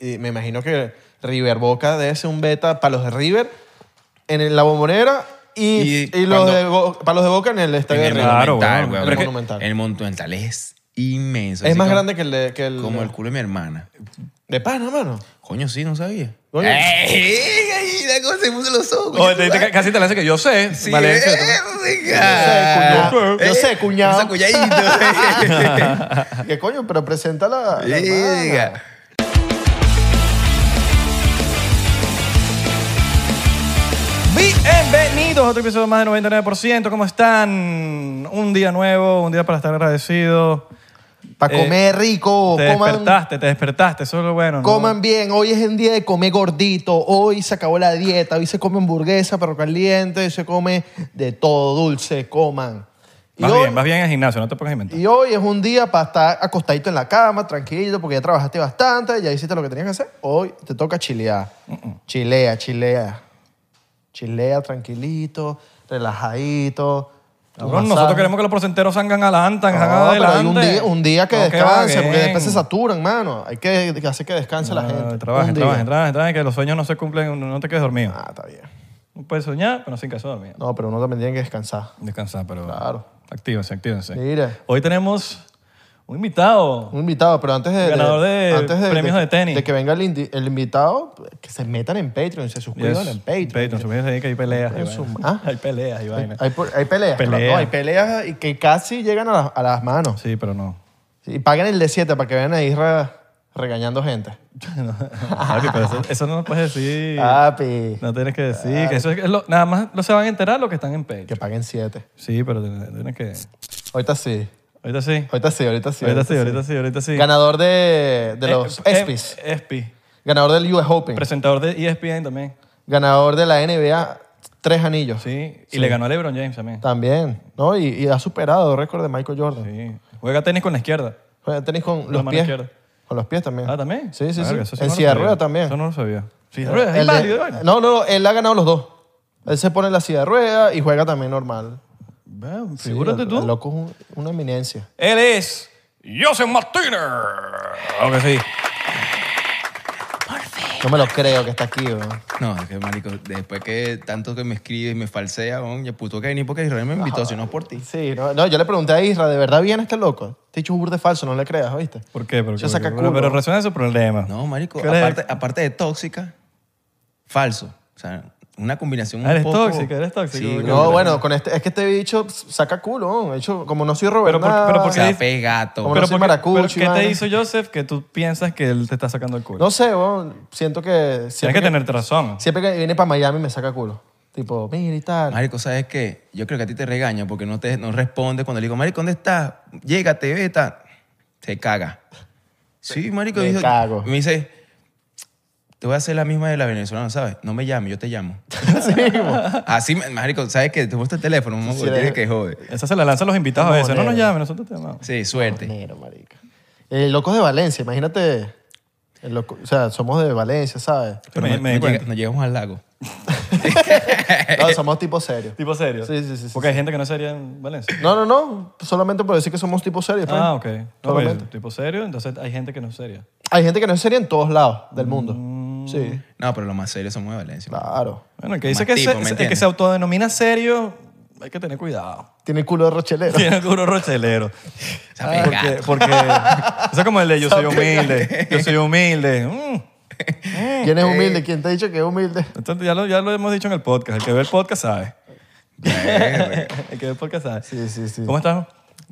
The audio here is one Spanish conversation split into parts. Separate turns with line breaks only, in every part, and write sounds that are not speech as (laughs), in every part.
Y me imagino que River Boca debe ser un beta para los de River en la bombonera y,
Y
y los
cuando-
de Bo- para los de Boca en el estadio
En
de
el
River.
Claro,
Monumental,
weón.
weón.
El
Pero es que
Monumental.
El Monumental es inmenso.
Es
así
más
como-
grande que el de... Que el,
Como el culo de mi hermana.
De pana, mano.
Coño, sí, no sabía.
Coño.
¡Ey! ¡Ay! La cosa se puso los ojos.
Oye, te- te- casi te la hace que yo sé.
Sí,
Vale,
eh, venga.
Yo sé, cuñado. Yo sé,
Eh,
cuñado. (laughs)
esa (laughs) cuñadito.
¿Qué coño? Pero presenta la... la
Venga.
hermana.
Bienvenidos a otro episodio más de 99%. ¿Cómo están? Un día nuevo, un día para estar agradecido.
Para
Eh,
comer rico.
Te
Oh, coman,
despertaste, te despertaste, eso es lo bueno. ¿no?
coman bien. Hoy es el día de comer gordito. Hoy se acabó la dieta. Hoy se come hamburguesa, perro caliente. Hoy se come de todo dulce. Coman. Y
Vas
hoy-
bien, vas bien al gimnasio, no te pongas a inventar.
Y hoy es un día para estar acostadito en la cama, tranquilito, porque ya trabajaste bastante, ya hiciste lo que tenías que hacer. Hoy te toca chilear. Chilea, chilea. Chilea tranquilito, relajadito. tu
Cabrón,
masaje.
nosotros queremos que los porcenteros salgan adelante,
No,
salgan
pero hay
adelante.
un día, un día que
No,
descanse,
vaguen.
porque después se saturan, mano. Hay que que hacer que descanse la
No,
gente.
Ah, Trabajen,
Un día.
trabajen, trabajen, trabajen, que los sueños no se cumplen, no te quedes dormido.
Ah, está bien.
No puedes soñar, pero sin caso dormido.
No, pero uno también tiene que descansar.
Descansar, pero.
Claro.
Actívense, actívense.
Mira.
Hoy tenemos un invitado.
Un invitado, pero antes de.
Ganador de
antes
premios de tenis.
De que venga el, indi- el invitado, que se metan en Patreon, se suscriban
Yes.
en Patreon.
Patreon, supongo que hay peleas. y
Pero su
vainas.
ma-
Hay peleas y vainas.
Hay, por- hay peleas.
Pelea.
claro, no, hay peleas y que casi llegan a, las- a las manos.
Sí, pero no. (laughs)
Y pagan el de 7 para que vean a Isra regañando gente.
No, papi, pero eso, eso no lo puedes decir.
Papi,
No tienes que decir. Que eso es- es lo- nada más lo se van a enterar los que están en
que
Patreon.
paguen 7.
Sí, pero tienes tienes que.
Ahorita sí.
Ahorita sí.
Ahorita sí, ahorita sí.
Ahorita sí, ahorita sí, ahorita sí.
Ganador de, de los
Eh, eh,
ESPYs.
ESPY.
Ganador del US Open.
Presentador de E ESPN también.
Ganador de la NBA. Tres anillos.
Sí. Y le ganó a LeBron James también.
También. ¿no? Y, y ha superado el récord de Michael Jordan.
Sí. Juega tenis con la izquierda.
Juega tenis con los
mano
pies.
izquierda.
Con los pies también.
Ah, también.
Sí, sí,
Verga,
sí.
eso
En
no lo
silla de
sabía.
ruedas también.
Eso no lo sabía. Sí,
Él
ruedas.
es- no, no, no, él ha ganado los dos. Él se pone en la silla de ruedas y juega también normal. Sí,
Figúrate
el-
tú.
El loco es un- una eminencia.
Él es Joseph Martínez. Claro que sí.
No me lo creo que está aquí, weón.
No, es que marico, después que tanto que me escribe y me falsea, weón, ya puto que venir porque Israel me
Ah.
invitó, si no es por ti.
Sí, no, no, yo le pregunté a Isra, ¿de verdad viene este loco? Te he dicho burde falso, no le creas, ¿oíste?
¿Por qué? Porque,
Yo saca
pero,
culo.
pero resuelve su problema.
No, marico,
¿Qué eres?
aparte, aparte de tóxica, falso. O sea, una combinación
Ah,
un
eres
poco...
tóxica, eres tóxica.
Sí,
Porque-
bro.
No, bueno, con este, es que este bicho saca culo, weón. De hecho, como no soy Robert
Pero por- pero
Nava,
por
O
qué
sea,
dices-
pegato.
Como no
Pero,
soy
¿por qué-
maracucho,
pero ¿qué
Iván?
te hizo Joseph que tú piensas que él te está sacando el culo?
No sé, weón. Siento que
Tienes
siempre
que
que,
tener razón.
siempre que viene para Miami me saca culo. Tipo, mira y tal.
Marico, ¿sabes qué? Yo creo que a ti te regaña porque no, te, no respondes cuando le digo, Marico, ¿dónde estás? Llégate, vete. Se caga. Sí, Marico.
Me
dijo-
cago.
Me dice, te voy a hacer la misma de la venezolana, ¿sabes? No me llames, yo
(laughs)
te llamo.
(laughs) Sí, weón.
Así, Marico, ¿sabes qué? Te muestro el teléfono, mamá,
sí, eh.
tienes
la-
que joder.
Esa se la lanzan los invitados a veces. No nos llamen, nosotros te llamamos.
Sí,
Este.
suerte.
Negro, marica. El loco es de Valencia, imagínate. El loco- o sea, somos de Valencia,
(laughs)
¿sabes?
Pero
me-
no, no
me di
llega-
cuenta.
no llegamos al lago.
No, Ah, somos tipo serios.
¿Tipo serio?
Sí, sí, sí, sí,
Porque hay gente que no sería en Valencia.
No, no, no. Solamente por decir que somos tipo serios. pues.
Ah, ok. No,
Solamente.
pues, tipo serio, entonces hay gente que no es seria.
Hay gente que no es seria en todos lados del mundo.
Mm.
Sí,
No, pero lo más serio somos de Valencia.
claro.
Bueno, el que dice que,
Más tipo,
se-
¿me
el que
entiendes?
se autodenomina serio, hay que tener cuidado.
Tiene el culo de rochelero.
(laughs) Tiene culo rochelero.
Esa pegada.
porque, porque eso es como el de yo soy humilde, yo soy humilde. Mm.
¿Quién es humilde? ¿Quién te ha dicho que es humilde?
Entonces, ya, lo, ya lo hemos dicho en el podcast. El que ve el podcast sabe.
Verga.
(laughs) El que ve el podcast sabe.
Sí, sí, sí.
¿Cómo estás?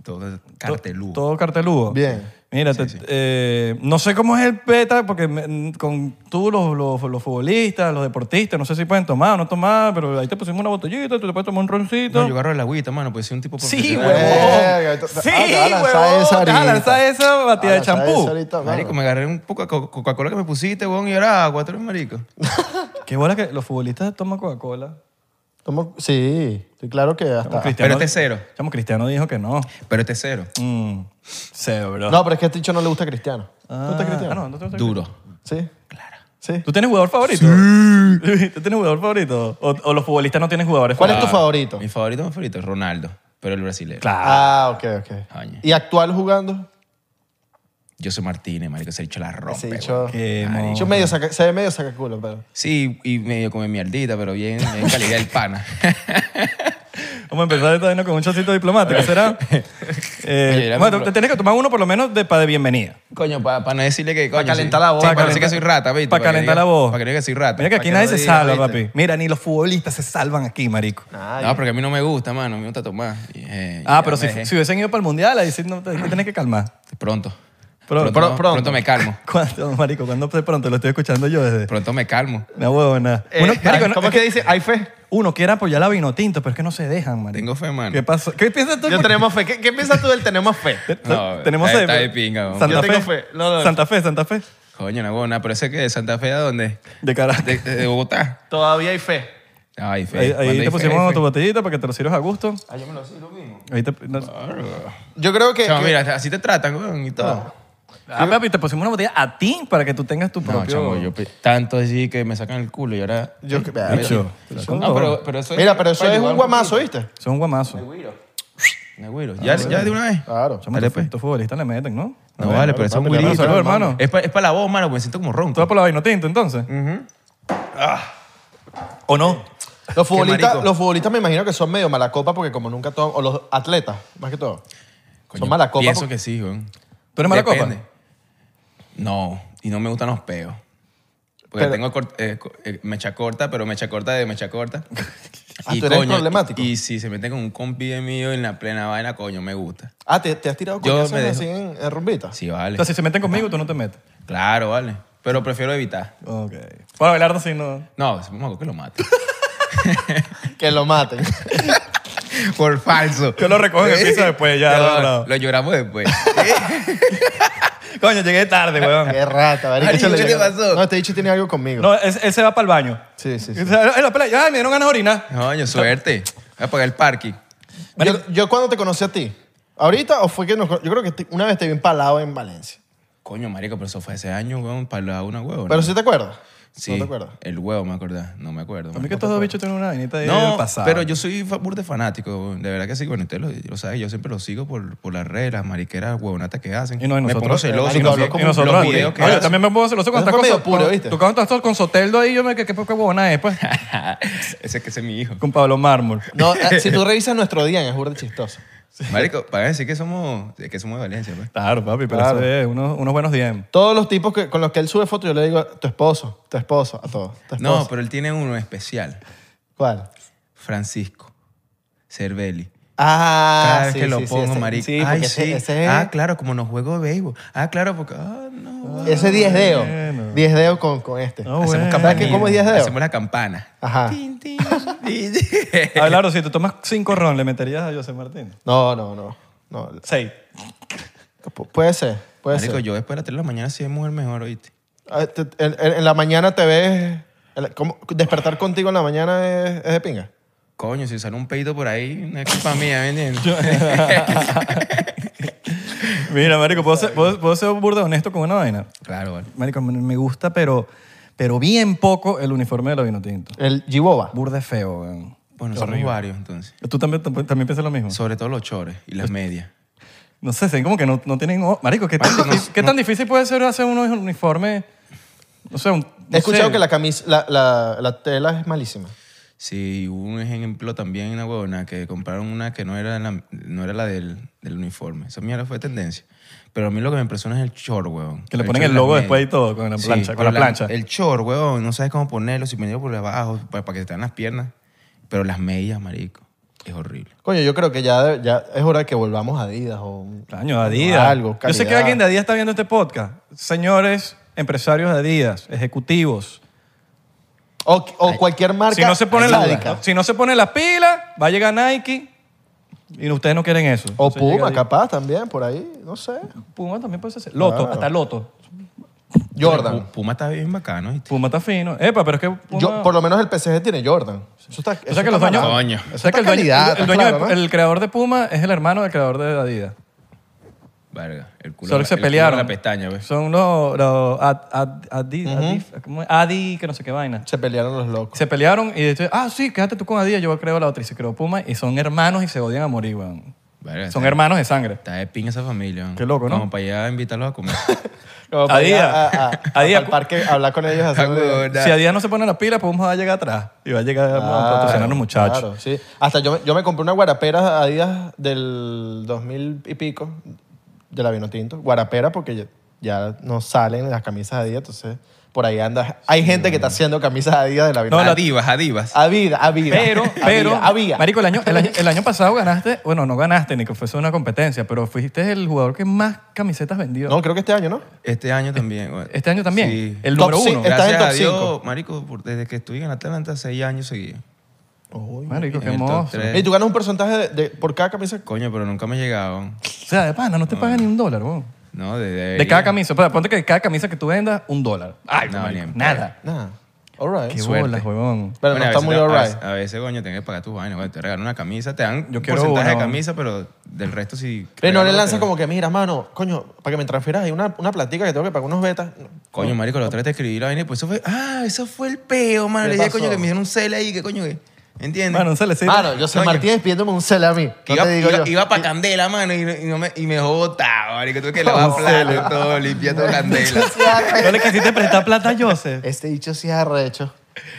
Todo carteludo.
Todo carteludo.
Bien.
Mira, te- eh, no sé cómo es el beta, porque me- con tú, los, los, los futbolistas, los deportistas, no sé si pueden tomar o no tomar, pero ahí te pusimos una botellita, tú te puedes tomar un roncito.
No, yo agarro el agüita, mano, pues soy un tipo
Sí,
profesional.
huevón.
Verga,
Sí,
ah, te vas a lanzar
huevón.
esa
Te vas a
ahorita.
lanzar esa batida de
Ah, ¿sabes eso
champú.
ahorita, mano?
Marico, me agarré un poco de co- Coca-Cola que me pusiste, weón, y era agua, tú eres marico.
Qué bola que los futbolistas toman Coca-Cola.
Tomo- Sí, estoy claro que hasta...
Pero este es cero.
Chamo, Cristiano dijo que no.
Pero este es cero.
Mm, cero, bro.
No, pero es que a este dicho no le gusta Cristiano. ¿No gusta Cristiano?
Ah, no, no te gusta
Duro.
Sí. Claro. Sí.
¿Tú tienes jugador favorito? (laughs) ¿Tú tienes jugador favorito? ¿O, o los futbolistas no tienen jugadores
¿Cuál es
favoritos?
tu favorito?
Mi favorito, mi favorito es Ronaldo, pero el brasileño.
Claro.
Ah, ok, ok.
Coño.
¿Y actual jugando?
José Martínez, marico, ese bicho la rompe.
Ese
weón.
bicho-
Qué
Marico.
Yo medio saca- se ve medio sacaculo, pero.
Sí, y medio come mierdita, pero bien,
(laughs)
en calidad el pana. (laughs)
Vamos a empezar esta vaina con un chocito diplomático,
(laughs)
¿será? Eh,
Oye, era
bueno,
mi-
te tenés que tomar uno por lo menos de, para de bienvenida.
Coño, para no decirle que. Para
calentar la voz.
Para
Pa'
parecer que
calentar-
soy rata, ¿viste?
pa'
que
calentar
diga-
la voz.
Para que diga que soy rata.
Mira que
Pa'
aquí
que
nadie
no
se
diga,
salva,
¿viste?
papi. Mira, ni los futbolistas se salvan aquí, marico.
Ay,
No, porque a mí no me gusta, mano. A mí me gusta tomar. Y, eh,
Ah,
ya
pero
me
si,
dejé.
si hubiesen ido para el mundial, ahí sí no, te- te tenés que calmar. (laughs)
Pronto. Pronto,
Pronto.
Pro- pronto.
pronto me calmo.
¿Cuándo, marico? ¿Cuándo de pronto? Lo estoy escuchando yo desde...
Pronto me calmo.
Una huevona.
eh,
Uno, marico, no-
¿Cómo es que dice? Hay fe.
uno quiere apoyar la vino tinto, pero es que no se dejan, marico.
Tengo fe, mano.
¿Qué pasó? ¿Qué piensas tú?
Yo tenemos fe. ¿Qué, qué piensas tú del tenemos fe?
No,
tenemos
está-
fe,
está
pero-
de pinga, vamos.
Santa
Yo
Fe.
tengo fe. No, no.
Santa Fe, Santa Fe.
Coño, no, bueno, pero ese que de Santa Fe, ¿a dónde?
De Caracas.
De, de- de Bogotá.
Todavía hay fe.
Ay, fe.
Ahí, ahí
¿Cuándo hay
te
fe?
pusimos
Hay
tu
fe.
botellita para que te lo sirvas a gusto.
Ah, yo me lo sé lo mismo.
Ahí te, no-
Ah.
Yo creo que.
Chamo,
que-
mira, así te tratan, weón, y todo.
Ah, papi, te pusimos una botella a ti para que tú tengas tu
No,
propio...
chamo, yo pe- tanto así que me sacan el culo y ahora...
yo que-
Bicho,
mira,
te la
No,
como.
pero, pero eso
mira, pero eso
Oye,
es un
igual-
guamazo, ¿viste?
Eso es un guamazo.
Negüiro. Negüiro.
Ah,
¿Ya, ¿Ya de una vez?
Claro.
Chamo,
Dale,
estos-
pues.
Estos futbolistas le meten, ¿no?
No, vale, pero eso es un
papi, le
guirito.
abrazo,
hermano.
Es para la voz, mano, porque me siento como
¿Tú vas
ronco.
por la vino tinto, entonces?
Mm.
Ah. ¿O no?
Los futbolistas,
marico.
los futbolistas me imagino que son medio mala copa porque como nunca toman, o los atletas, más que todo.
Coño,
son mala copa.
Pienso
porque-
que sí, weón.
¿Tú eres mala copa?
Depende. No, y no me gustan los peos. Porque
Pero-
tengo cort- eh, co- eh, mecha corta, pero mecha corta de mecha corta.
Ah, tú eres problemático.
Y, y si se meten con un compi de mío en la plena vaina, coño, me gusta.
Ah, ¿te, te has tirado
Yo
coñazos
me dejo.
así en, en rumbita?
Sí, vale.
Entonces, si se meten conmigo, tú no te metes.
claro, vale. Pero prefiero evitar.
Ok. Bueno, Belardo sí no...
No, vamos a que lo mate. (laughs)
Que lo maten. (laughs)
Por falso.
Yo lo recojo en el piso después, ya,
No,
logrado.
Lo lloramos después.
Coño, llegué tarde, weón.
(laughs) Qué rata, ¿vale?
Marico, ¿qué te pasó?
No, este bicho tiene algo conmigo.
No, él, él se va para el baño.
Sí, sí, sí.
O sea, él- él apenas- Ay, me dieron ganas de orinar.
Coño, suerte. Voy a pagar el parking.
Yo, yo cuando te conocí a ti, ¿ahorita o fue que nos, Yo creo que te- una vez te vi empalado en Valencia.
Coño, marico, pero eso fue ese año, weón, para la una huevo. ¿no?
Pero si te acuerdas.
sí,
¿No te acuerdas?
El huevo, me acordás. No me acuerdo.
A
marico.
mí que estos dos bichos tienen una vainita ahí del
No,
pasado.
pero yo soy fa- burda de fanático, weón. de verdad que sí, bueno, usted lo, lo sabe, yo siempre lo sigo por, por las redes, las mariqueras huevonatas que hacen.
Y no, y
me
nosotros-
pongo celoso,
eh,
y
marico,
los,
habló como
y nosotros
los
aquí.
videos que
Oye,
hacen.
también me puedo hacer los
Eso
cuantas
fue
cosas.
medio puro, ¿viste?
Tú cuando estás todo con Soteldo ahí, yo me quedé, qué poca huevona es,
(laughs)
pues.
Ese que ese es mi hijo.
Con Pablo Mármol.
No, eh, si
(laughs)
tú revisas nuestro día, es burda chistoso.
Marico, para decir que somos, que somos de Valencia, pues.
Claro, papi, pero
Claro.
eso es unos, unos
(laughs)
buenos DM.
Todos los tipos que, con los que él sube fotos, yo le digo, tu esposo, tu esposo, a todos. tu
No,
esposo".
pero él tiene uno especial,
¿Cuál?
Francisco Cervelli.
Ah,
Cada vez
sí,
que lo
sí, sí,
pongo,
ese-
marico.
Sí,
Ay,
porque ese-
sí.
Ese,
Ah, claro, como nos juego de béisbol. Ah, claro, porque. Ah, no.
ese 10 dedos.
bueno.
10 dedos con, con este.
No, bueno.
Hacemos
¿Sabes
campanita.
qué? ¿Cómo es 10 dedos?
Hacemos la campana. (laughs)
Ajá.
Tin, tin, tin.
Abelardo, si tú tomas cinco ron, ¿le meterías a José Martín?
No, no, no. no.
Seis.
Pu- Puede ser, puede
Marico,
ser.
yo después de las 3 de la mañana sí es mujer mejor, ¿oíste?
Ah, te- En, en- en la mañana te ves... en la- ¿cómo? Despertar contigo en la mañana es, es de pinga.
Coño, si sale un peito por ahí, no es culpa mía, ¿me entiendes?
Mira, marico, ¿puedo ser, puedo, puedo ser burda honesto con una vaina?
(laughs) claro, vale.
Marico, me me gusta, pero, pero bien poco el uniforme de la Vinotinto.
El Jiboba.
Burda es feo, weón.
Bueno, somos varios, entonces.
¿Tú también, también también piensas lo mismo?
Sobre todo los chores y
Pues-
las medias.
No sé, se ven como que no, no tienen... o- Marico, ¿qué tan,
Marico, no-
difícil, ¿qué tan difícil puede ser hacer uno un uniforme? No sé, un... no
He escuchado
sé.
que la, camisa, la, la, la tela es malísima.
Sí, hubo un ejemplo también en una huevona que compraron una que no era la, no era la del, del uniforme. Esa mierda fue tendencia. Pero a mí lo que me impresiona es el chor, huevón.
Que le ponen
chor
el
y las
logo
medias.
después y todo, con la plancha, con
pero
la plancha.
El chor, huevón, no sabes cómo ponerlo, si ponerlo por abajo, para, para que te den las piernas. Pero las medias, marico, es horrible.
Coño, yo creo que ya, ya es hora de que volvamos a Adidas o... un-
Coño, Adidas.
Algo,
Yo sé que
calidad.
alguien de Adidas está viendo este podcast. Señores empresarios de Adidas, ejecutivos.
O, o cualquier marca
Si no, se pone
sádica.
la, si no se pone la pila, va a llegar Nike y ustedes no quieren eso.
O
Entonces llega
Puma,
Adidas.
capaz, también, por ahí, no sé.
Puma también puede ser. Loto,
Claro.
hasta Loto.
Jordan.
Pu- Puma está bien bacano, ¿viste?
Puma está fino. Epa, pero es que Puma...
Yo, por lo menos el PSG tiene Jordan. Eso está,
o sea que los dueños...
barato. Coño.
O sea que el dueño, el, el dueño de- el creador de Puma es el hermano del creador de Adidas.
Verga, el culo.
Solo que
de la-
se
el culo de
pelearon.
la pestaña, pues. ¿ves?
Son los... los ad- ad- adi- adif- ¿cómo es? Adi, que no sé qué vaina.
Se pelearon los locos.
Se pelearon y dice, ah, sí, quédate tú con Adidas, yo creo la otra. Y se creó Puma y son hermanos y se odian a morir, weón.
Verga,
Son
está-
hermanos de sangre.
Está de pin esa familia. ¿no?
Qué loco, ¿no?
Como para allá invitarlos a
(laughs)
comer. (laughs)
Como para ir
Adidas.
a- a- a-
Adidas.
Al parque, a hablar con ellos.
Ah,
hacer un-
huevona.
Si a día no se pone la pila, podemos a llegar atrás. Y va a llegar a patrocinar a los muchachos.
Claro, sí. Hasta yo, me- yo me compré una guarapera Adidas del 2000 y pico de la Vinotinto. Guarapera porque ya, ya no salen las camisas Adidas, entonces por ahí anda. Hay gente que está haciendo camisas Adidas de la
No,
Vinotinto.
la- Ah.
a divas, a divas.
Adidas, Adidas.
Pero,
Adidas,
pero,
Adidas.
Marico, el año, el, año, el año pasado ganaste, bueno, no ganaste ni que fuese una competencia, pero fuiste el jugador que más camisetas vendió.
No, creo que este año, ¿no?
Este año también. güey.
Este año también.
Sí.
El
Top
número
sí,
uno.
eh, Estás en
Gracias a
top
Dios,
cinco.
marico, por- desde que estuve en Atlanta, seis años seguidos.
Marico, qué
en el top
hermoso.
tres.
Y tú ganas un porcentaje de, de- por cada camisa.
Coño, pero nunca me llegaban.
O sea, de pana, no te pagan ni un dólar, weón.
No, de,
De cada camisa. Pero ponte que de cada camisa que tú vendas, un dólar. Ay,
Eh. No,
marico,
ni en
nada.
Nada. All right.
Qué
Suerte.
bolas, huevón.
Pero no
Bueno, a
está
veces
muy
te-
all
a
right.
veces- A veces, coño, tienes que pagar tus vainas. Bueno, te regalan una camisa, te dan
Yo
un
quiero
porcentaje
una,
de
weón.
camisa, pero del resto sí.
Pero no le
regalan,
lanzas
pero-
como que, mira, mano, coño, para que me transfieras hay una, una platica que tengo que pagar unos betas. Oh.
Coño, marico, la otra vez te escribí la vaina y pues eso fue... Ah, eso fue el peo, mano.
¿Qué
Le dije,
pasó?
coño, que me hicieron un cel ahí, que coño, que... ¿Entiendes?
Bueno, se le sirve.
Mano, yo soy
Coño.
Martínez pidiéndome un cel a mí.
Que
No
iba,
te digo yo.
para Candela, mano, y, no- y no me, y me dejó botado, marico. Tuve que lavar
No,
plato, todo, limpiar todo Candela.
No le quisiste prestar plata a Joseph.
Este dicho sí es arrecho.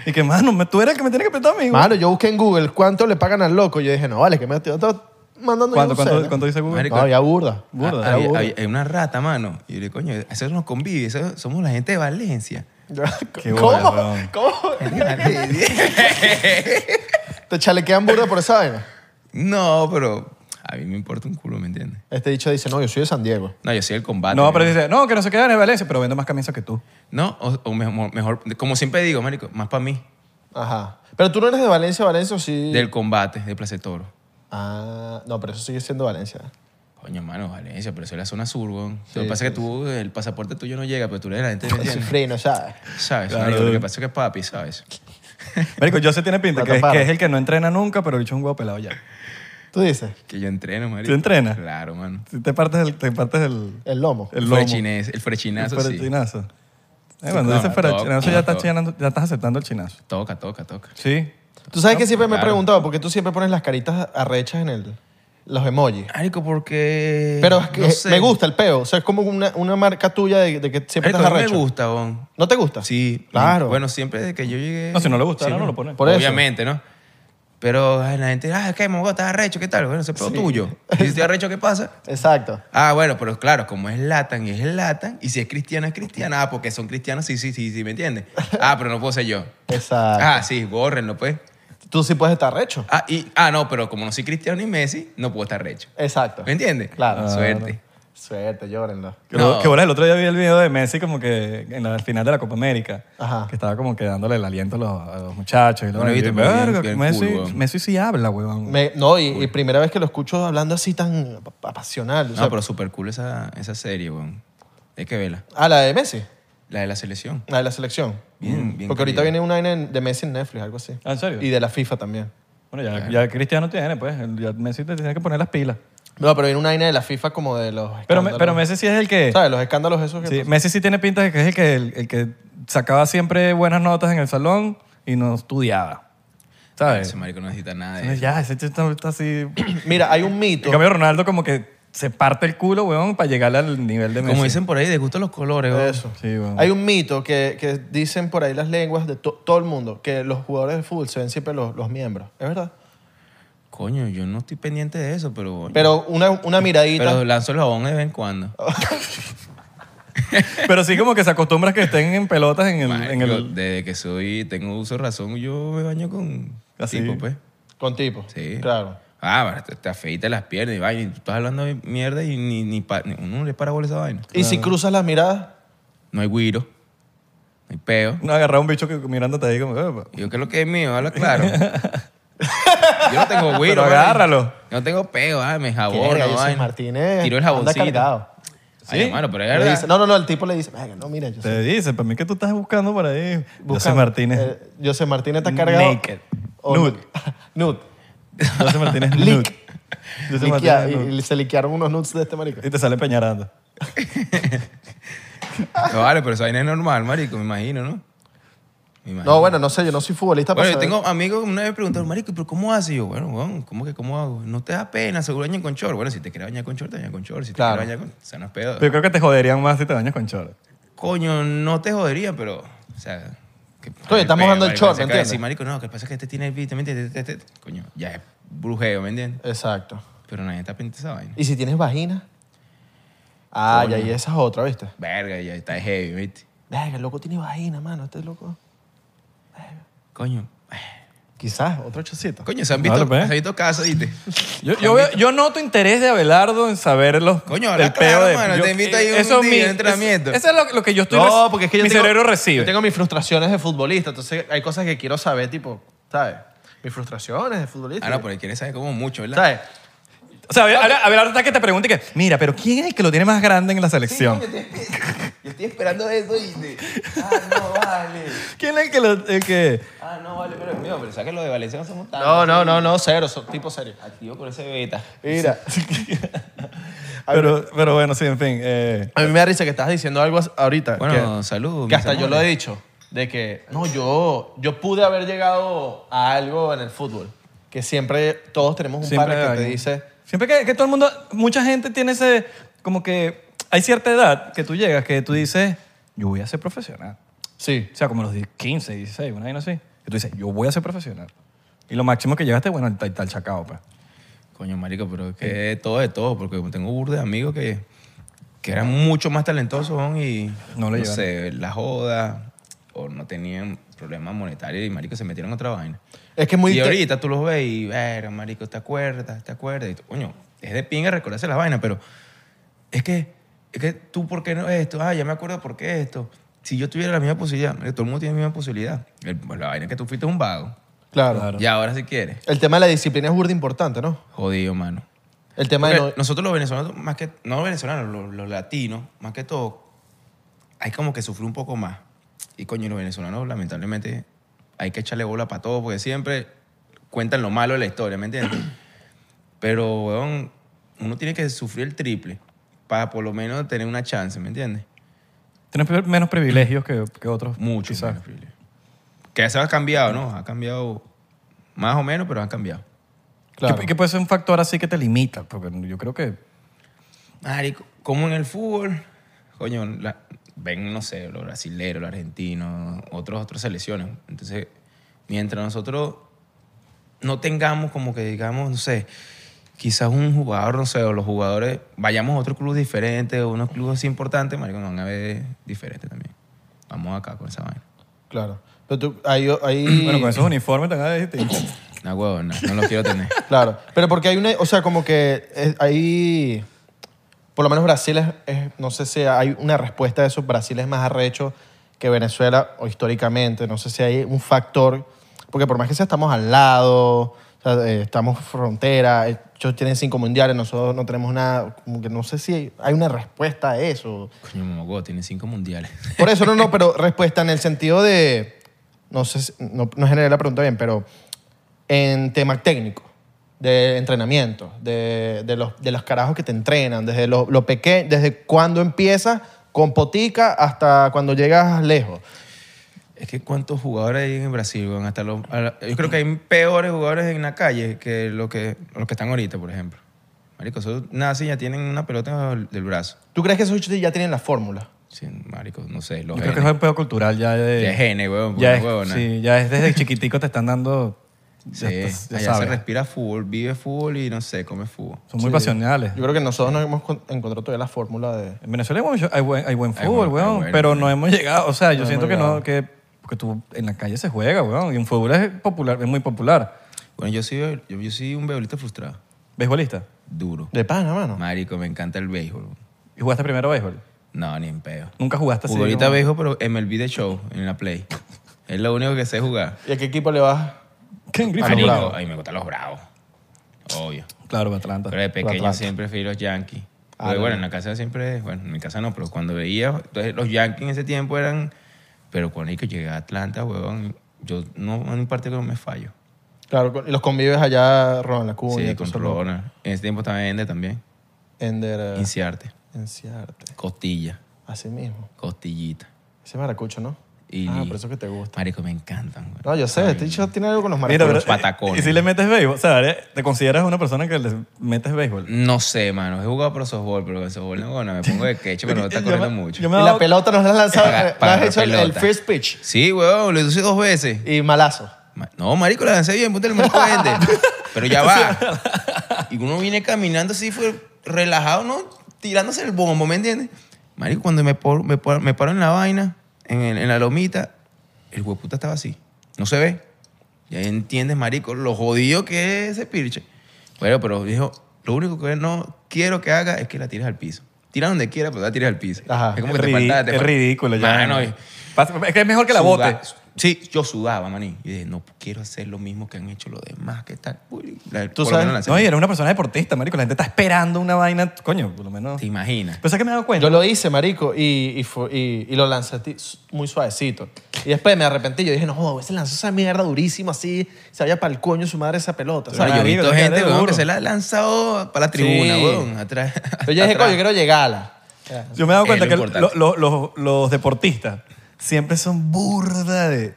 Y que, mano, me- tú eres el que me tienes que prestar a mí, weón.
Mano, yo busqué en Google cuánto le pagan al loco. Yo dije, no, vale, que me estoy estoy mandando
¿Cuánto,
yo un
cuánto,
cel.
cuánto dice Google?
Marico,
No, ya burda.
Burda.
Ah, había-
burda. (laughs)
había- hay una rata, mano. Y yo le coño, eso nos convive, eso- somos la gente de Valencia. (laughs)
Qué
¿Cómo?
bola, weón.
¿Cómo? Te chalequean burda por esa vaina.
no, pero a mí me importa un culo, ¿me entiendes?
Este dicho dice, no, yo soy de San Diego.
No, yo soy el combate.
No, pero
¿no?
dice, no, que no se quedan en Valencia, pero vendo más camisas que tú.
No, o, o mejor, mejor- como siempre digo, marico, más para mí,
Ajá. Pero tú no eres de Valencia, Valencia, o sí.
del combate, de Placer Toro.
Ah, no, pero eso sigue siendo Valencia.
Coño, mano, Valencia, pero eso es la zona sur, weón. lo que pasa es que tú, el pasaporte tuyo no llega, pero tú eres de la gente, ¿me
Es
entiendes?
freno, ¿sabes?
¿Sabes?
Claro.
marico? lo que pasa es que es papi, ¿sabes?
Marico, Joseph tiene pinta
Para
que es,
tapar.
que es el que no entrena nunca, pero el bicho es un huevo pelado ya.
Tú dices,
Que yo entreno, marico.
¿Tú entrenas?
Claro, mano.
Si te partes el, te partes el,
el lomo.
el lomo.
Frechinez- el frechinazo,
el
sí.
chinazo. Eh, cuando
no,
dices
no,
para
no,
chinazo,
no,
ya,
no.
estás chinando- ya estás aceptando el chinazo.
Toca, toca, toca.
Sí.
Tú sabes que siempre me he
claro.
preguntado por qué tú siempre pones las caritas arrechas en el, los emojis.
Marico, porque...
Pero es que
no sé.
me gusta el peo. O sea, es como una, una marca tuya de, de que siempre
Marico,
estás
a mí me
arrecho.
gusta, weón.
¿No te gusta?
Sí.
Claro.
Bueno, siempre desde que yo llegué...
No, si no le gusta,
Sí,
no, no lo pone.
Por eso.
Obviamente, ¿no? Pero ay, la gente, ah, ¿qué, Mongo? ¿Estás arrecho? ¿Qué tal? Bueno, ese pedo tuyo. Y si estoy arrecho, ¿qué pasa?
Exacto.
Ah, bueno, pero claro, como es latan y es latan, y si es cristiana, es cristiana. Ah, porque son cristianos, sí, sí, sí, sí, ¿me entiendes? Ah, pero no puedo ser yo.
Exacto.
Ah, sí, bórrenlo, pues.
Tú sí puedes estar arrecho.
Ah, y, ah, no, pero como no soy cristiano ni Messi, no puedo estar arrecho.
Exacto.
¿Me entiendes? Ah,
Claro.
Suerte.
Suerte, llórenlo.
Que,
No.
que bueno, el otro día vi el video de Messi como que en la final de la Copa América.
Ajá.
Que estaba como que dándole el aliento a los, a los muchachos. Y lo
No lo he
y
visto,
yo,
pero bien-
"Verga,
bien
Messi,
cool, weón".
Messi sí habla, weón.
Me- no, y, y primera vez que lo escucho hablando así tan ap- apasional. o sea,
No, pero súper cool esa, esa serie, weón. Es que vela.
Ah, la de Messi.
La de la selección.
La de la selección.
Bien,
Mm,
bien
Porque ahorita
querida.
viene una vaina en- de Messi en Netflix, algo así.
Ah, ¿en serio?
Y de la FIFA también.
Bueno, ya, ya Cristiano tiene, pues. el- Ya Messi te tiene que poner las pilas.
No, pero viene una vaina de la FIFA como de los
Pero, me-
escándalos.
pero Messi sí es el que...
¿Sabes? Los escándalos esos que...
Sí, Messi sí tiene pinta de que es el que, el, el que sacaba siempre buenas notas en el salón y no estudiaba. ¿Sabes?
Ese marico no necesita nada de
Entonces, ya, ese chico está, está así. En
Mira, hay un mito.
cambio, Ronaldo como que se parte el culo, weón, para llegar al nivel de Messi.
Como dicen por ahí, de gusto los colores, weón.
Eso.
Sí, weón.
Hay un mito que, que dicen por ahí las lenguas de to- todo el mundo, que los jugadores de fútbol se ven siempre los, los miembros. ¿Es verdad?
Coño, yo no estoy pendiente de eso, pero... coño.
Pero una, una miradita...
Pero lanzo el jabón de vez en cuando.
Pero sí como que se acostumbra que estén en pelotas en el... en
Marico,
el-
Desde que soy, tengo uso de razón, yo me baño con
Así.
tipo, pues.
Con tipo.
Sí.
Claro.
Ah, pero te, te afeitas las piernas y vaina. Y tú estás hablando de mierda y ni, ni, pa- ni- uno no le para bola a esa vaina.
Y si cruzas las miradas,
No hay guiro. No hay peo.
No agarrar un bicho que mirándote ahí como... "Epa".
Yo creo que es mío, habla
(laughs)
claro. yo no tengo güiro.
Pero
vale.
agárralo.
Yo no tengo peo, ah, me
Qué verga,
jabono,
Joseph
vaina.
Martínez
Tiro el
anda
jaboncito.
cargado.
Ay,
Sí.
hermano, pero es
le
verdad.
dice- no, no, no, el tipo le dice, "Venga, no, mira, yo
Te dice, para mí que tú estás buscando por ahí. José Martínez.
eh.
José eh, Martínez está cargado.
Naked.
O-
Nude.
(laughs) Nude.
(laughs) José Martínez nude.
Lick.
José
Liquea-
Martínez nude. Eh,
y, y se liquearon unos nudes de este marico.
Y te sale peñarando.
No, vale, pero esa vaina es normal, marico, me imagino, ¿no? me imagino.
No, bueno, no sé, yo no soy futbolista.
Bueno,
para
yo
saber.
tengo amigos que una vez me preguntaron, marico, ¿pero cómo haces? Y yo, bueno, weón, ¿cómo que cómo hago? No te da pena, seguro bañan con chor. Bueno, si te quieres bañar con chor, te bañas con chor. Si te
Claro.
quieres bañar con... Sanas pedo.
Pero yo creo que te joderían más si te bañas con chores.
Coño, no te jodería, pero... O sea... Que,
Oye, estamos dando el
marico,
short,
se
¿me
acaba de
entiendes?
decir, marico, no, que pasa es que este tiene el beat, ¿me entiendes? Este- este- este- Coño, ya es brujeo, ¿me entiendes?
Exacto.
Pero nadie está pendiente de esa vaina.
¿Y si tienes vagina? Ah,
Coño.
ya, y esa es otra, ¿viste?
Verga, ya está heavy, ¿viste?
Verga, el loco tiene vagina, mano, este loco.
Coño.
Quizás, otro chocito.
Coño, se han
Claro,
visto,
pues.
se han visto casos, ¿viste?
Yo, yo, veo- yo noto interés de Abelardo en saber los,
Coño,
el
habla
peo
claro,
de...
mano,
yo- eh,
te invito ahí un
eso es
día
mi-
de entrenamiento.
es- Eso es lo, lo que yo estoy...
No,
reci-
porque es que yo
Mi
tengo-
cerebro recibe.
Yo tengo mis frustraciones de futbolista, entonces hay cosas que quiero saber, tipo, ¿sabes? Mis frustraciones de futbolista.
Ah, no, porque quiere saber como mucho, ¿verdad?
¿Sabes?
O sea, Abel- Abel- Abelardo está que te pregunte que, mira, pero ¿quién es el que lo tiene más grande en la selección?
Yo estoy esperando eso y... Ah, no, vale.
¿Quién es el que lo... el que...
Ah, no, vale, pero mío, pero sabes que los de Valencia no somos tan...
No, no, no, no, cero, so- tipo serio.
Activo con ese beta.
Mira,
Pero, pero bueno, sí, en fin. eh,
a mí me da risa que estás diciendo algo as- ahorita.
Bueno,
que,
salud.
que
mis
hasta yo lo he
amores.
dicho, de que, no, yo, yo pude haber llegado a algo en el fútbol, que siempre todos tenemos un
siempre
pana que te
hay-
dice,
Siempre que, que todo el mundo... Mucha gente tiene ese... Como que hay cierta edad que tú llegas que tú dices, yo voy a ser profesional.
sí,
O sea, como los 10, 15, 16, una vaina así. Y tú dices, yo voy a ser profesional. Y lo máximo que llegaste, bueno, el tal, tal chacao, pues.
Coño, marico, pero es que es todo de todo, porque tengo burda de amigos que, que eran mucho más talentosos ¿no? y
No lo llevaron.
sé, la joda o no tenían problemas monetarios y marico se metieron a otra vaina.
es que es muy...
y
te-
ahorita tú los ves y, ver, marico, te acuerdas, te acuerdas. Y tú, coño, es de pinga recordarse las vainas, pero es que, es que tú, ¿por qué no esto? Ah, ya me acuerdo por qué esto. Si yo tuviera la misma posibilidad, marico, todo el mundo tiene la misma posibilidad. El- pues, la vaina es que tú fuiste un vago.
Claro.
Claro.
Y ahora si quieres,
El tema de la disciplina es burda importante, ¿no?
jodido, mano.
El tema
Porque
de... no-
Nosotros los venezolanos, más que, no los venezolanos, los, los latinos, más que todo, hay como que sufrir un poco más. Y coño, los venezolanos, lamentablemente, hay que echarle bola para todo porque siempre cuentan lo malo de la historia, ¿me (clears throat) entiendes? Pero, weón, uno tiene que sufrir el triple para por lo menos tener una chance, ¿me entiendes?
Tienes pri- menos privilegios que, que otros.
Mucho.
quizás.
menos triple. Que eso ha cambiado, ¿no? Ha cambiado más o menos, pero ha cambiado.
Claro.
Que, que puede ser un factor así que te limita, porque yo creo que...
Marico, como en el fútbol, coño, la- ven, no sé, los brasileros, los argentinos, otros, otras selecciones. Entonces, mientras nosotros no tengamos como que digamos, no sé, quizás un jugador, no sé, o los jugadores, vayamos a otro club diferente o unos clubes así importantes, marico, nos van a ver diferente también. Vamos acá con esa vaina.
Claro. Pero tú, ahí... ahí-
Bueno, con esos uniformes te van a decir...
Una huevona, no lo quiero tener. (laughs)
Claro. Pero porque hay una... O sea, como que es- ahí... Por lo menos Brasil es, es- No sé si hay una respuesta a eso. Brasil es más arrecho que Venezuela o históricamente. No sé si hay un factor... Porque por más que sea, estamos al lado, o sea, eh, estamos frontera, eh, ellos tienen cinco mundiales, nosotros no tenemos nada. Como que no sé si hay una respuesta a eso.
Coño, Momogó tiene cinco mundiales.
Por eso, no, no, pero respuesta en el sentido de. No sé, si- no, no generé la pregunta bien, pero en tema técnico, de entrenamiento, de, de los, de los carajos que te entrenan, desde lo, lo peque- desde cuando empiezas con potica hasta cuando llegas lejos.
Es que cuántos jugadores hay en Brasil, weón? hasta los, a la- yo creo que hay peores jugadores en la calle que los que, los que están ahorita, por ejemplo. Marico, esos nacen y ya tienen una pelota del- del brazo.
¿Tú crees que esos chicos ya tienen la fórmula?
Sí, marico, no sé, los
Yo creo que es
genes.
un pedo cultural ya de...
Ya es gene, weón,
ya,
una
es,
huevona.
sí, ya es desde chiquitico te están dando...
Sí,
Ya, estás- ya
allá se
sabes.
respira fútbol, vive fútbol y no sé, come fútbol.
Son muy pasionales.
Yo creo que nosotros no hemos con- encontrado todavía la fórmula de.
En Venezuela hay buen, hay buen, hay buen
Hay
fútbol,
buen- hay
weón,
buen-
pero no hemos llegado. O sea, yo
No
siento
hemos
que no, que porque tú en la calle se juega, weón, y un fútbol es popular, es muy popular.
Bueno, yo soy, yo, yo soy un beisbolista frustrado,
¿Beisbolista?
duro.
De pana, mano.
Marico, me encanta el béisbol. weón.
¿Y jugaste primero béisbol?
No, ni en peo.
Nunca jugaste así.
Jugué ahorita
como-
béisbol, pero MLB de show en la Play. Es lo único que sé jugar.
¿Y a qué equipo le vas?
¿Qué en
A
Griffin?
los
Bravos.
bravos. Ay, me gustan los bravos. Obvio.
Claro, Atlanta.
Pero de pequeño
Atlanta.
siempre fui los Yankees.
Ah,
Porque,
no.
bueno, en la casa siempre, bueno, en mi casa no, pero cuando veía, entonces los Yankees en ese tiempo eran, pero cuando yo llegué a Atlanta, huevón, yo no, en un partido que no me fallo.
Claro, con- y los convives allá, Ron La Cuña.
sí, con
todo eso,
Ronald. En ese tiempo estaba Ende también.
Ender. eh,
Inciarte.
Enciarte.
Costilla.
Así mismo.
Costillita.
Ese maracucho, ¿no?
Y
Ah,
li-
por eso que te gusta.
Marico, me encantan. güey.
No, yo sé, este chico tiene algo con los
Mira,
maricones.
pero, eh,
los patacones.
Y si le metes béisbol, o sea, ¿eh? ¿te consideras una persona que le metes béisbol?
No sé, mano. He jugado pro softball, pero con softball no, bueno, me pongo de queche, pero no
(laughs)
está
Yo
corriendo
me-
mucho.
yo me he
y
dado-
la pelota nos la has lanzado,
Para-
la
para
has hecho el- el
pelota.
first pitch
Sí, weón, lo hice dos veces.
y malazo.
Ma- No, marico, la lancé bien, ponte el marco
(laughs)
verde. Pero ya va. Y uno viene caminando así, fue relajado, ¿no? Tirándose el bombo, ¿me entiendes? Marico, cuando me, por- me, por- me paro en la vaina, en, el- en la lomita, el hueputa estaba así. No se ve. Ya entiendes, marico, lo jodido que es ese pirche. Bueno, pero dijo, lo único que no quiero que haga es que la tires al piso. Tira donde quiera, pero la tires al piso.
Ajá.
Es como
es,
que te
ridi-
falta- te
es
falta-
ridículo ya.
Mano, y-
Pasa- es que es mejor que la
Suda-
bote.
Sí, yo sudaba, maní. Y dije, no quiero hacer lo mismo que han hecho los demás. ¿Qué tal? Uy, la-
Tú
por lo
sabes-
menos la-
No, y era una persona deportista, marico. La gente está esperando una vaina, coño, por lo menos.
¿Te imaginas?
Pero ¿sabes que me he dado cuenta?
Yo lo hice, marico, y, y, fu- y- y lo lancé ti- muy suavecito. Y después me arrepentí. Yo dije, no, joder, se lanzó esa mierda durísimo así. Se vaya para el coño su madre esa pelota.
O
¿sabes?
sea, yo he
marico,
visto
te
gente
quedas
weón, que
duro.
se la ha lanzado para la tribuna,
Sí.
weón. Atrás.
Pero yo dije,
atrás.
coño, yo quiero llegarla.
Yo me he dado
Es
cuenta
lo
que
importante.
lo- lo- los, los deportistas siempre son burda de,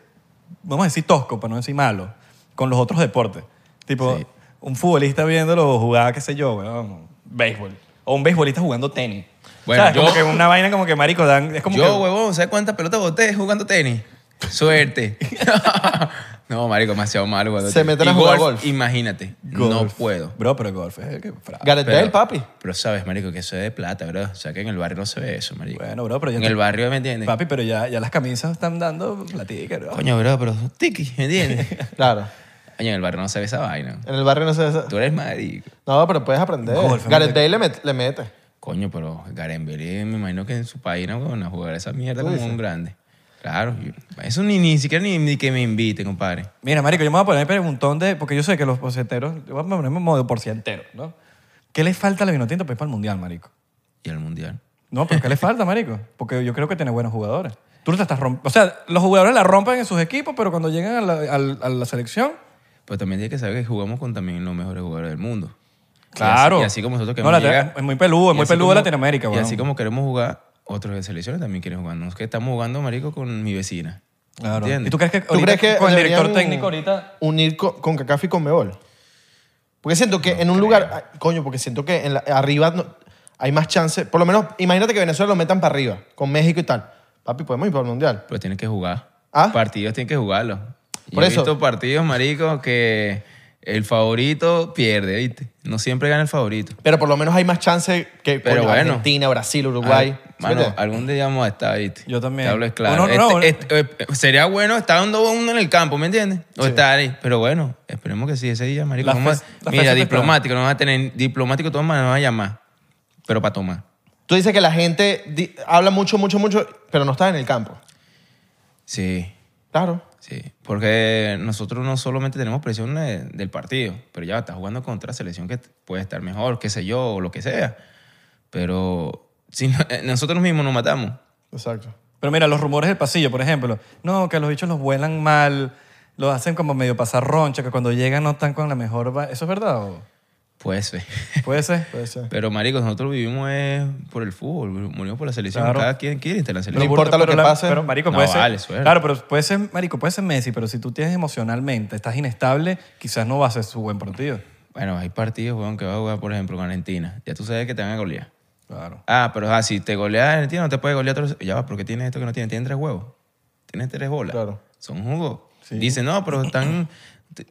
vamos a decir tosco, para no decir malo, con los otros deportes. Tipo,
Sí.
un futbolista viéndolo jugar, qué sé yo, weón, béisbol. O un beisbolista jugando tenis.
Bueno,
¿Sabes? Como
yo-
que una vaina como que marico dan... Es como
Yo,
que,
huevón, ¿sabes cuántas pelotas boté jugando tenis?
(laughs)
Suerte. no, marico, demasiado malo. cuando
Se
te-
meten
y
a jugar golf.
Imagínate. No
golf.
puedo.
Bro, pero golf es el que... fra-
Gareth
Pero-
Bale, papi.
Pero sabes, marico, que eso es de plata, bro. O sea, que en el barrio no se ve eso, marico.
Bueno, bro, pero ya...
en
te-
el barrio, ¿me entiendes?
Papi, pero ya, ya las camisas están dando platica, bro.
Coño, bro, pero tiki, ¿me
(laughs)
entiendes?
Claro.
Oye, en el barrio no se ve esa vaina.
En el barrio no se ve eso.
Tú eres marico.
No, pero puedes aprender.
Golf,
Gareth Bale le, met- le mete.
Coño, pero Garen Bale, me imagino que en su país no van a jugar esa mierda como un grande. Claro, yo- eso ni, ni siquiera ni, ni que me invite, compadre.
Mira, marico, yo me voy a poner preguntón de... Porque yo sé que los porcenteros... Yo voy a ponerme en modo porcientero, ¿no? ¿Qué le falta a la Vinotinto para ir para el Mundial, marico?
Y al mundial.
No, pero ¿qué le falta, marico? Porque yo creo que tiene buenos jugadores. Tú no te estás rompiendo... O sea, los jugadores la rompen en sus equipos, pero cuando llegan a la, al- a la selección...
Pero Pues también tienes que saber que jugamos con también los mejores jugadores del mundo. Y
Claro.
así- Y así, como nosotros
No,
queremos
la-
llegar.
es muy peludo, es
Y
muy
así
peludo
como-
Latinoamérica,
Y
weón.
así como queremos jugar, otros de selecciones también quieren jugar. No es que estamos jugando, marico, con mi vecina.
Claro.
¿Entiendes?
¿Y tú crees que,
¿Tú
ahorita
crees que
con el director
deberían
técnico ahorita...
Unir con, con Cacaf y con Mebol. Porque siento que en un lugar. ah, Coño, porque siento que en la- arriba no- hay más chance. Por lo menos, imagínate que Venezuela lo metan para arriba, con México y tal. Papi, podemos ir para el mundial.
Pero tienes Pues que jugar.
¿Ah?
Partidos tienes que jugarlos.
Por
Yo
eso.
He visto partidos, marico, que el favorito pierde, ¿viste? No siempre gana el favorito.
Pero por lo menos hay más chance que
Pero
coño,
bueno.
Argentina, Brasil, Uruguay.
Al-
¿sí
mano,
me entiendes?
algún día vamos a estar, ¿viste?
Yo también.
Te hablo es claro.
Uno- no,
Este- este- eh, sería bueno estar dando uno en el campo, ¿me entiendes? O estar ahí. Pero bueno, esperemos que sí, ese día, marico.
Las
vamos a-
fe- las
mira,
fechas
diplomático, no van a tener. Diplomático, todos nos van a llamar. Pero para tomar.
Tú dices que la gente di- habla mucho, mucho, mucho, pero no está en el campo.
Sí.
Claro.
Sí, porque nosotros no solamente tenemos presión de- del partido, pero ya estás jugando contra selección que puede estar mejor, qué sé yo, o lo que sea. Pero si no- eh, nosotros mismos nos matamos.
Exacto.
Pero mira, los rumores del pasillo, por ejemplo. No, que los bichos los vuelan mal, los hacen como medio pasar roncha, que cuando llegan no están con la mejor... va- ¿Eso es verdad o...?
Puede ser.
Puede ser.
Puede ser.
pues, eh. Pero, marico, nosotros vivimos es por el fútbol, morimos por la selección.
Claro.
Cada quien quiere estar en
(laughs)
la
No
selección.
Pero- importa lo que
la-
pase.
Pero, marico,
No,
puede ser.
vale, suerte.
Claro, pero puede ser, marico, puede ser Messi, pero si tú tienes emocionalmente, estás inestable, quizás no va a ser su buen partido.
Bueno, hay partidos, weón, que vas a jugar, por ejemplo, con Argentina. Ya tú sabes que te van a golear.
Claro.
Ah, pero ah, si te golea Argentina, no te puede golear otro. Ya va, porque tienes esto que no tiene. Tienen tres huevos. Tienes tres bolas.
Claro.
Son jugos. Dicen, no, pero están.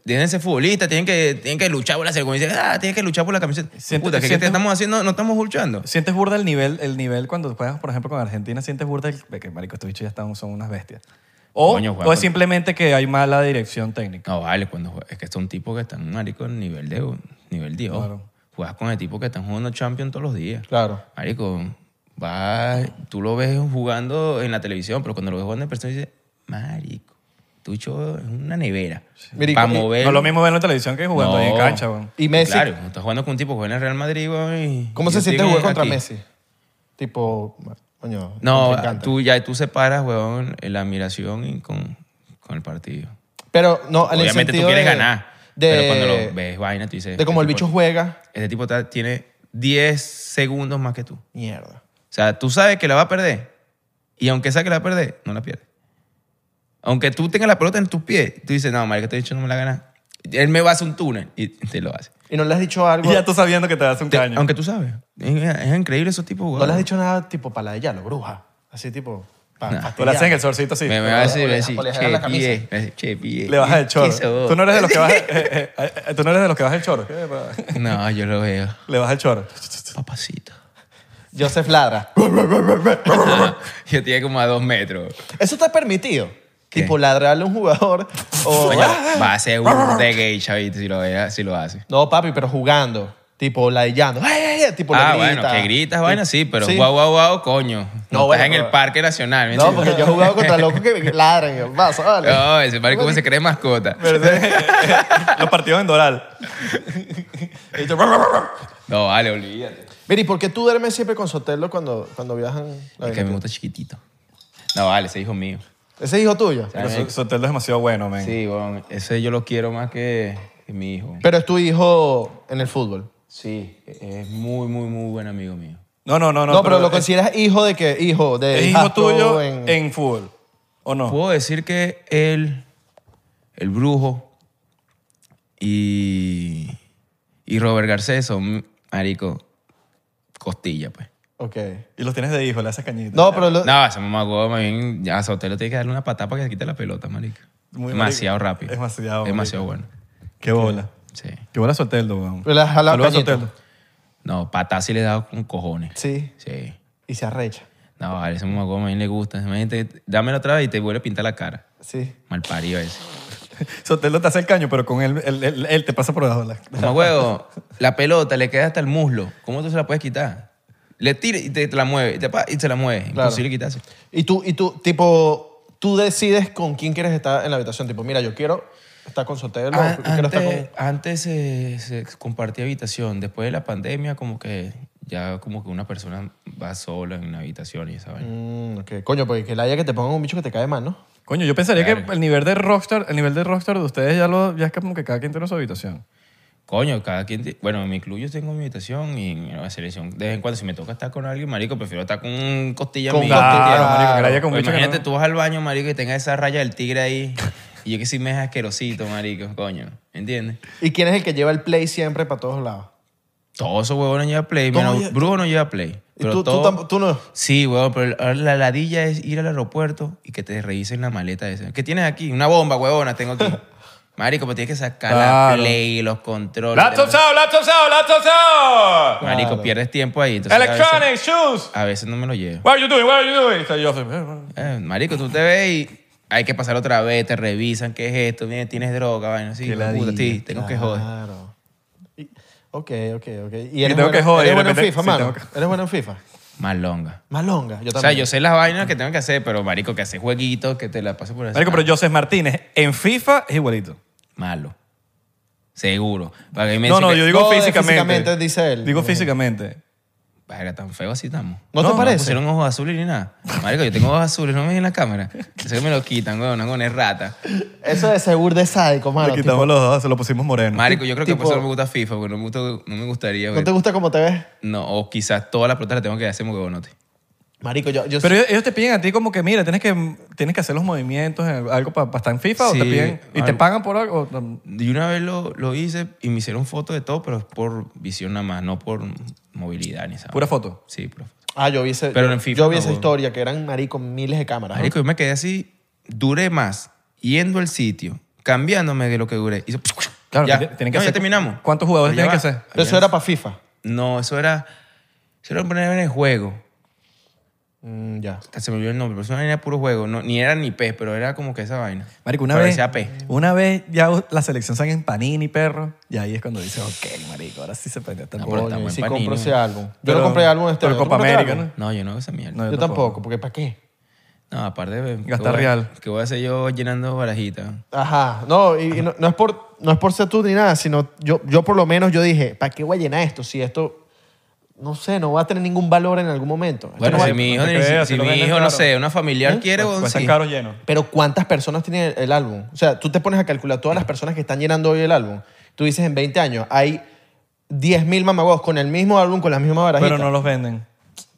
Tienen ese futbolista, tienen que, tienen que luchar por la circunstancia. Ah, tienen que luchar por la camiseta.
Siento-
Puta, ¿qué,
siento-
qué estamos haciendo? No estamos luchando.
Sientes burda el nivel, el nivel cuando juegas, por ejemplo, con Argentina, sientes burda el de que, marico, estos bichos ya están, son unas bestias. O,
Coño,
o
juega
es
con-
simplemente que hay mala dirección técnica.
No, vale, cuando jue- es que son tipos que están, marico, en nivel de nivel Dios.
Claro.
Juegas con el tipo que están jugando Champions todos los días.
Claro.
Marico, va, tú lo ves jugando en la televisión, pero cuando lo ves jugando en persona dices, marico, tu chavo es una nevera.
Mirico,
Para
y-
mover...
No es lo mismo verlo en televisión que jugando ahí en
No.
cancha, weón.
Y Messi.
Claro, estás jugando con un tipo que juega en el Real Madrid, weón, y-
¿Cómo
y
se
yo
siente
estoy
jugar contra
aquí.
Messi? Tipo, coño.
No,
contrincante.
tú ya tú separas, weón, la admiración y con, con el partido.
Pero no, en el
Obviamente tú
sentido
quieres
de-
ganar,
de-
pero cuando lo ves vaina, tú dices...
De cómo el
este
bicho
tipo-
juega.
Este tipo está- tiene 10 segundos más que tú.
Mierda.
O sea, tú sabes que la va a perder. Y aunque sea que la va a perder, no la pierde. Aunque tú tengas la pelota en tus pies, tú dices, no, marico, te he dicho, no me la ganas. Él me va a hacer un túnel y te lo hace.
Y no le has dicho algo.
Y ya tú sabiendo que te hace un
Te-
caño.
aunque tú sabes. Es, es increíble esos tipos,
No
weón.
le has dicho nada tipo para la de Yalo, bruja. Así tipo. Pa,
Nah.
Tú le haces Pues en
fastidiar.
el sorcito así.
Me, me va a decir,
O
me
le-
va a decir,
o le jalan la
che,
camisa".
pie. me dice, Che, pie.
Le bajas el
¿qué
choro.
hizo
Tú no eres de los que
vos?
bajas. eh, eh, eh, eh, tú no eres de los que bajas el choro. ¿Qué?
No, yo lo veo.
Le bajas el choro.
Papacito. (laughs)
Joseph Ladra.
Yo tenía como a dos metros.
Eso está permitido.
¿Qué?
Tipo ladrarle a un jugador.
Oh.
o- Ah.
Coño, va a ser un de gay, chavito, si lo, vea- si lo hace.
No, papi, pero jugando. Tipo ladillando. ¡Ay, ay, ay! Tipo le
ah,
grita.
bueno, que gritas, vaina, sí, pero
Sí.
guau, guau, guau, coño. No,
No, bueno,
estás en
pero-
el Parque Nacional. ¿me
No,
entiendes?
porque yo he jugado
(laughs)
contra locos que ladran. Yo, vas, vale.
No, ese marico cómo se cree mascota.
Los partidos en Doral.
Y tú, "Brr, brr, brr".
No, vale, olvídate.
Mira, ¿y por qué tú duermes siempre con Sotelo cuando, cuando viajan?
Es que me gusta chiquitito. No, vale, ese hijo mío.
¿Ese es hijo tuyo?
Pero su- su hotel es demasiado bueno, men.
Sí, bueno, ese yo lo quiero más que, que mi hijo.
Pero es tu hijo en el fútbol.
Sí, es muy, muy, muy buen amigo mío.
No, no, no.
No,
No,
pero, lo
es-
consideras hijo de qué? Hijo de
es hijo
hijastro
tuyo
en-
en... fútbol. ¿O no?
Puedo decir que él, el brujo y, y Robert Garcés son, marico, costilla, pues.
Ok.
Y los tienes de hijo, le haces cañita.
No, pero lo-
No, esa mamá huevo, más bien, ya, a Sotelo tiene que darle una patada para que se quite la pelota, marico.
Muy
demasiado
marico.
rápido.
Es demasiado,
Demasiado bueno.
Qué bola.
Sí.
Qué bola su hotel, weón.
Pero le has jalado
Saludos a
cañito.
Soteldo.
No, patada sí le he dado con cojones.
sí.
Sí.
Y se arrecha.
No, vale, esa mamá huevo, más bien le gusta. Imagínate, dámelo otra vez y te vuelve a pintar la cara.
Sí.
Mal parido ese.
Soteldo te hace el caño, pero con él, él, él- él te pasa por debajo de la...
Mamá huevo, la pelota le queda hasta el muslo. ¿Cómo tú se la puedes quitar? Le tira y te, te la mueve. Y, te, pa, y se la mueve.
Claro.
Imposible quitarse.
Y tú, y tú, tipo, tú decides con quién quieres estar en la habitación. Tipo, mira, yo quiero estar con Sotelo.
An-
yo quiero estar con...
antes Ah, antes se, se compartía habitación. Después de la pandemia, como que ya como que una persona va sola en una habitación y esa vaina.
Mm, ok. Coño, porque que la haya que te pongan un bicho que te cae mal, ¿no?
Coño, yo pensaría
Verga.
que el nivel de rockstar, el nivel de rockstar de ustedes ya, lo, ya es como que cada quien tiene su habitación.
Coño, cada quien... ti- Bueno, en mi club yo tengo mi habitación y en la selección. De vez en cuando, si me toca estar con alguien, marico, prefiero estar con un costilla
Con
mío.
Claro,
Costilla.
marico, que la haya
Oye,
con bicho que
imagínate,
no-
tú vas al baño, marico, y tengas esa raya del tigre ahí. y yo que sí me es asquerosito, marico, coño. ¿Entiendes?
¿Y quién es el que lleva el play siempre para todos lados?
Todos esos huevones llevan play.
Todos
Mira,
lle-
Brujo no lleva play.
¿Y
Pero
tú, tú
todo-
tampo- tú no?
Sí, huevón, pero ahora la ladilla es ir al aeropuerto y que te revisen la maleta esa. ¿Qué tienes aquí? Una bomba, huevona, tengo
(laughs)
aquí. Marico, pero tienes que sacar
Claro.
la play, los controles.
¡Laptops out, laptops out, laptops out!
Marico,
Claro.
pierdes tiempo ahí. Entonces, a veces-
Electronic shoes!
A veces no me lo llevo.
What are you doing? What are you doing? Y yo, eh,
Eh, marico, tú te ves y hay que pasar otra vez, te revisan, ¿qué es esto? Mira, tienes droga, vaina, sí,
Qué
hijo de puta,
ladilla,
sí, tengo que joder.
Claro. Y- Ok, ok, ok. Y
tengo que
eres
joder, y de
bueno en
repente-
FIFA,
sí,
mano.
tengo
Eres bueno en FIFA.
Más longa.
Malonga, yo también.
O sea, yo sé las vainas que tengo que hacer, pero marico, que hace jueguitos, que te la pases por ahí.
Marico, pero Joseph Martínez en FIFA es igualito.
Malo. Seguro. Para que me
No,
dicen
no,
que-
yo digo
No, de
físicamente.
físicamente, dice él.
Digo
Ujú.
físicamente.
Verga, tan feo así estamos.
¿No te
No
parece?
pusieron ojos azules ni nada. Marico, yo tengo ojos azules, no me ven en la cámara. Eso que me lo quitan, weón, no con el rata.
Eso de seguro de sádico, mano.
Le quitamos
tipo,
los dos, se lo pusimos moreno.
Marico, yo creo que por
Tipo-
eso no me gusta FIFA, porque no me, gusta- no me gustaría
¿No
ver.
te gusta cómo te ves?
No, o quizás todas las pelotas las tengo que hacer porque no te.
Marico, yo, yo
Pero ellos, ellos te piden a ti como que, mira, tienes que, tienes que hacer los movimientos, eh, algo para estar en FIFA,
Sí,
o te piden, y te
algo.
pagan por algo. o mm, tam-
Y una vez lo, lo hice y me hicieron fotos de todo, pero es por visión nada más, no por movilidad ni esa.
Pura
vaina.
foto.
Sí, pura foto.
Ah, yo vi, ese-
Pero
yo,
en FIFA
yo vi
no,
esa
weón.
historia que eran, marico, miles de cámaras. ¿no?
Marico, yo me quedé así, duré más yendo al sitio, cambiándome de lo que duré. Hizo-
Claro,
ya,
tienen que
No, ya
hacer-
terminamos.
¿Cuántos jugadores
Pero ya
tienen que
va.
hacer?
Pero eso era para FIFA.
No, eso era. Eso era poner en el juego.
Mm, ya.
Hasta Se me olvidó el nombre, pero eso no era puro juego. No, ni era ni pez, pero era como que esa vaina.
Marico, una
Pero
vez,
decía P.
una vez ya la selección sale en Panini, perro, y ahí es cuando dices, ok, marico, ahora sí se este prendió esta
No, pero
bola".
Coño,
está
y
buen
sí
Panini,
compro ese
weón.
álbum. Yo
Pero-
no compré álbum este
pero
año. ¿Tú
Copa
compraste
América,
álbum?
No, yo no hago esa mierda.
No,
No,
Yo tampoco, porque ¿para qué?
aparte de. ¿qué
Gastar
voy a-
real.
¿Qué voy a hacer yo llenando barajita?
Ajá. No, y, y no, no es por, no es por ser tú ni nada, sino yo, yo por lo menos yo dije, ¿para qué voy a llenar esto? Si esto, no sé, no va a tener ningún valor en algún momento. Esto
Bueno,
no
si
va-
mi
no
hijo,
te
ni-
creas,
si
si lo
mi
venden
hijo no
caro.
sé, una familiar quiere, weón,
Cuestan
sí.
caro lleno.
Pero ¿cuántas personas tiene el, el álbum? O sea, tú te pones a calcular todas las personas que están llenando hoy el álbum. Tú dices, en 20 años hay 10.000 mamagos con el mismo álbum, con las mismas barajitas.
Pero no los venden.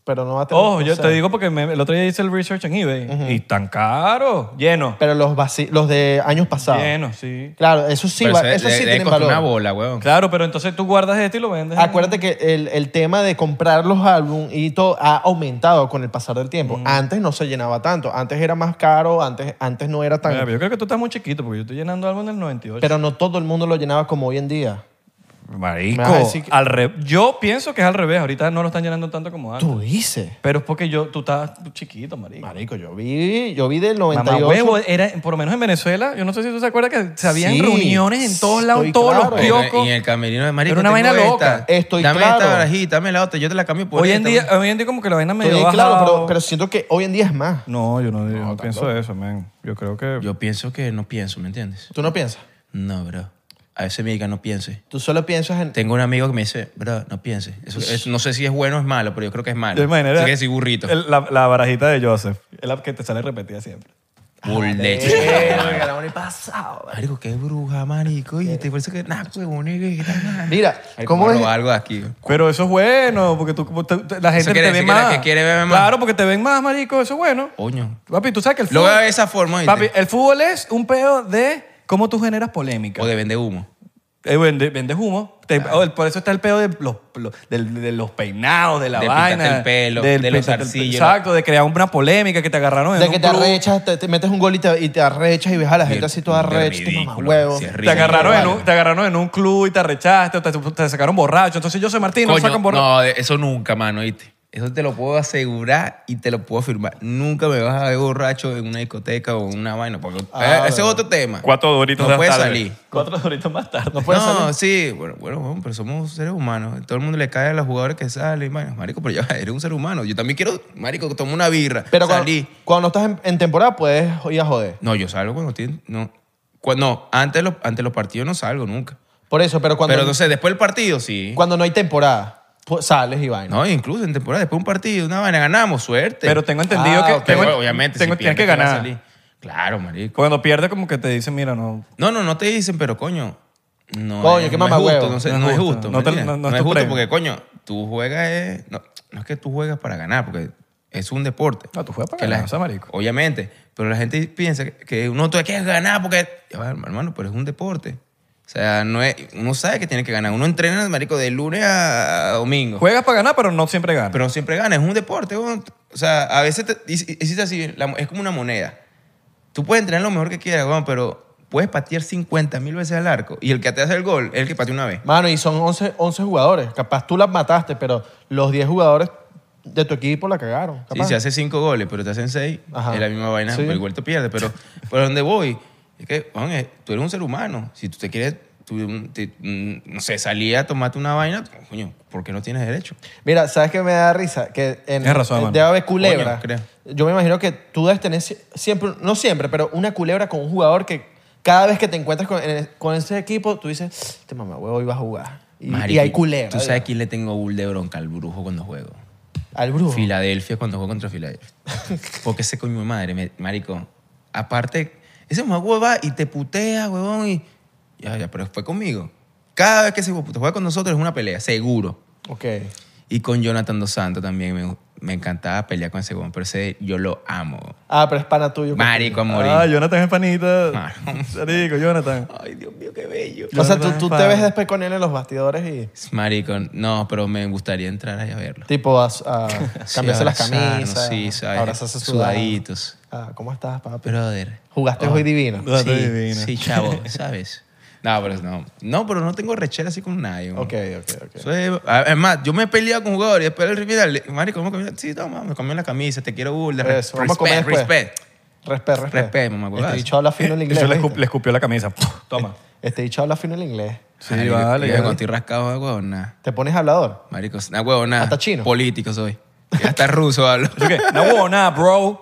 pero no va a tener.
Ojo, yo
o sea,
te digo porque me- el otro día hice el research en eBay y tan caro, lleno.
Pero los, vaci- los de años pasados.
Lleno, sí.
Claro, eso sí,
Pero
va-
se-
eso
le-
sí
le
tiene
costó
valor.
una bola, weón.
Claro, pero entonces tú guardas este y lo vendes. en-
Acuérdate que el, el tema de comprar los álbumes y todo ha aumentado con el pasar del tiempo.
Mm.
Antes no se llenaba tanto. Antes era más caro, antes, antes no era tan...
Mira, pero yo creo que tú estás muy chiquito porque yo estoy llenando algo en el 98.
pero no todo el mundo lo llenaba como hoy en día.
Marico,
Me vas a decir que-
al re- yo pienso que es al revés. Ahorita no lo están llenando tanto como antes.
Tú dices.
Pero es porque yo, tú estabas chiquito, marico.
Marico, yo vi, yo vi del
Mamá
98.
huevo, era, por lo menos en Venezuela, yo no sé si tú te acuerdas que se habían
Sí,
reuniones en todos lados, en
estoy
todos
claro.
los
Pero
piocos.
Y en el camerino de Marico.
Era una
tengo
vaina
esta.
loca.
Estoy
dame
claro.
esta barajita, dame la otra, yo te la cambio por
Hoy en,
esta.
día, hoy en día como que la vaina medio
Estoy
bajado.
claro, pero, pero siento que hoy en día es más.
No, yo no, yo no pienso eso, man. Yo creo que...
Yo pienso que no pienso, ¿me entiendes?
Tú no piensas.
No, bro. A veces me diga no piense.
Tú solo piensas en...
Tengo un amigo que me dice, bro, no piense. Eso- eso- no sé si es bueno o es malo, pero yo creo que es malo.
Yo imagino,
Así
era
que decir burrito.
el- la, la barajita de Joseph. Es la que te sale repetida siempre. Ah, eh.
Bullet.
(laughs) Verga, la pasado.
Marico, qué bruja, marico. Y te parece que... Nah, pues, bonito, que nada.
Mira,
Marico,
¿cómo
me
es?
robó algo de aquí.
Pero eso es bueno, porque tú, como te- te- la gente
quiere
te ve
decir que la
más.
que quiere verme más.
Claro, porque te ven más, marico. Eso es bueno.
Coño.
Papi, tú sabes que el fútbol...
Lo veo de esa forma, ¿oíste?
Papi, el fútbol es un pedo de cómo tú generas polémica.
O de vende humo.
Eh, vende- vendes humo. Te- oh, el- por eso está el pedo de los, lo- del- de los peinados, de la
De pintarte
vaina.
el pelo, de los
pintarte el pe-
zarcillos.
Exacto, de crear una polémica que te agarraron en
De
un
que te
club.
arrechas, te, te metes un gol y te, y te arrechas y ves a la gente así toda
Qué
arrecha, tu
ridículo,
mamá huevo.
sí, es
Te
ridículo.
agarraron, en
Vale.
un, te agarraron en un club y te arrechaste, o te, te sacaron borracho. Entonces yo soy Martín, no
Coño,
sacan borracho.
no, eso nunca, mano, ¿oíste? Eso te lo puedo asegurar y te lo puedo afirmar. Nunca me vas a ver borracho en una discoteca o en una vaina. Porque
Ah,
eh, ese es otro tema.
Cuatro doritos
No
más
puede
tarde.
salir.
Cuatro doritos más tarde. No
no, sí. Bueno, bueno, bueno, pero somos seres humanos. Todo el mundo le cae a los jugadores que salen. Bueno, marico, pero ya (laughs) eres un ser humano. Yo también quiero, marico, tomar una birra.
Pero cuando,
salí.
cuando estás en, en temporada puedes ir a joder.
No, yo salgo cuando estoy... No, Cuando- no, antes, los, antes los partidos no salgo nunca.
Por eso, pero cuando,
pero no sé, después del partido sí.
cuando no hay temporada, pu- sales y vaina.
No, incluso en temporada, después de un partido, una vaina, ganamos, suerte.
Pero tengo entendido
Ah,
que.
ok.
tengo-
Pero obviamente,
tengo-
si
tienes
pierdes, te
que
va a
ganar.
salir. Claro, marico.
Cuando pierdes, como que te dicen, mira, no.
No, no, no te dicen, pero coño. No
Coño,
es,
qué
no es
mamahuevo.
justo, no, sé, no es justo.
No
No,
te-
no,
no- no es
es
tu
justo
premio.
porque, coño, tú juegas. es- no, no es que tú juegas para ganar, porque es un deporte.
No, tú juegas para
Que
ganar,
la-
o sea, marico.
Obviamente, pero la gente piensa que, que uno tú que ganar porque. Ya va, hermano, pero es un deporte. O sea, no es, uno sabe que tiene que ganar. Uno entrena, marico, de lunes a a domingo.
Juegas para ganar, pero no siempre ganas.
Ah, Pero siempre gana, es un deporte. weón. O sea, a veces te- hici- hiciste así, la- es como una moneda. Tú puedes entrenar lo mejor que quieras, weón, pero puedes patear 50 mil veces al arco y el que te hace el gol es el que patea una vez.
Mano, y son 11, 11 jugadores. Capaz tú las mataste, pero los 10 jugadores de tu equipo la cagaron.
Sí,
capaz.
si hace cinco goles, pero te hacen seis,
Ajá.
es la misma vaina,
Sí.
pero igual te pierdes.
(laughs)
Pero, pero donde voy, es que, weón, eh, tú eres un ser humano. Si tú te quieres, tú, te- mm, no sé, salir a tomarte una vaina, coño, ¿por qué no tienes derecho?
Mira, ¿sabes qué me da risa? Que en,
Tienes razón,
en-
mano.
debe haber culebra.
Coño, creo.
yo me imagino que tú debes tener sie- siempre, no siempre, pero una culebra con un jugador que cada vez que te encuentras con, en- con ese equipo, tú dices, este mamá huevo iba a jugar. Y,
Marico,
y hay culebra.
¿Tú sabes quién le tengo bull de bronca al brujo cuando juego?
Al brujo.
Filadelfia cuando jugó
(laughs)
contra Filadelfia. Porque ese coño de madre, me- marico. Aparte, ese mamagüe va y te putea, huevón, y... Ya, ya, pero fue conmigo. Cada vez que ese puto juega con nosotros es una pelea, seguro.
Ok.
Y con Jonathan Dos Santos también me, me encantaba pelear con ese huevón, pero ese yo lo amo.
Ah, pero es pana tuyo.
Marico, a morir. Ah.
Ah, Jonathan es panita.
Mano.
Marico, Jonathan.
Ay, Dios mío, qué bello.
O sea, tú,
Jonathan
tú
es
te
pana.
ves después con él en los bastidores y
Marico, no, pero me gustaría entrar ahí a verlo.
tipo a,
(laughs)
a cambiarse las
abrazarnos,
camisas,
Sí, ¿sabes?
abrazarse sudado.
sudaditos.
Ah, ¿cómo estás, papi?
Brother.
Jugaste
Oh.
hoy divino.
No, está
Sí,
divino.
sí, chavo, ¿sabes? No, pero no. No, pero no tengo rechera así con nadie. man.
Ok, ok, ok.
Eso es- a- es más, yo me he peleado con jugadores y después el final, marico, ¿cómo cambiar? Sí, toma, me cambié la camisa, te quiero burla. re-
Eso, vamos a comer
respect,
después.
respect.
Respeto, respeto.
Respeto, mamá,
Este
huevazo.
dicho habla fino
(laughs)
el inglés.
Eso le, escu-
¿viste?
le escupió la camisa. Toma.
Este dicho habla fino el inglés.
Sí,
Eh, Marico,
vale.
yo
ya.
Cuando estoy rascado, no huevo, nada.
¿Te pones hablador?
Marico, nada, huevo, nada.
Hasta chino.
Político soy. Y Hasta ruso hablo. (laughs)
¿Eso qué? No hubo
(laughs)
nada, bro.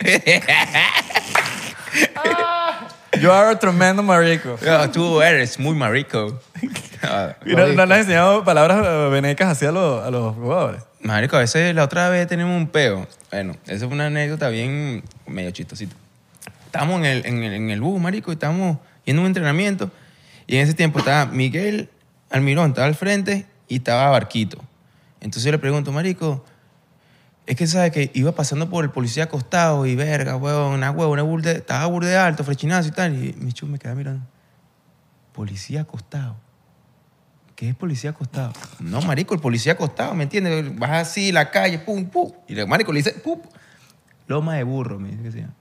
You are a tremendo marico.
No, tú eres muy
(laughs)
marico. Ah. No.
Mira, no le has enseñado palabras eh, venecas así a los, a los jugadores.
Marico, a veces la otra vez tenemos un peo. Bueno, eso fue una anécdota bien medio chistosita. Estamos en el, en el, en el bus, marico, y estamos yendo a un entrenamiento. Y en ese tiempo estaba Miguel Almirón, estaba al frente y estaba Barquito. Entonces yo le pregunto, marico, Es que, ¿sabes? Que iba pasando por el policía acostado y verga, huevón, una huevona, una burde, estaba burde alto, frechinazo y tal. Y Michu me quedaba mirando. Policía acostado. ¿Qué es policía acostado? No, marico, el policía acostado, ¿me entiendes? Vas así, la calle, pum, pum. Y el marico le dice, pum. Loma de burro, me dice que se llama.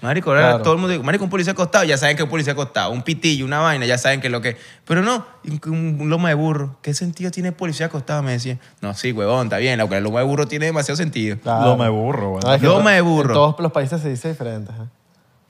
Marico, ahora
Claro.
todo el mundo dice, marico, un policía acostado, ya saben que es un policía acostado. Un pitillo, una vaina, ya saben que es lo que... Pero no, un, un loma de burro. ¿Qué sentido tiene policía acostado? Me decía. No, sí, huevón, está bien, la la loma de burro tiene demasiado sentido.
Claro.
Loma de burro, güey.
No, es que
Loma
en to-
de burro.
En todos los países se dice diferente. ajá.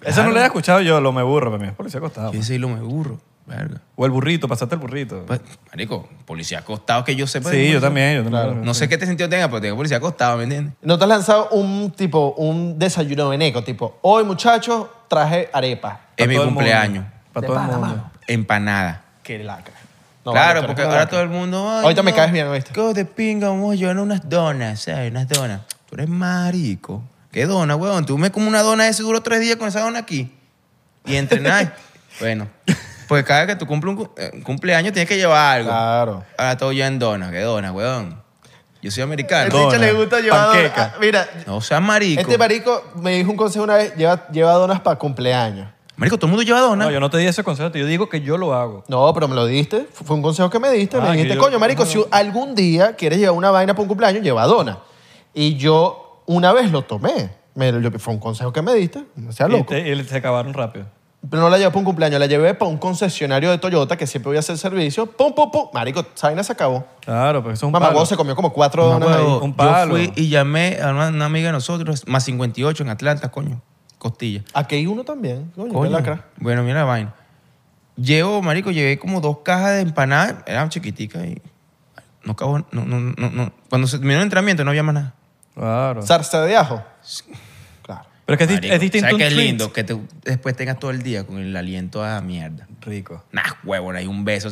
Esa no la he escuchado yo, lo me burro, para mí es policía acostado.
Yo decía, loma de burro, verga.
O el burrito, pasate el burrito.
Pues, marico, policía acostado que yo sepa.
sí, yo también, yo también.
Claro.
No sé qué te sentido tenga, pero tengo policía acostado, ¿me entiendes?
¿No te has lanzado un tipo, un desayuno veneco? Tipo, hoy muchachos traje arepa.
En mi
todo el mundo.
cumpleaños.
Para
De
todo el
pana,
mundo.
mano.
Empanada.
Qué lacra. No, vale,
claro,
tú eres
porque
una
ahora
lacra.
todo el mundo. ay,
Ahorita me
no,
caes bien, ¿viste?
¿Qué de pinga? Vamos a llevar unas donas, ¿sabes? Unas donas. Tú eres marico. ¿Qué dona, huevón? Tú me como una dona de seguro tres días con esa dona aquí.
(laughs)
Y entrenar. bueno, pues cada vez que tú cumples un cu- eh, un cumpleaños tienes que llevar algo.
Claro.
Ahora todo ya en donas. ¿Qué dona, huevón? Yo soy
El
americano.
Dona,
Este bicho le gusta llevar donas.
panqueca.
Ah, Mira,
No seas marico.
este marico me dijo un consejo una vez, lleva, lleva donas para cumpleaños.
Marico, todo el mundo lleva donas.
No, yo no te di ese consejo, yo digo que yo lo hago.
No, pero me lo diste. Fu- Fue un consejo que me diste.
Ah,
me
que
dijiste,
yo-
coño, marico, si algún día quieres llevar una vaina para un cumpleaños, lleva dona. Y yo una vez lo tomé. Me- lo- fue un consejo que me diste. No sea
Y,
loco.
te- y se acabaron rápido.
Pero no la llevé para un cumpleaños, la llevé para un concesionario de Toyota que siempre voy a hacer servicio. Pum, pum, pum. Marico, esa vaina se acabó.
Claro, pues eso es un
Mamá
palo.
huevo se comió como cuatro
No,
donas ahí.
huevo,
un palo.
Yo fui y llamé a una, una amiga de nosotros, más 58 en Atlanta, coño. Costilla.
Aquí hay uno también. Coño, qué
Coño.
lacra.
Bueno, mira la vaina. Llevo, marico, llevé como dos cajas de empanadas, eran chiquiticas y no acabó, no, no, no, no. Cuando se terminó el entrenamiento no había más nada.
Claro.
Zarza de ajo. Claro.
Pero es que es, di-
Marico,
es distinto
¿Sabes
un
qué
treat.
lindo? Que tú después tengas todo el día con el aliento a mierda.
Rico.
Nah, huevón, hay un beso.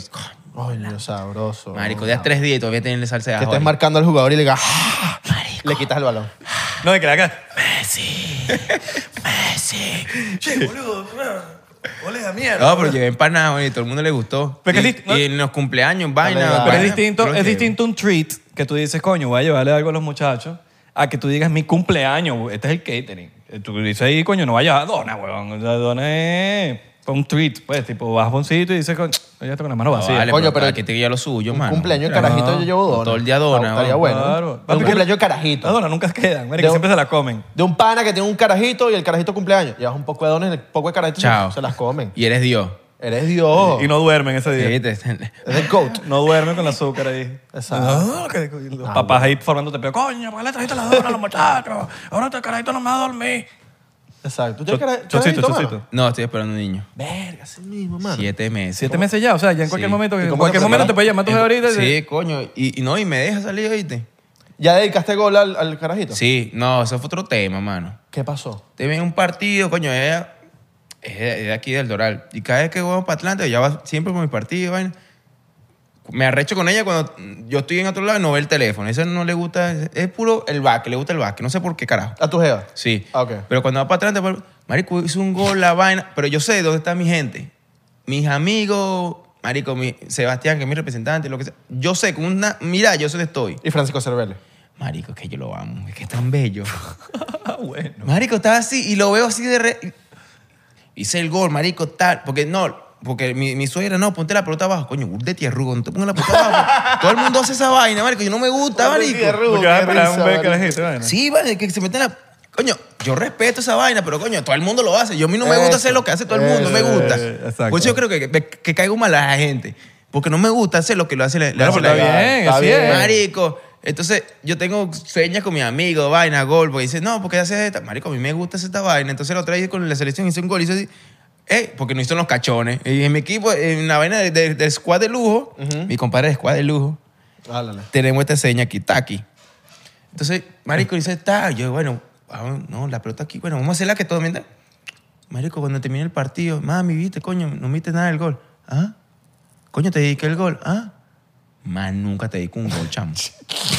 Coño, sabroso.
Marico, ya tres días y todavía tienen salsa de
Que
ajo.
estés
ahí.
marcando al jugador y le digas, "Ah", le quitas el balón.
No, de que la haga-
Messi. Eh, Messi.
Che, boludo. Ole la mierda.
No, pero llevé empanada güey, y todo el mundo le gustó.
Pero
y,
que es dist- no-
y en los cumpleaños, vaina.
Dale, dale.
Pero
vaina,
es distinto,
creo
es
que-
distinto un treat que tú dices, coño, voy a llevarle algo a los muchachos, a que tú digas mi cumpleaños, güey, este es el catering. Eh, Tú dices ahí, coño, no vayas a dona, weón. O sea, dona es fue un treat, pues, tipo, vas a un sitio y dices, coño, ya está con las manos
No,
vacías.
vale,
Coño,
pero,
pero-
aquí te guía lo suyo, mano.
cumpleaños de
Claro.
carajito yo llevo dona.
Ah, Todo el día dona,
Ah, Estaría
¿no?
bueno.
Ah. Claro.
De un
Papi,
cumpleaños de
Las
carajito.
donas nunca quedan, marico,
De-
siempre se las comen.
De un pana que tiene un carajito y el carajito cumpleaños. Llevas un poco de dones y el poco de carajitos
Chao.
se- se las comen.
Y eres Dios.
Eres Dios.
Y no duermen ese día.
¿Viste? (laughs)
Eres el GOAT.
No duermen con el azúcar ahí.
Exacto.
No, que- los papás ahí formándote peo. Coño, ¿por qué le trajiste las donas a los muchachos? Ahora este carajito no me va a dormir.
Exacto. ¿Tú tienes cara-
Cho- Chocito,
carajito, mano?
chocito.
No, estoy esperando un niño.
Verga, sí mismo, mano.
Siete meses.
Siete meses ya, o sea, ya en cualquier
Sí.
momento,
¿Y
en
cómo
cualquier
te
momento
preparas?
te puedes llamar a tus ahorita. y-
Sí, coño. Y, y no, y me deja salir, ¿oíste?
¿Ya dedicaste gol al, al carajito?
Sí, no, eso fue otro tema, mano.
¿Qué pasó?
Te ven un partido, coño, ella es de, es de aquí del Doral. Y cada vez que vamos para Atlanta, ella va siempre con mi partido, vaina. Me arrecho con ella cuando yo estoy en otro lado y no ve el teléfono. Eso no le gusta, es- es puro el back, le gusta el back. No sé por qué carajo.
¿A tu jeva?
Sí.
Ah, ok.
Pero cuando va para atrás, te- marico, hizo un gol, la vaina. Pero yo sé dónde está mi gente. Mis amigos, marico, mi, Sebastián, que es mi representante, lo que sea. Yo sé, con una mira, yo sé dónde estoy.
Y Francisco Cervelli.
Marico, es que yo lo amo. Es que es tan bello.
Ah, bueno.
Marico, estaba así y lo veo así de... Re... Hice el gol, marico, tal. Porque no... Porque mi, mi suegra, no, ponte la pelota abajo. Coño, de tierrugo, no te pongas la
(laughs)
pelota abajo. Todo el mundo hace esa vaina, marico. Yo no me gusta, marico.
Porque vas a esperar un bebé carajito, bueno.
Sí, vale, que se meten la... Coño, yo respeto esa vaina, pero coño, todo el mundo lo hace. Yo a mí no me gusta
Eso.
hacer lo que hace todo el mundo, no me
Eso,
gusta.
eh, exacto.
Por eso yo creo que, que, que caigo mal a la gente. Porque no me gusta hacer lo que lo hace la, le
Bueno,
hace
pero
la-
está bien,
Está
así
bien.
es.
Marico. Entonces, yo tengo señas con mis amigos, vaina, gol, porque dicen, no, porque haces esta. Marico, a mí me gusta hacer esta vaina. Entonces, la otra vez con la selección hice un gol y hice así, eh, porque no hizo los cachones. Y en mi equipo, en la vaina de- de- del squad de lujo, mi compadre del squad de lujo,
Álala.
tenemos esta seña aquí, taqui. Entonces, Marico dice, está. Yo, bueno, vamos, no, la pelota aquí, bueno, vamos a hacerla que todo mientras. Marico, cuando termine el partido, mami, viste, coño, no viste nada del gol. ¿Ah? Coño, te dediqué el gol. ¿Ah? Más nunca te dedico un gol, chamo.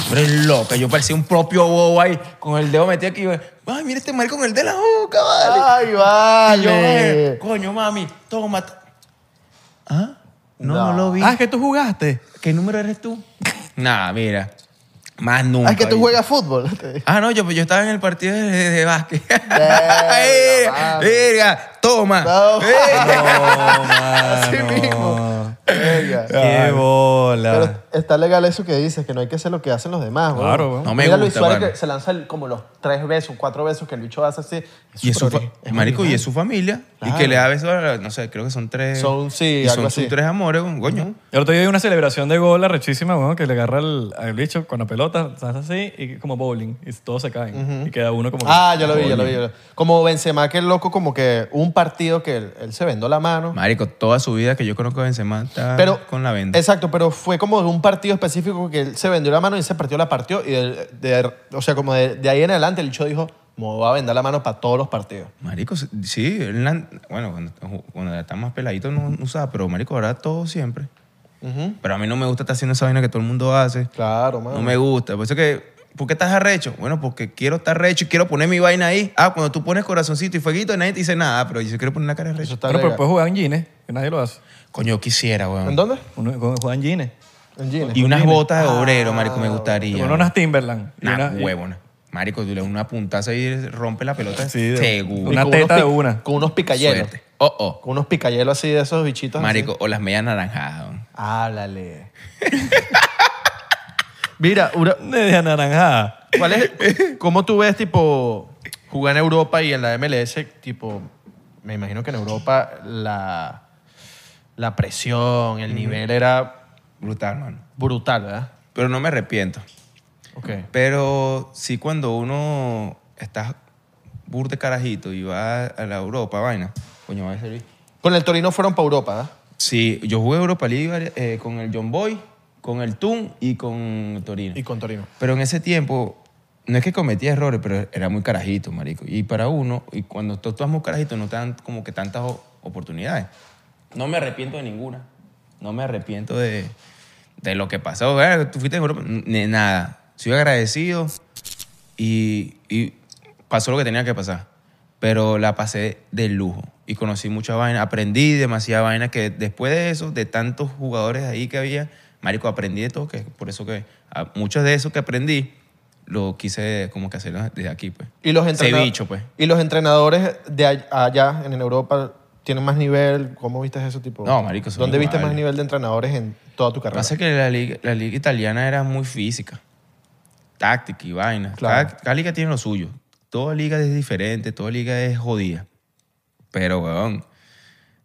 Pero es loca, yo parecía un propio bobo ahí, con el dedo metido aquí. Ay, mira este marico con el de la boca, vale.
¡Ay,
Y yo, "Eh,
vale!
coño, mami, toma. ¿Ah? No, no,
No.
lo vi.
Ah, es que tú jugaste.
¿Qué número eres tú? Nada, mira. Más nunca.
Ah, es que tú
¿viste?
juegas fútbol.
(laughs)
te dije.
Ah, no, yo, yo estaba en el partido de, de- de básquet. (laughs)
Verga,
¡Eh!
mano.
¡Verga! ¡Toma! (laughs)
No.
¡Eh!
(laughs) Así mismo. Verga.
Qué bola.
Pero está legal eso que dices, que no hay que hacer lo que hacen los demás, güey.
Claro, weón.
No me
Mira Luis
gusta,
Suárez
mano.
que se lanza el- como los tres besos, cuatro besos que el bicho hace así.
Y es su
súper
fa-
ori- es
marico, y
original.
es su familia.
Claro.
Y que le da besos a la- No sé, creo que son tres.
Son, sí,
Y son
algo
sus
así.
tres amores, coño.
El otro día hay una celebración de gol arrechísima, weón, que le agarra al, al bicho con la pelota, estás así, y como bowling, y todos se caen. Y queda uno como... que-
Ah, yo lo vi, yo lo vi. yo lo vi. Como Benzema, que el loco, como que un partido que él, él se vendó la mano.
Marico, toda su vida que yo conozco a Benzema está
Pero,
con la venda.
Exacto, pero fue como de un partido específico que él se vendió la mano y ese partido la partió. Y de, de- o sea, como de, de ahí en adelante el bicho dijo, me voy a vender la mano para todos los partidos.
Marico, sí, él la- bueno, cuando, cuando está más peladito no, no usaba, pero Marico, ahora todo siempre.
Ujú.
Pero a mí no me gusta estar haciendo esa vaina que todo el mundo hace.
Claro, mano.
No me gusta. Por eso que, ¿por qué estás arrecho? Bueno, porque quiero estar arrecho y quiero poner mi vaina ahí. Ah, cuando tú pones corazoncito y fueguito, nadie te dice nada, pero yo quiero poner una cara de
Eso
arrecho.
está
Bueno, pero
legal.
pues, puedes jugar en jeans, que nadie lo hace.
Coño, quisiera,
¿En
weón.
dónde?
Uno juega en jeans.
En Gines.
Y unas botas de obrero, marico, me
Y
gustaría.
uno unas Timberland. y
Nah,
una- y-
huevona. Marico, tú le das una puntaza y rompe la pelota.
Sí, de-
seguro.
Una
con unos
teta de
pic-
una.
Con unos picayelos.
Suerte. Oh, oh.
Con unos picayelos así de esos bichitos. así.
Marico, o las medias naranjadas. weón.
Háblale. (laughs) Mira, una-
Media anaranjada.
¿cuál es, ¿cómo tú ves, tipo, jugar en Europa y en la MLS, tipo, me imagino que en Europa la, la presión, el nivel era
Brutal, mano.
brutal, ¿verdad?
Pero no me arrepiento.
Ok.
Pero sí cuando uno está burde carajito y va a la Europa, vaina. Coño, va a servir.
Con el Torino fueron para Europa, ¿verdad?
Sí, yo jugué Europa League vari- eh, con el John Boy, con el Tun y con Torino.
Y con Torino.
Pero en ese tiempo, no es que cometía errores, pero era muy carajito, marico. Y para uno, y cuando tú estás muy carajito, no te dan como que tantas o- oportunidades. No me arrepiento de ninguna. No me arrepiento de, de lo que pasó. Verga, Tú fuiste en Europa, ni nada. Soy agradecido y, y pasó lo que tenía que pasar. Pero la pasé de lujo y conocí mucha vaina. Aprendí demasiada vaina que después de eso, de tantos jugadores ahí que había, marico, aprendí de todo. Que por eso que a- muchos de esos que aprendí lo quise como que hacer desde aquí, pues.
Y los, entrena-
Cevicho, pues.
y los entrenadores de all- allá, en Europa, tienen más nivel. ¿Cómo viste eso, tipo?
No, marico, son
¿Dónde viste
iguales.
más nivel de entrenadores en toda tu
Lo que
carrera?
pasa es que la liga, la liga italiana era muy física, táctica y vaina.
Claro.
Cada, cada liga tiene lo suyo. Toda liga es diferente, toda liga es jodida. Pero, weón,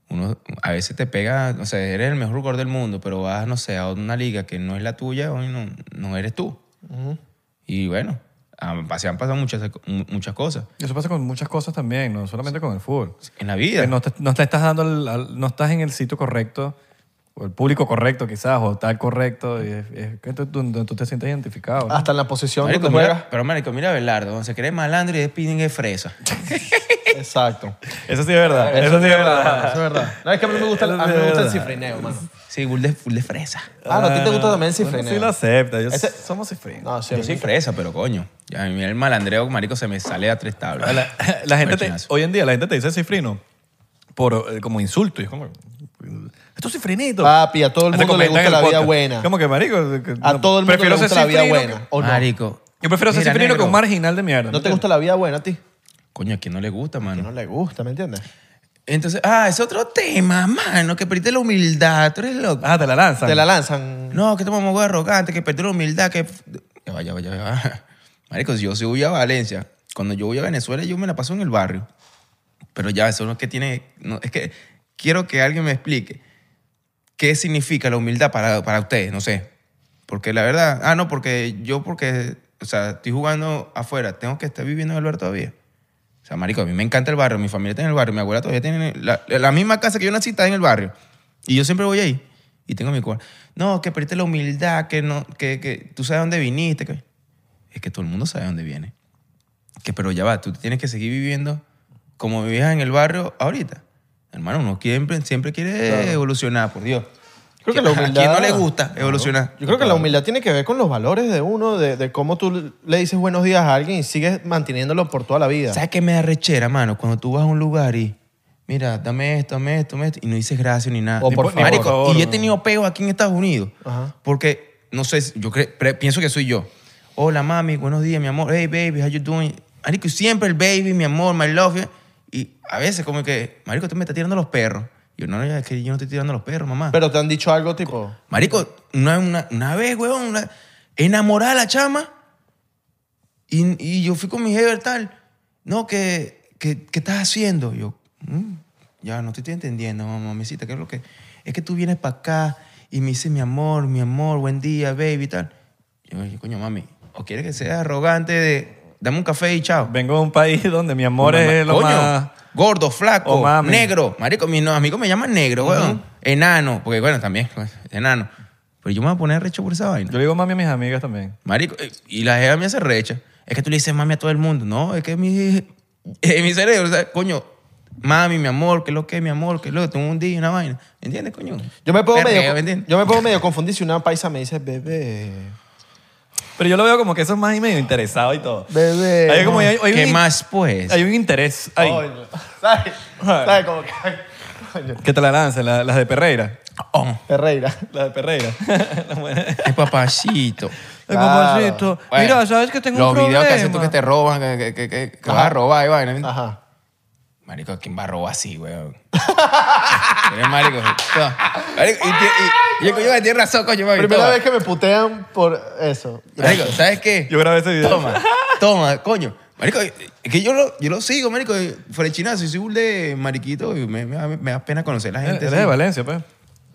uno a veces te pega, o sea, eres el mejor jugador del mundo, pero vas, no sé, a una liga que no es la tuya, hoy no, no eres tú. Y bueno, han- se han pasado muchas, muchas cosas
Y eso pasa con muchas cosas también, no solamente con el fútbol.
en la vida.
Que no, te, no te estás dando al- al- no estás en el sitio correcto o el público correcto quizás o tal correcto y es, es que tú, tú- tú te sientes identificado ¿no?
Hasta en la posición
Marico,
donde
mira-
juegas.
pero, marico, mira a Belardo, donde se cree malandro y es piden es fresa.
Exacto.
(laughs) eso sí es verdad eso, sí es verdad,
Eso es verdad. No, es que a mí me gusta,
Eso
a mí
sí
me
es
gusta el
verdad.
cifrineo, mano.
Sí, full de, full de fresa.
Ah, no, a ti te gusta también el
Bueno,
cifrineo.
sí lo acepta yo-
Ese-
somos cifrineos
No, sí, a
Yo
mí-
soy fresa, pero coño. Ya, a mí el malandreo, marico, se me sale a tres tablas.
La, la gente te-
Cochinazo.
hoy en día la gente te dice cifrino por, eh, como insulto. Y es como, estos cifrinitos.
Papi, a todo el
Te
mundo le
comentan
gusta
en
la
el
vida
podcast.
buena.
Como que marico. que
A
no,
todo el mundo le
prefiero
gusta
ser
la vida
cifrino
buena.
que- Ah,
¿O no?
Marico.
yo prefiero ser
Mira,
cifrino que
negro.
un marginal de mierda.
¿No te gusta la vida buena a ti?
Coño, ¿a quién no le gusta, mano?
No le gusta, ¿me entiendes?
Entonces, ah, es otro tema, mano, que perdiste la humildad. Tú eres loco.
Ah, te la lanzan.
Te la lanzan.
No, que te mamá arrogante, que perdiste la humildad, que... Ya va, ya va, ya va. (laughs) Marico, si yo sí voy a Valencia, cuando yo voy a Venezuela, yo me la paso en el barrio. Pero ya, eso no es que tiene... no, es que quiero que alguien me explique qué significa la humildad para, para ustedes, no sé. Porque la verdad... Ah, no, porque yo porque... O sea, estoy jugando afuera, tengo que estar viviendo en el barrio todavía. O sea, marico, a mí me encanta el barrio, mi familia está en el barrio, mi abuela todavía tiene la, la misma casa que yo nací está en el barrio. Y yo siempre voy ahí y tengo mi cuarto. No, que perdiste la humildad, que no que, que tú sabes dónde viniste, que es que todo el mundo sabe dónde viene. Que pero ya va, tú tienes que seguir viviendo como vivías en el barrio ahorita. Hermano, uno siempre, siempre quiere evolucionar, por Dios.
Creo que la humildad...
¿A quién no le gusta evolucionar?
Yo creo que la humildad tiene que ver con los valores de uno, de, de cómo tú le dices buenos días a alguien y sigues manteniéndolo por toda la vida.
¿Sabes qué me da rechera, mano? Cuando tú vas a un lugar y, mira, dame esto, dame esto, dame esto, y no dices gracias ni nada.
O
Ni
por
po-
favor.
Marico,
Por favor,
y yo he
no.
tenido peo aquí en Estados Unidos.
Ajá.
Porque, no sé, yo cre- pre- pienso que soy yo. hola mami, buenos días, mi amor, hey baby, how you doing? Marico, y siempre el baby, mi amor, my love. you. Y a veces como que, marico, tú me estás tirando los perros. Y Yo, no, no, es que yo no estoy tirando los perros, mamá.
Pero te han dicho algo tipo.
Marico, una, una, una vez, weón, una, enamorada la chama. Y, y yo fui con mi jefe tal. No, ¿qué, qué, qué estás haciendo? Yo, "Mm, ya no te estoy entendiendo, mamacita. ¿Qué es lo que.? Es que tú vienes para acá y me dices, mi amor, mi amor, buen día, baby y tal. Yo, "Ay, coño, mami, o quieres que sea arrogante de. Dame un café y chao.
Vengo de un país (laughs) donde mi amor
Mamá,
es lo
coño,
más...
Gordo, flaco,
Oh, mami.
negro. Marico, mis no- amigos me llaman negro, weón. Enano, porque bueno, también, pues, enano. Pero yo me voy a poner recho por esa vaina.
Yo le digo mami a mis amigas también.
Marico, eh, y la jeva mía se recha. Es que tú le dices mami a todo el mundo. No, es que mi, (laughs) eh, mi cerebro, o sea, coño, mami, mi amor, ¿qué es lo que es, mi amor? ¿Qué es lo que? Tengo un día y una vaina. ¿Me entiendes, coño?
Yo me puedo,
Perreo,
medio,
¿me entiendes?
yo me puedo medio confundir si una paisa me dice, bebé.
Pero yo lo veo como que eso es más y medio interesado y todo.
Bebé.
Hay como- hay- hay
¿Qué
un-
más, pues?
Hay un interés ahí.
Coño. ¿Sabes? ¿Sabes? Como que. Coño.
Que te la lancen, la- las de Perreira.
Oh,
Ferreira.
Las de Perreira. Las buenas.
es papacito.
El
Claro.
papacito. (laughs) Mira,
Bueno,
sabes que tengo
los
un problema.
videos que haces tú que te roban, que, que, que, que, que vas a robar y vaina. ¿me
Ajá.
(laughs) Marico, ¿quién va a robar así, weón? (laughs) Eres marico. No. Marico, y, ti- y, y el coño tiene razón, coño, mami.
Primera
toma.
vez que me putean por eso.
Marico, ¿sabes qué?
Yo grabé ese video.
Toma, (laughs) toma, coño. Marico, es que yo lo, yo lo sigo, marico. Fuera de China, soy un de mariquito. y me, me da- me da pena conocer
Eh,
a la
Él
gente.
él es
así.
de Valencia, pues.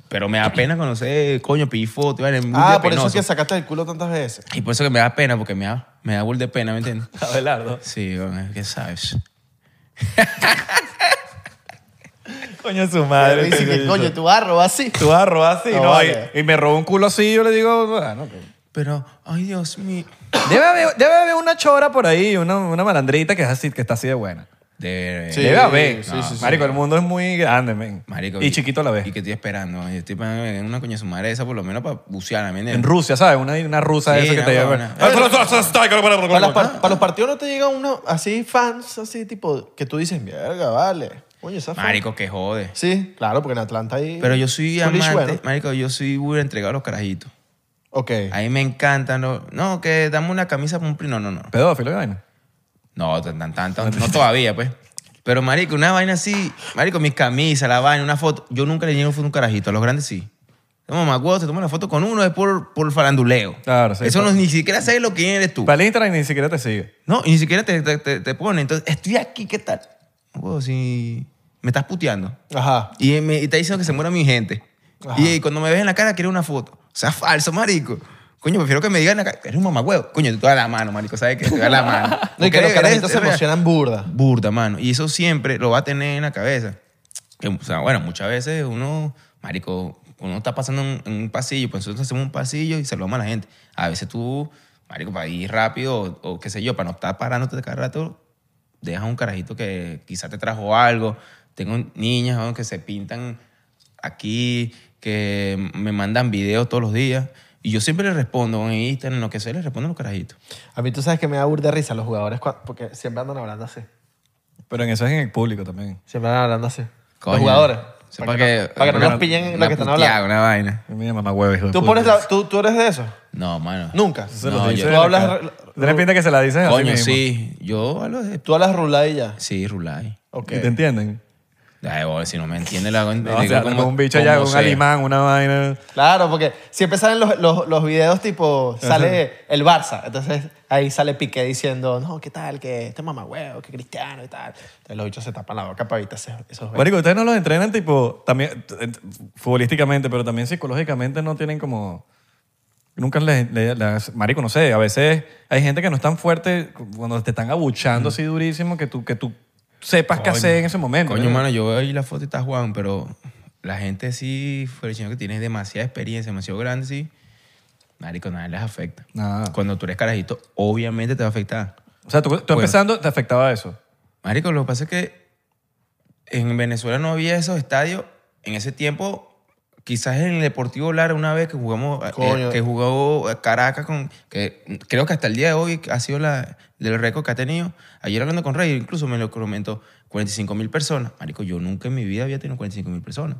Pero me da pena conocer, coño, pifo, te
Ah, por eso es que sacaste el culo tantas veces.
Y por eso que me da pena, porque me da, me da bull de pena, ¿me entiendes?
Abelardo.
Sí, bueno, es que sabes.
Coño, su
Pero
madre.
dice
este
que, coño,
bicho.
tú vas a robar así.
Tú vas a robar así,
No,
¿no?
vale.
Y, y me robó un culo así, yo le digo, "Ah, bueno. que-
Pero, ay, Dios mío.
Debe haber, debe haber una chora por ahí, una, una malandrita que, es así, que está así de buena.
De,
Sí.
debe haber.
sí, sí, sí.
Marico, el mundo es muy grande, men.
Marico,
y, chiquito a la vez.
Y que estoy esperando. Yo estoy esperando en una coña su madre esa, por lo menos para bucear. ¿me entiendes?
en Rusia, ¿sabes? Una, una rusa
Sí,
esa que
una
te
buena.
lleva.
Para, las par- para los partidos no te llegan unos así fans, así tipo, que tú dices, verga, vale. Coño, esa fan.
Marico, que jode.
Sí, claro, porque en Atlanta hay.
Pero yo soy
Foolish
amante.
bueno.
Marico, yo soy muy entregado a los carajitos.
Ok.
A mí me encantan los... No, que dame una camisa para un pri... No, no, no.
Pedófilo, ¿qué vaina.
No, tan, tan, tan, tan- no todavía, pues. Pero, marico, una vaina así... Marico, mis camisas, la vaina, una foto... Yo nunca le llevo foto a un carajito. A los grandes sí. Toma, macuoso, te toma la foto con uno, es por, por faranduleo.
Claro, sí,
Eso no,
claro.
ni siquiera sabes lo que eres tú.
Para el Instagram ni siquiera te sigue.
No, y ni siquiera te, te, te- te pone. Entonces, estoy aquí, ¿qué tal? Huevón, si me estás puteando.
Ajá.
Y, eh, me, y está diciendo que se muera mi gente.
Ajá.
Y, eh, cuando me ves en la cara, quiere una foto. O sea, falso, marico. Coño, prefiero que me digan acá, eres un mamagüeo. Coño, te da la mano, marico, ¿sabes que Te da la mano.
(laughs) No, y que
Porque
los
eres-
carajitos se
eres-
emocionan burda.
Burda, mano. Y eso siempre lo va a tener en la cabeza. Que, o sea, bueno, muchas veces uno, marico, uno está pasando en, en un pasillo, pues nosotros hacemos un pasillo y saludamos a la gente. A veces tú, marico, para ir rápido o, o qué sé yo, para no estar parándote cada rato, dejas un carajito que quizás te trajo algo. Tengo niñas weón, que se pintan aquí, que me mandan videos todos los días. Y yo siempre les respondo en Instagram, en lo que sea, les respondo a los carajitos.
A mí tú sabes que me da burda de risa los jugadores cua- porque siempre andan hablando así.
Pero en eso es en el público también.
Siempre andan hablando así.
Coño.
los jugadores.
Sepa
para, que,
que-
no, para que no
para
los
que
pillen en
una
la que están
puteada,
hablando.
Una vaina.
Mira, mamá huevo, hijo de
¿Tú,
puta.
pones la- tú, tú eres de eso.
No, mano.
Nunca.
Se
No,
lo dice
yo-
de
Tú
la
hablas-
cara. ¿Tienes pinta que se la dices así
Coño,
mismo?
sí. Yo hablo de...
Tú hablas rulada y ya.
Sí, Rulay.
Ok.
¿Y te entienden?
Ay, boy, si no me entiende la...
No, o sea, como un bicho allá, un alemán, una vaina.
Claro, porque siempre salen los, los, los videos tipo, sale el Barça. Entonces ahí sale Piqué diciendo, no, ¿qué tal? Que este mamagüeo, que cristiano y tal. Entonces los bichos se tapan la boca para evitar ese- esos videos.
Marico, ustedes no los entrenan tipo, también t- t- futbolísticamente, pero también psicológicamente no tienen como... Nunca les, le- las- Marico, no sé, a veces hay gente que no es tan fuerte cuando te están abuchando así durísimo que tú, que tú sepas qué hacer en ese momento.
Mm. Coño,
¿no?
mano, yo veo ahí la foto y está Juan, pero la gente sí, fuera de chino que tiene demasiada experiencia, demasiado grande, sí. Marico, nada les afecta.
Nada.
Cuando tú eres carajito, obviamente te va a afectar.
O sea, tú, tú empezando te afectaba eso.
Marico, lo que pasa es que en Venezuela no había esos estadios. En ese tiempo, quizás en el Deportivo Lara, una vez que jugamos, eh,
Coño.
que jugó eh, Caracas con. que creo que hasta el día de hoy ha sido la, del récord que ha tenido. Ayer hablando con Rey, incluso me lo comentó: 45 mil personas. Marico, yo nunca en mi vida había tenido 45 mil personas.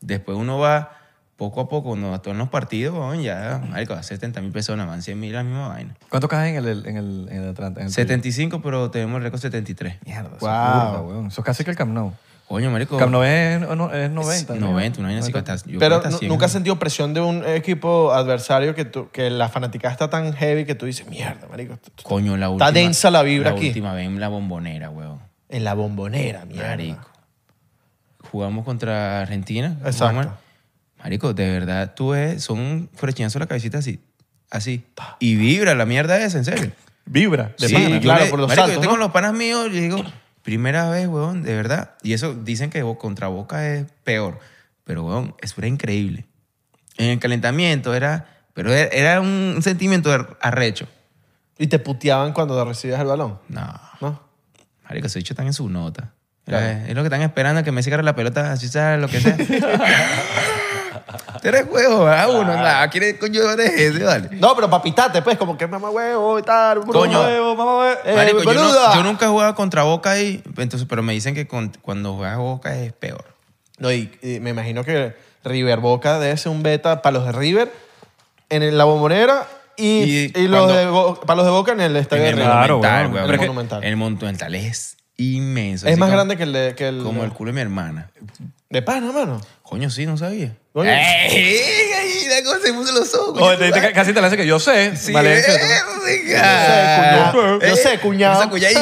Después uno va poco a poco, cuando actúan los partidos, weón, ya, marico, 70 mil personas, van 100 mil la misma vaina.
¿Cuánto caes en el, en el, en el Atlanta? En el
75, pero tenemos el récord 73.
Mierda, eso
Wow.
es burda, weón. Eso es casi que el Camp Nou.
Coño, marico.
Camp Nou es, no- es 90.
90,
¿no?
90, una vaina así que hasta- yo creo
Pero
que hasta
nu-
100.
nunca has sentido presión de un equipo adversario que, tú- que la fanaticada está tan heavy que tú dices, mierda, marico. esto- esto-
Coño, la
Está
última.
densa la vibra aquí.
La última vez en la bombonera, weón.
En la bombonera, mierda.
Marico. Jugamos contra Argentina.
Exacto.
jugamos- Marico, de verdad, tú ves, son un frechingazo a la cabecita así. Así. Y vibra la mierda esa, en serio.
Vibra. De
Sí,
pana.
pana.
yo
claro,
le-
por los
marico,
saltos,
Yo tengo
¿no?
los panas míos y les digo, primera vez, weón, de verdad. Y eso dicen que bo- contra Boca es peor. Pero, weón, eso era increíble. En el calentamiento era... Pero era- era un sentimiento de arrecho.
Y te puteaban cuando recibías el balón,
No.
¿no?
Marico, esos bichos están en su nota.
Claro.
Eh, Es lo que están esperando que Messi agarre la pelota, así sea lo que
(laughs)
sea. Tú eres huevo, ¿verdad? Ah, Uno, nada, ¿quién coño eres ese? Vale.
No, pero papitate, pues, como que mamá huevo y tal. bro,
Coño.
mamá huevo, mamá huevo. Eh,
Marico, yo, no-
boluda.
yo nunca he jugado contra Boca y entonces, pero me dicen que con- cuando juegas Boca es peor.
No, y, y me imagino que River Boca debe ser un beta para los de River en el- la bombonera y,
Y
y los
cuando-
de Bo- para los de Boca en el estadio de
En el
River.
Claro,
Monumental,
weón.
weón.
Pero
El
que- Monumental.
El Monumental es inmenso.
Es
así
más
como-
grande que el de... Que el,
Como el culo de mi hermana.
De pana,
(laughs)
mano.
Coño, sí, no sabía.
Coño.
¡Ey! Ahí la cosa se puso los ojos.
Oye,
coño,
te-
tú
te-
sabes.
casi te la hace que yo sé.
Sí,
Valencia.
eh, venga.
Yo sé, cuñado. Yo
Eh,
sé, cuñado.
yo sé,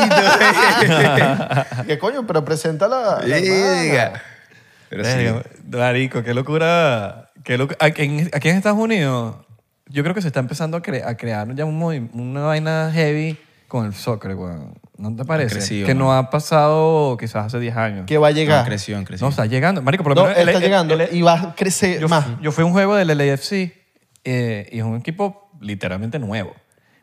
cuñadito.
¿Qué coño? Pero presenta la... (laughs) la hermana.
Venga. Pero sí.
Verga, Marico, qué locura. Qué locu- aquí, en, aquí en Estados Unidos, yo creo que se está empezando a, cre- a crear ya un movi- una vaina heavy con el soccer, weón. ¿No te parece?
crecido,
que
¿no?
no ha pasado quizás hace 10 años.
Que va a llegar.
No, creció, han crecido.
No, está llegando. Marico, por lo
No,
menos el-
está
el-
llegando
el- e-,
y va a
Eh,
crecer
yo,
más.
yo fui a un juego del LAFC eh, y es un equipo literalmente nuevo.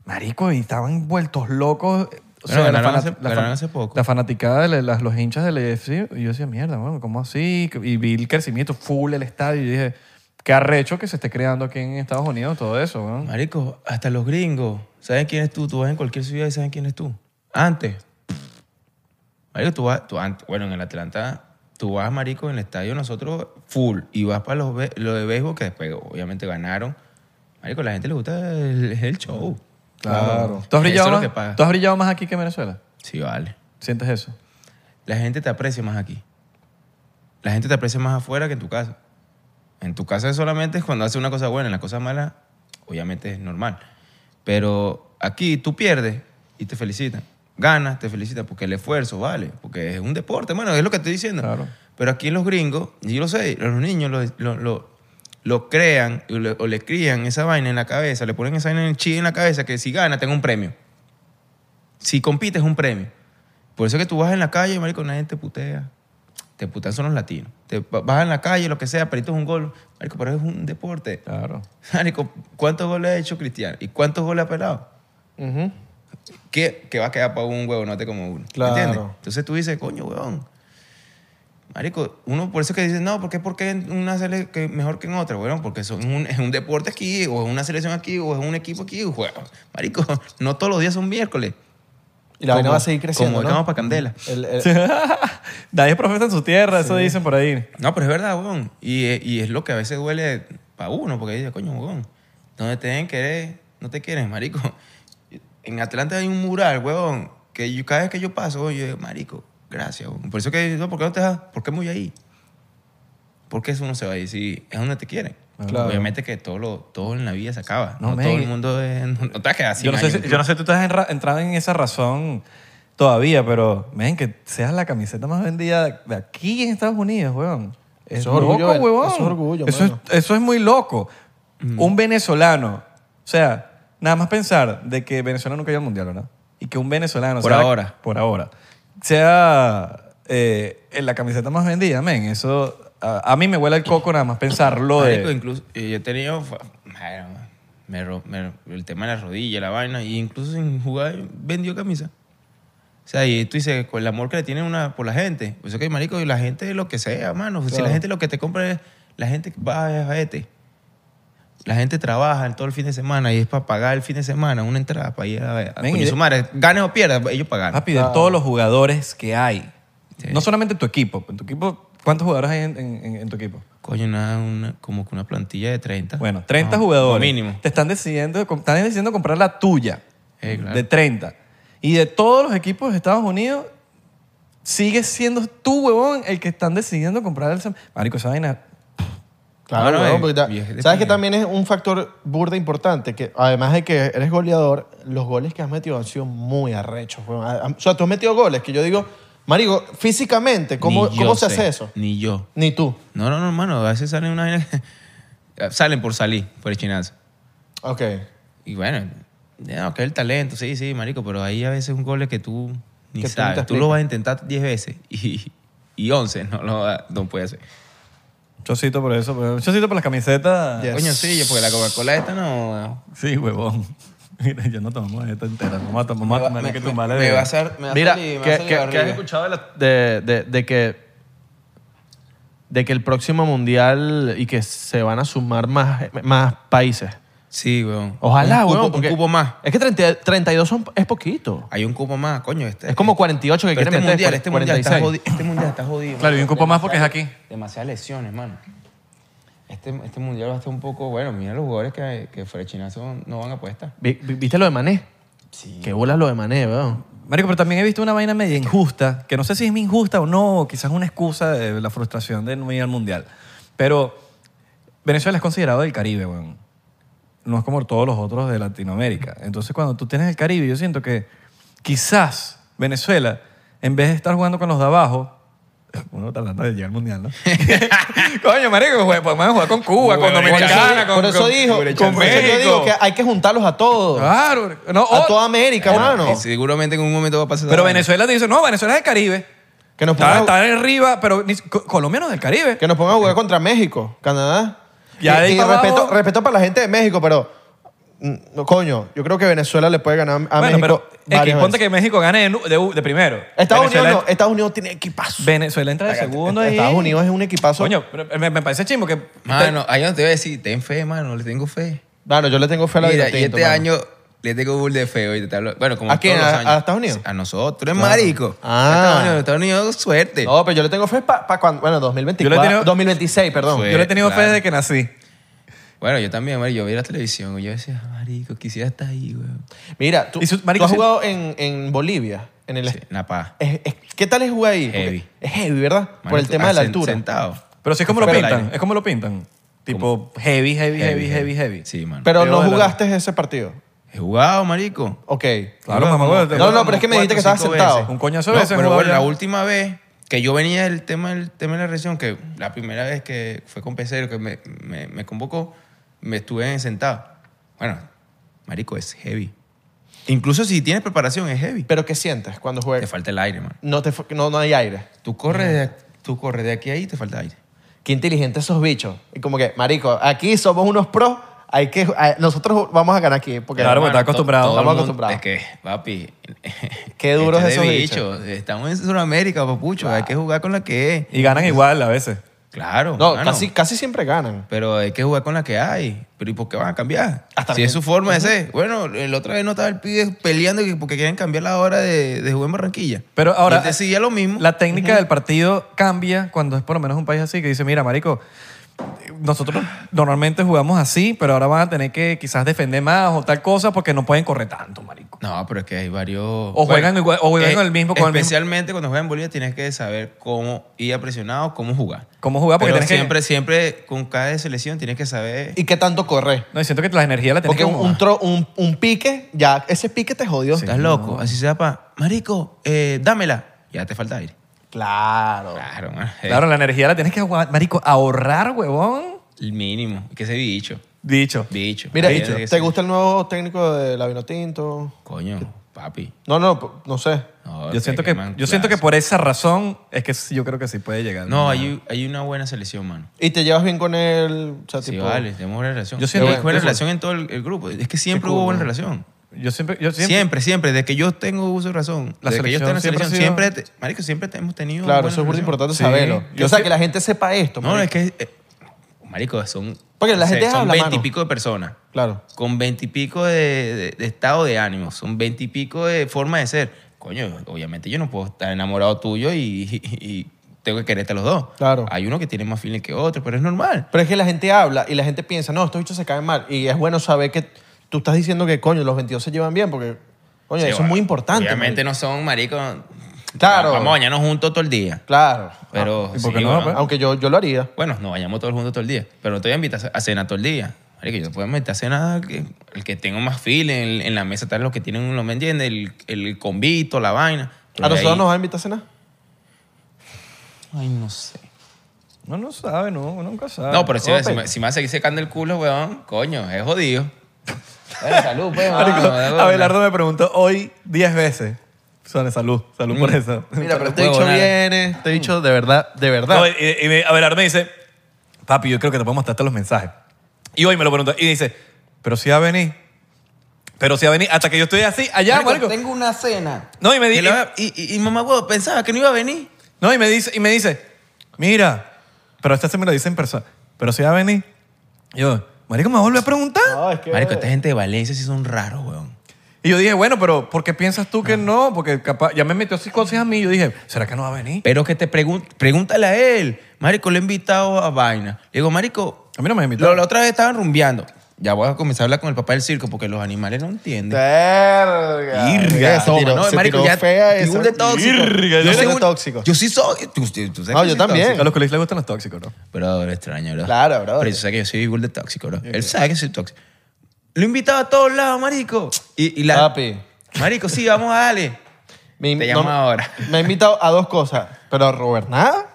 Marico, y estaban vueltos locos. O
Bueno,
sea, la,
ganaron
fanati-
hace-
la,
ganaron
fan-
hace poco.
la fanaticada de la- los hinchas del LAFC. Y yo decía, mierda, bueno, ¿cómo así? Y vi el crecimiento full el estadio. Y dije, qué arrecho que se esté creando aquí en Estados Unidos todo eso. weón.
Marico, hasta los gringos saben quién es tú. Tú vas en cualquier ciudad y saben quién es tú. Antes. Marico, tú vas. tú antes- bueno, en el Atlanta, tú vas, Marico, en el estadio nosotros full. Y vas para los, be- lo de béisbol que después, obviamente, ganaron. Marico, a la gente le gusta el, el show.
¿Tú has,
Eso
brillado
es lo
más,
que paga.
tú has brillado más aquí que en Venezuela?
Sí, vale.
¿Sientes eso?
La gente te aprecia más aquí. La gente te aprecia más afuera que en tu casa. En tu casa solamente es cuando hace una cosa buena, en la cosa mala, obviamente es normal. Pero aquí tú pierdes y te felicitan. Ganas, te felicitan porque el esfuerzo vale, porque es un deporte, bueno, es lo que estoy diciendo.
Claro.
Pero aquí los gringos, y yo lo sé, los niños lo, lo- lo- lo crean o le, o le crían esa vaina en la cabeza, le ponen esa vaina en el chi en la cabeza que si gana, tengo un premio. Si compites, un premio. Por eso que tú vas en la calle, marico, nadie te putea. Te putean son los latinos. Te va- vas en la calle, lo que sea, perito es un gol. Marico, pero es un deporte. (laughs)
Claro.
Marico, ¿cuántos goles ha hecho Cristiano? ¿Y cuántos goles ha pelado?
Ujú.
¿Qué, qué va a quedar para un huevonote como uno?
Claro.
¿Entiendes? Entonces tú dices, coño, huevón. Marico, uno por eso que dice, no, porque por qué en una selección que mejor que en otra? Bueno, porque son un- es un deporte aquí, o es una selección aquí, o es un equipo aquí. huevón. Marico, (laughs) no todos los días son miércoles.
Y la vaina
Como-
va a seguir creciendo,
Como
¿no?
vamos para Candela.
El- el-
(laughs) Nadie es profeta en su tierra, eso dicen por ahí.
No, pero es verdad, huevón. Y, eh, y es lo que a veces duele para uno, porque dice, coño, huevón, donde te deben querer, no te quieren, marico. (laughs) En Atlanta hay un mural, huevón, que yo- cada vez que yo paso, huevón, yo digo, marico, gracias, huevón. Por eso que, no, ¿por qué no te vas? ¿Por qué me voy ahí? Porque eso no se va a decir, es donde te quieren.
Claro.
Obviamente que todo, lo, todo en la vida se acaba.
No,
No,
men.
todo el mundo es, (laughs) no, no te vas a quedar
yo, no
100
sé si,
años.
yo no sé si tú te has enra- entrado en esa razón todavía, pero, men, que seas la camiseta más vendida de aquí en Estados Unidos, weón. Es
Eso es
loco,
orgullo,
weón.
eso es orgullo,
Eso es,
mano.
eso es muy loco.
Mm.
Un venezolano, o sea, nada más pensar de que Venezuela nunca llegó al mundial, ¿verdad? Y que un venezolano.
Por
sea la-
ahora.
por ahora. Sea eh, en la camiseta más vendida, men. Eso. A, a mí me huele el coco nada más pensarlo de.
Marico, incluso, eh, yo he tenido, fa- madre, me ro- me- el tema de la rodilla, la vaina, y incluso sin jugar vendió camisa. O sea, y tú dices, con el amor que le tienen una, por la gente. Pues ok, marico, y la gente lo que sea, mano. Si
Claro.
la gente lo que te compra es, la gente va es a este. La gente trabaja en todo el fin de semana y es para pagar el fin de semana una entrada para ir a, a
Men,
coño
y de-
su madre. Ganes o pierdas, ellos pagan.
Papi, de todos los jugadores que hay.
Ah. Sí.
No solamente en tu equipo. En tu equipo, ¿cuántos jugadores hay en, en- en- en tu equipo?
coño, una, una- como que una plantilla de 30.
Bueno, 30
No, Ah.
jugadores.
Mínimo.
Te están decidiendo, están decidiendo comprar la tuya.
Eh, claro.
De 30. Y de todos los equipos de Estados Unidos, sigue siendo tú, huevón, el que están decidiendo comprar el... Marico, esa vaina...
Claro,
Claro,
huevón,
eh,
porque ta-
viejo de
sabes que
pinga.
también es un factor burda importante, que además de que eres goleador, los goles que has metido han sido muy arrechos. huevón. Ah, ah, O sea, tú has metido goles que yo digo, marico, físicamente, ¿cómo,
Ni
¿cómo
yo
se
sé,
hace eso?
Ni yo.
Ni tú.
No, no, no, hermano. A veces salen una vaina que- (laughs) Salen por salir, por chinazo.
Ok.
Y bueno, no, que el talento, sí, sí, marico, pero ahí a veces un gol que tú ni
Que tú ni te
sabes. Tú, lo
explicas.
vas a intentar 10 veces y, y 11 no lo va- no puede hacer.
Chocito por eso, pero- chocito por las camisetas.
Yes.
Coño, sí, porque la Coca-Cola esta no...
Sí, huevón. (laughs) Mira, yo no tomo esta entera. Vamos a tomar, vamos a tomar la que
me,
tumbarle
me
de-
va a hacer... Me va a
Mira,
salir- me va a
que,
salir
que- que
barriga.
has escuchado de, la- de- de- de que de que el próximo mundial y que se van a sumar más, más países.
Sí, weón.
Ojalá,
un cupo,
weón,
un
porque
cupo más.
Es que 30 32 son, es poquito.
Hay un cupo más, coño. Este,
Es como 48 que
pero
quieren
este
meter.
mundial, este mundial, está
46.
jodido, este mundial está jodido.
Claro, y un cupo más porque es aquí.
Demasiadas lesiones, mano. Este, este mundial va a estar un poco... Bueno, mira los jugadores que, que fuera chinazo no van a poder estar.
Vi- vi- ¿Viste lo de Mané?
Sí.
Qué bolas lo de Mané, weón.
Marico, pero también he visto una vaina media injusta, que no sé si es injusta o no, o quizás una excusa de la frustración de no ir al mundial. Pero Venezuela es considerado del Caribe, weón. No es como todos los otros de Latinoamérica. Entonces, cuando tú tienes el Caribe, yo siento que quizás Venezuela, en vez de estar jugando con los de abajo, (laughs) uno tratando de llegar al mundial,
(laughs)
¿no? Coño, marico, güey, pues, vamos a jugar con Cuba, con
Bueno,
Por eso,
Dominicana, con
por eso
con-
digo,
con
por eso yo digo
México.
que hay que juntarlos a todos.
Claro, Ah, no, oh. Eh,
a
o-
toda América, mano.
Y seguramente en un momento va a pasar...
Pero Venezuela dice, no, Venezuela es del Caribe.
Que nos
Está,
pongan,
está arriba, pero ni- co- Colombia no es del Caribe.
pues, ah, que nos pongan a jugar contra México, Canadá.
Ya de ahí
y, y
para abajo-
respeto, respeto para la gente de México, pero mm, no, coño, yo creo que Venezuela le puede ganar a
bueno,
México.
pero es que
varias
ponte
veces.
que México gane de, nu- de u- de primero.
Estados
Venezuela
Unidos no, Estados Unidos tiene equipazo.
Venezuela entra de segundo ahí.
Estados Unidos es un equipazo.
Coño, pero me, me parece chimbo que...
Mano, ahí no te voy a decir, ten fe, mano, le tengo fe.
Claro, yo le tengo fe a la vida.
Mira, y
Tinto,
este
mano.
año le tengo bull de feo. Y te hablo, bueno, como
¿A quién?
todos los
¿A-
años.
a Estados Unidos?
A nosotros, es marico.
Ah.
A Estados Unidos, Estados Unidos, suerte.
No, pero yo le tengo fe para cuando. Bueno, 2024.
Yo le tengo-
2026, perdón.
Fue.
yo le he tenido fe
claro.
desde que nací.
Bueno, yo también, marico, yo vi la televisión y yo decía, "Ah, marico, quisiera estar ahí, weón.
Mira, tú,
Y su-
tú
marico,
has
sí.
jugado en, en Bolivia. En el,
Sí, la paz.
es- es- ¿Qué tal es jugar ahí? Porque
Heavy.
Es heavy, ¿verdad?
Marico,
Por el tema de la
sen-
altura.
Sentado.
Pero sí es como lo
Pero al
pintan,
aire.
es como lo pintan. Tipo heavy, heavy, heavy, heavy, heavy.
Sí, mano.
Pero
Pero
no
de la-
jugaste ese partido.
He jugado, marico.
Ok.
Claro, mamá, güey, te-
No, no, pero es que me dijiste que
Cuatro,
estabas
cinco
sentado.
Un coñazo
No,
de veces
pero
jugaba
bueno,
ya.
la última vez que yo venía del tema, del tema de la reacción, que la primera vez que fue con Pecero, que me, me, me convocó, me estuve sentado. Bueno, marico, es heavy. Incluso si tienes preparación, es heavy.
Pero ¿qué sientes cuando
Te
juegas?
falta el aire, man.
No, te, fu- no, no hay aire.
Tú corres de, tú corres de aquí a ahí y te falta aire.
Qué inteligentes esos bichos. Y como que, marico, aquí somos unos pros. Hay que, a- nosotros vamos a ganar aquí. Porque
Claro,
Hermano,
porque está acostumbrado.
to- todo el
Estamos
mundo-
acostumbrados.
Es que, papi.
(laughs)
Qué duros
este de
esos
bicho. Estamos en Sudamérica, papucho. Hay que jugar con la que es.
Y ganan igual a veces.
Claro.
No,
mano.
casi, casi siempre ganan.
Pero hay que jugar con la que hay. Pero ¿y por qué van a cambiar?
Hasta
si
la
es su forma de ser. Bueno, la otra vez no estaba el pibe peleando que- porque quieren cambiar la hora de, de jugar en Barranquilla.
Pero ahora-
Y él decidía lo mismo.
La técnica del partido cambia cuando es por lo menos un país así que dice, mira, marico, nosotros normalmente jugamos así, pero ahora van a tener que quizás defender más o tal cosa porque no pueden correr tanto, marico.
No, pero es que hay varios... eh,
O juegan igual- o juegan con el mismo- con el mismo-
Especialmente cuando juegan en Bolivia tienes que saber cómo ir a presionado, cómo jugar.
¿Cómo jugar? Porque
Pero
tienes que-
siempre, siempre con cada selección tienes que saber...
¿Y qué tanto corre?
No, y siento que la energía la tienes
Porque
que
un, un tro- un- un pique, ya, ese pique te jodió.
Estás loco. Así sea pa... Marico, eh, dámela. Ya te falta aire.
Claro.
Claro, man.
Claro, la energía la tienes que, aguar- marico, ahorrar, huevón.
El mínimo. Que ese bicho.
Dicho.
Bicho.
Mira,
Bicho.
¿te gusta el nuevo técnico de la Vinotinto?
Coño, papi.
No, no, p- no sé.
No,
Yo siento que,
Peckerman,
yo siento que
claro.
por esa razón es que sí, yo creo que sí puede llegar.
No, hay, hay una buena selección, mano.
¿Y te llevas bien con él? O sea,
Sí,
tipo-
vale, tenemos buena relación.
Yo siempre-
Y hay buena
yo-
relación en todo el, el grupo. Es que siempre
Qué cool,
hubo buena
man.
relación.
Yo siempre, yo
Siempre,
siempre,
siempre. Desde que yo tengo uso de razón.
La
desde que yo estoy en la
selección
selección,
siempre
siempre,
ha
te- marico, siempre te hemos tenido
Claro,
buena
eso es muy
relación.
importante
Sí.
saberlo.
Yo
o sea,
sí-
que la gente sepa esto.
No, no,
marico.
es que... eh, marico, son...
Porque
no
la
sé,
gente
Son
habla, mano.
veintipico de personas.
Claro.
Con veintipico de, de- de estado de ánimo. Son veintipico de forma de ser. Coño, obviamente yo no puedo estar enamorado tuyo y... y- y tengo que quererte a los dos.
Claro.
Hay uno que tiene más feeling que otro, pero es normal.
Pero es que la gente habla y la gente piensa, no, estos bichos se caen mal. Y es bueno saber que tú estás diciendo que, coño, los 22 se llevan bien porque, coño,
Sí,
eso
bueno,
es muy importante.
Obviamente
marico.
no son maricos.
Claro.
Vamos a bañarnos juntos todo el día.
Claro.
Pero.
Ah, ¿y por qué no,
bueno,
pues?
Aunque yo, yo lo haría.
Bueno, nos bañamos todos juntos todo el día. Pero no te voy a invitar a cenar todo el día. Marico, yo te puedo invitar a cenar que- el que tengo más feel en, en la mesa, tal, los que tienen, lo me entiende, el, el convito, la vaina. Pero
¿A
de
nosotros
ahí-
nos va a invitar a cenar?
Ay, no sé.
No, no sabe, no, uno nunca sabe.
No, pero si,
¿cómo
si,
pega?
me, si me vas a seguir secando el culo, weón, coño, es jodido. salud, pues.
Ah, Marico,
Ah,
Abelardo me preguntó hoy 10 veces. Sone, salud, salud por eso.
Mira, pero este
Huevo,
bicho
nada.
viene, este bicho de verdad, de verdad.
No, y, y me- Abelardo me dice, papi, yo creo que te podemos tratar los mensajes. Y hoy me lo preguntó y dice, pero si va a venir, pero si va a venir, hasta que yo estoy así, allá, marico.
Tengo una cena.
No, y me
Y,
dice,
la- y- y- y mamá, huevo, pensaba que no iba a venir.
No, y me dice, y me dice, mira, pero esta se me lo dice en persona, pero si va a venir. Yo, marico, ¿me va a volver a preguntar?
No, es que-
Marico, esta gente de Valencia sí son raros, weón.
Y yo dije, bueno, pero ¿por qué piensas tú que no? Porque capaz, ya me metió así cosas a mí. Yo dije, ¿será que no va a venir?
Pero que te pregun- pregúntale a él. Marico, lo he invitado a vaina. Le digo, Marico,
A mí no me invitó.
lo- la otra vez estaban rumbeando. Ya voy a comenzar a hablar con el papá del circo porque los animales no entienden.
Verga.
Irga.
Eso, bro, se tiró fea esa.
de tóxico.
Irga,
yo
yo
soy
soy
un-
tóxico.
Yo sí soy. Tú, tú- tú sabes
No,
que
yo
soy
también.
tóxico.
A los colegios les gustan los tóxicos, ¿no?
Bro, lo extraño, bro.
Claro, bro.
Pero yo sé que yo soy igual de tóxico, bro. Él sabe que soy tóxico. Lo invitaba a todos lados, marico. Y, y la...
Papi.
Marico, sí, vamos a darle.
Me-
Te llamo
no-
ahora.
(laughs) Me ha invitado a dos cosas, pero a Robert nada.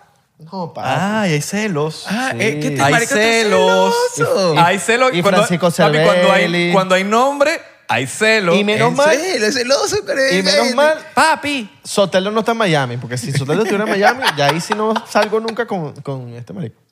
No, pa.
Ay, hay celos.
Ah, eh, ¿qué te
hay
marico, estás
celos.
celoso.
Hay celos.
Y
cuando,
Francisco
papi, cuando hay,
Cervelli.
cuando hay nombre, hay celos. Eh,
Y me- menos
¿En
mal-
serio? Es celoso, creo.
Y menos mal,
Papi.
Sotelo no está en Miami, porque si Sotelo estuviera en Miami, ya ahí sí no salgo nunca con, con este marico.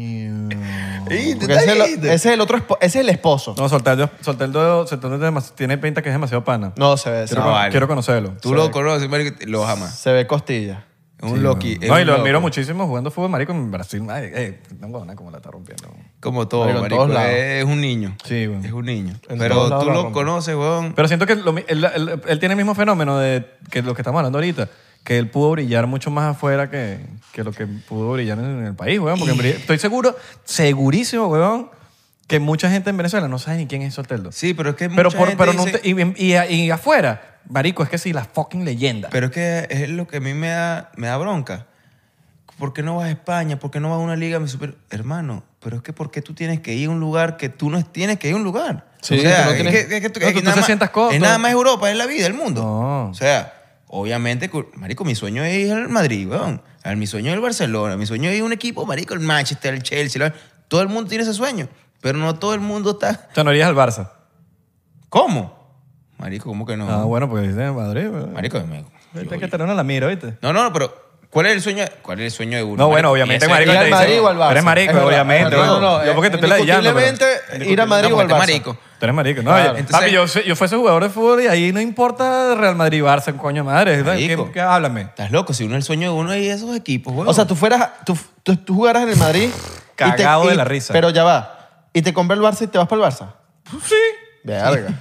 Y te
Porque
estás
ese es, lo-
yendo.
ese es el otro, espo- ese es el esposo.
No, Solteldo, Solteldo, Solteldo es demasi- tiene pinta que es demasiado pana.
No, se ve, se,
Quiero,
no,
con-
vale.
quiero conocerlo.
Tú lo conoces, marico, te- lo amas.
se ve costilla.
Es un loqui. es
Mm. No, y
un
lo
loco.
admiro muchísimo jugando fútbol, marico, en Brasil. Ay, eh, no, bueno, como la está rompiendo.
Como todo,
Marico, en
marico.
todos lados.
es un niño.
Sí, weón.
Es un niño.
En todos
Pero
lados
tú
la
lo
rompe.
conoces, weón.
Pero siento que lo mi- él, él- él tiene el mismo fenómeno de que lo que estamos hablando ahorita, que él pudo brillar mucho más afuera que, que lo que pudo brillar en, en el país, weón. Porque en Bri- estoy seguro, segurísimo, weón, que mucha gente en Venezuela no sabe ni quién es Solteldo.
Sí, pero es que
pero
mucha
por-
gente
pero no
dice-
te- y, y- y afuera, marico, es que sí, la fucking leyenda.
Pero es que es lo que a mí me da, me da bronca. ¿Por qué no vas a España? ¿Por qué no vas a una liga? Me super... Hermano, pero es que ¿por qué tú tienes que ir a un lugar que tú no tienes que ir a un lugar?
Sí,
o
tú
sea,
no
es
tienes-
que- es que tú-
No,
es que
tú te
nada más-
sientas cómodo.
Es nada más Europa, es la vida, el mundo.
No.
O sea, obviamente, cu- marico, mi sueño es ir al Madrid, weón. Al- Mi sueño es el Barcelona. Mi sueño es ir a un equipo, marico, el Manchester, el Chelsea. la- Todo el mundo tiene ese sueño. Pero no todo el mundo está...
O sea, no irías al Barça.
¿Cómo? Marico, ¿cómo que no?
Ah, bueno, porque dice Madrid, weón.
Marico, me...
Ahorita hay que tener una la mira, ¿viste?
No, no, no, pero ¿cuál es el sueño? ¿Cuál es el sueño de uno?
No, bueno,
Y
obviamente,
ese-
marico, te
¿Ir al
dice,
Madrid o al Barça?
Tú eres marico,
Es verdad.
obviamente.
No, no, no,
Yo porque te estoy leyendo.
indiscutiblemente, ir a Madrid
No,
o al
porque
Barça.
te marico.
Tú eres marico, ¿no? Oye,
Entonces-
papi, yo, soy- yo fuese jugador de fútbol y ahí no importa Real Madrid, Barça, coño madre. ¿sabes? ¿Qué,
Marico.
qué- háblame?
Estás loco, si uno es el sueño de uno es esos equipos, güey.
O sea, tú fueras, tú, tú, tú jugaras en el Madrid. y te-
Cagado de
y-
la risa.
Pero ya va. Y te compra el Barça y te vas para el Barça.
Sí.
Verga.
(laughs)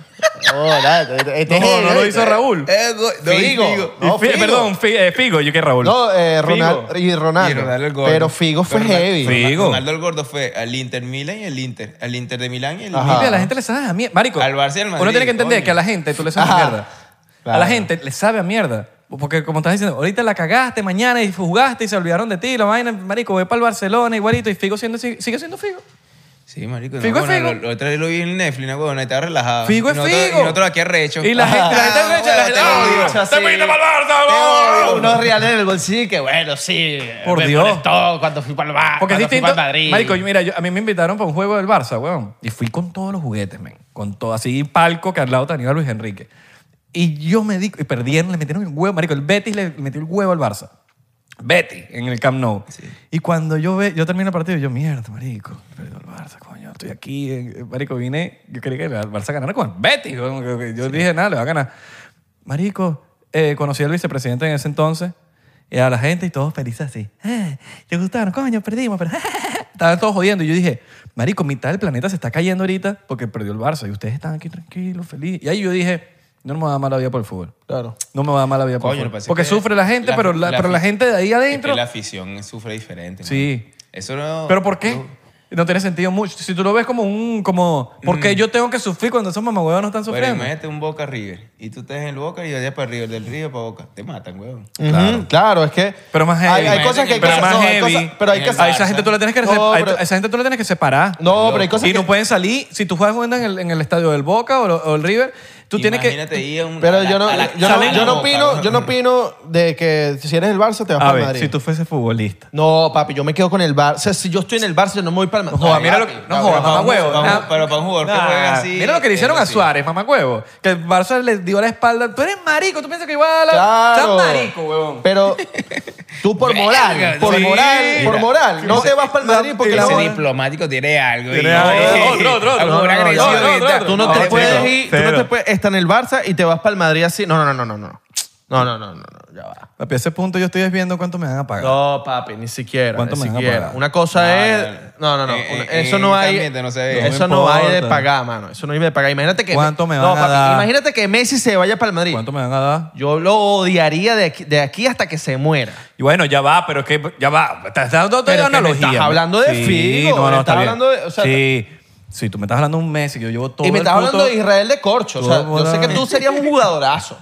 Hola, este- este-
No, no lo hizo Raúl.
Eh,
Figo. No,
Y Fi-
Figo.
Perdón, Fi- eh, Figo, yo que Raúl.
No, eh,
Figo.
Ronald, y
Y
Ronaldo.
Ronaldo el gordo.
Pero Figo fue
Pero Ronaldo-
heavy.
Figo.
Ronaldo, el gordo fue al Inter Milan y el Inter. Al Inter de Milán y el
Ajá.
Mira,
Inter.
a la gente le sabe a mierda. Marico,
Al Barça y al Madrid,
uno tiene que entender
coño.
que a la gente tú le sabes a
Ajá.
mierda. A
Claro.
la gente le sabe a mierda. Porque como estás diciendo, ahorita la cagaste, mañana y jugaste y se olvidaron de ti, la vaina, marico, voy para el Barcelona igualito y Figo siendo, sigue sigue siendo Figo.
Sí, marico. no,
Figo es
bueno,
Figo.
lo- lo otra vez lo vi en Netflix, una huevona, y estaba relajado.
Figo
Y
es
nosotros-
Figo.
Y nosotros aquí arrecho.
Y la gente, la gente
Ah,
arrecha, la
huevón,
gente,
te lo
¡ah!
digo.
dicho así.
¡Te fuiste pa'l Barça,
Tengo
huevón!
unos reales en el bolsillo que bueno, sí.
Por
me
Dios.
molestó cuando fui para el Barça.
Porque es
cuando fui
distinto.
para el Madrid.
Marico, yo- mira, yo- a mí me invitaron para un juego del Barça, weón. Y fui con todos los juguetes, men. Con todo, así, palco que al lado tenía a Luis Enrique. Y yo me di. Y perdieron, le metieron el huevo. Marico, el Betis le metió el huevo al Barça. Betis, en el Camp Nou. Y cuando yo ve, yo termino el partido, yo, mierda, marico, perdió el Barça, coño, estoy aquí. eh, Marico, vine, yo quería que el Barça ganara con el Betis. weón, que- que Yo dije, nada, le va a ganar. Marico, eh, conocí al vicepresidente en ese entonces y a la gente y todos felices así. Ah, ¿Te gustaron? Coño, perdimos, pero... (laughs) ah". Estaban todos jodiendo y yo dije, marico, mitad del planeta se está cayendo ahorita porque perdió el Barça y ustedes están aquí tranquilos, felices. Y ahí yo dije, Yo no me voy a dar mala vida por el fútbol.
Claro.
No me va a dar mala vida por
Coño,
el
lo que
fútbol.
pasa es
Porque
que
sufre la gente,
la-
pero, la,
la
pero la
afi-
gente de ahí
Es
adentro.
que la afición sufre diferente. man.
Sí.
Eso no.
¿Pero por qué? No tiene sentido mucho. Si tú lo ves como un. Como, ¿Por
Mm.
qué yo tengo que sufrir cuando esos mamagüeos no están
Pero
sufriendo?
imagínate un Boca River y tú estás en el Boca y allá para River, del Río para Boca. Te matan, huevón.
Ujú, Claro. es que.
Pero más heavy.
hay, hay
Imagínate
cosas que hay que
que-
pero
cosas-
más
no, hay
heavy.
cosas- pero hay que
Exacto.
a esa gente tú la tienes que,
No,
recep- a-
pero-
a esa gente tú la tienes que separar.
No, pero hay cosas
y no
que-
pueden salir. Si tú juegas jugando en el, en el estadio del Boca o, lo- o el River, tú tienes que.
Imagínate ir a un- a
Pero
la-
yo no,
a la-
yo, no,
salen
yo
a
no
Boca,
opino,
huevón.
yo no opino de que si eres el Barça te vas
A
para el
ver,
Madrid.
si tú fueses futbolista.
No, papi, yo me quedo con el Barça. Si yo estoy en el Barça, yo no me voy para el Madrid.
Joda, mira lo que.
papi,
No
no,
joda,
pero para un-
mamagüevo.
para un-
Nah.
pero para un jugador que juegue así,
Mira lo que le hicieron
es
a
así.
Suárez, mamagüevo. Que el Barça le dio la espalda. Tú eres marico, tú piensas que igual. a la-
Claro.
Estás marico, huevón.
Pero tú por moral, por
sí.
moral, por
Mira.
moral, no te vas para el Madrid porque
la-
eh, Ese
no-
diplomático tiene algo.
Tiene
y-
algo. Otro, otro, otro.
Amor
No, no, no,
agresivo
otro,
y
otro,
tal.
otro.
Tú no, te
cero,
puedes ir, tú no
cero.
te puedes estar en el Barça y te vas para el Madrid así. No, no, no, no, no, no. No, no, no, no, no, ya va.
Papi, a ese punto yo estoy desviando cuánto me van a pagar.
No, papi, ni siquiera.
¿Cuánto
ni
me van a
siquiera.
pagar?
Una cosa
No,
es. No, no, no.
en-
Una-
en-
eso
en
no
este
hay.
ambiente no se ve.
Eso
No me
no hay de
importa.
pagar, mano. Eso no hay de pagar. Imagínate que.
¿Cuánto me
no,
van a dar?
Imagínate que Messi se vaya para el Madrid.
¿Cuánto me van a dar?
Yo lo odiaría de aquí, de aquí hasta que se muera.
Y bueno, ya va, pero es que ya va. Estás dando toda la
Pero es que me
analogía.
estás
¿no?
hablando de Figo,
No, no,
me
está
estás
bien.
hablando de- o sea,
sí, sí, tú me estás hablando de un Messi que yo llevo todo
y me
el
estás hablando
puto-
de Israel de corcho. O sea,
Todo
yo sé que
morado.
tú serías un jugadorazo.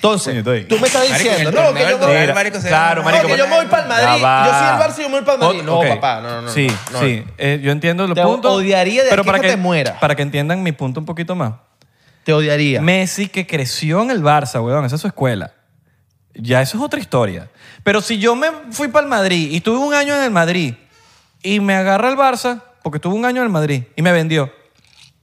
Coño,
Entonces,
estoy-
tú me estás
Marico, en el
diciendo, no,
torneo
que yo
del
voy
torneo,
Mira,
marico, se-
claro,
No,
marico.
que yo me voy pa'l Madrid.
Ya va.
Yo soy el Barça y yo me voy pa'l Madrid.
Ot-
No,
ok.
papá, no, no, no,
Sí,
no, no.
sí. Eh, yo entiendo los
Te
puntos.
odiaría de
pero
aquí
para
que te mueras.
Para que entiendan mi punto un poquito más.
te odiaría.
Messi que creció en el Barça, weón, esa es su escuela. Ya eso es otra historia. Pero si yo me fui para el Madrid y estuve un año en el Madrid y me agarra el Barça, porque estuve un año en el Madrid y me vendió,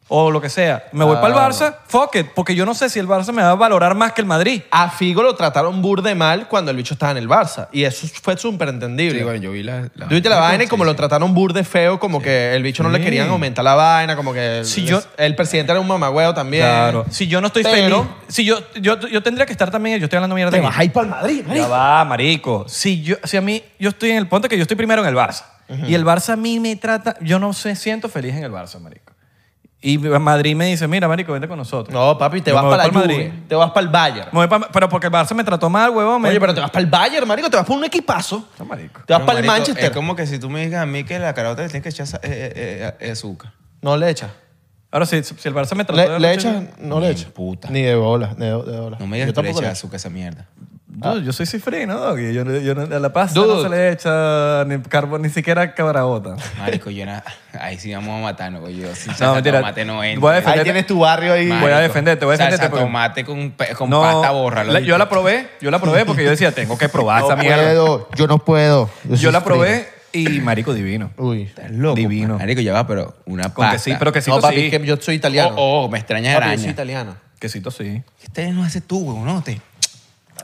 o lo que sea, me voy para el Barça, fuck it, porque yo no sé si el Barça me va a valorar más que el Madrid.
A Figo lo trataron burde mal cuando el bicho estaba en el Barça. Y eso fue súper entendible.
Sí, bueno, yo vi la. la-
Tú viste la vaina y
Sí,
como
sí.
lo trataron burde feo, como que el bicho no le querían aumentar la vaina, como que el,
Si yo-
el presidente era un mamagüeo también.
Claro. Si yo no estoy
Pero-
feliz, si yo, yo, yo tendría que estar también, yo estoy hablando mierda.
Te
aquí.
vas a ir para el Madrid,
Ya
marico.
va, marico. Si yo, si a mí, yo estoy en el ponte que yo estoy primero en el Barça. Y el Barça a mí me trata, yo no me siento feliz en el Barça, marico. Y Madrid me dice, mira, marico, vente con nosotros.
No, papi, te
Yo
vas
me voy
para la
pa'l
Juve,
Madrid.
te vas para el Bayern.
Me voy pa- pero porque el Barça me trató mal, huevón. me-
Oye, pero te vas para el Bayern, marico, te vas para un equipazo.
No, marico.
Te vas
Pero,
para el
marico, Es
Manchester.
como que si tú me digas a mí que la carota le tiene que echar sa- eh, eh, eh, azúcar.
No le echas.
Ahora sí, si el Barça me trató
Le,
de
le
mucho-
echas, no le
Ni
echas.
puta.
Ni de bola, ni de, de bola.
No me digas
Yo
que le
tampoco le
echas
echo.
azúcar a esa mierda.
Dude, yo soy cifrino, dog. Yo, no- yo no- a la pasta
Dude.
no se le echa ni carbón, ni siquiera cabragota.
Marico, yo na- Ahí sí vamos a matarnos, güey. Yo, sin
No,
salsa
mentira.
tomate no
Voy a
entra.
defender-
Ahí tienes tu barrio ahí.
Voy a defenderte, voy a
Salsa
defenderte porque-
tomate con, pe- con
No,
pasta borra.
la- yo la probé, yo la probé porque yo decía, tengo que probar
No
esa mierda.
puedo, yo no puedo.
Yo
soy
la probé y marico divino.
frío. Uy.
Divino.
Marico, ya va, pero una
Con
pasta.
que sí, pero que sí.
No, papi,
sí.
es que yo soy italiano.
Oh, oh, me extrañas
Papi, yo soy
araña.
italiano.
Quesito sí.
¿Qué te no hace tú, güey? No, te...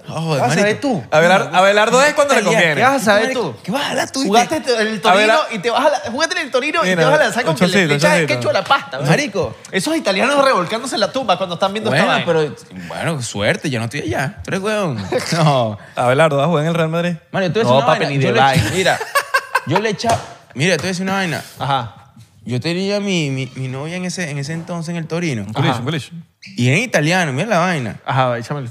Oh,
Ah,
¿Vas a saber tú?
Abelar- Abelardo es cuando le
¿Qué
conviene.
vas a saber tú?
¿Qué vas a hablar tú?
Jugaste el
A ver,
torino
la-
y te vas a la, jugaste en el torino y
Mira,
te vas a lanzar con
un
que le,
chocito,
le echas el
chocito.
ketchup a la pasta, marico. Esos italianos revolcándose en la tumba cuando están viendo esta
Bueno,
vaina.
pero... Bueno, suerte, yo no estoy allá. Tú eres huevón.
(laughs)
No.
Abelardo va a jugar en el Real Madrid.
Mario, tú eres
No,
una
papi,
vaina.
ni de
Yo le-
vaina.
Mira, yo le echaba... Mira, tú eres una vaina.
Ajá.
Yo tenía mi, mi, mi novia en ese, en ese entonces en el Torino.
Un culish, un culish.
Y en italiano, mira la vaina.
Ajá, échame el...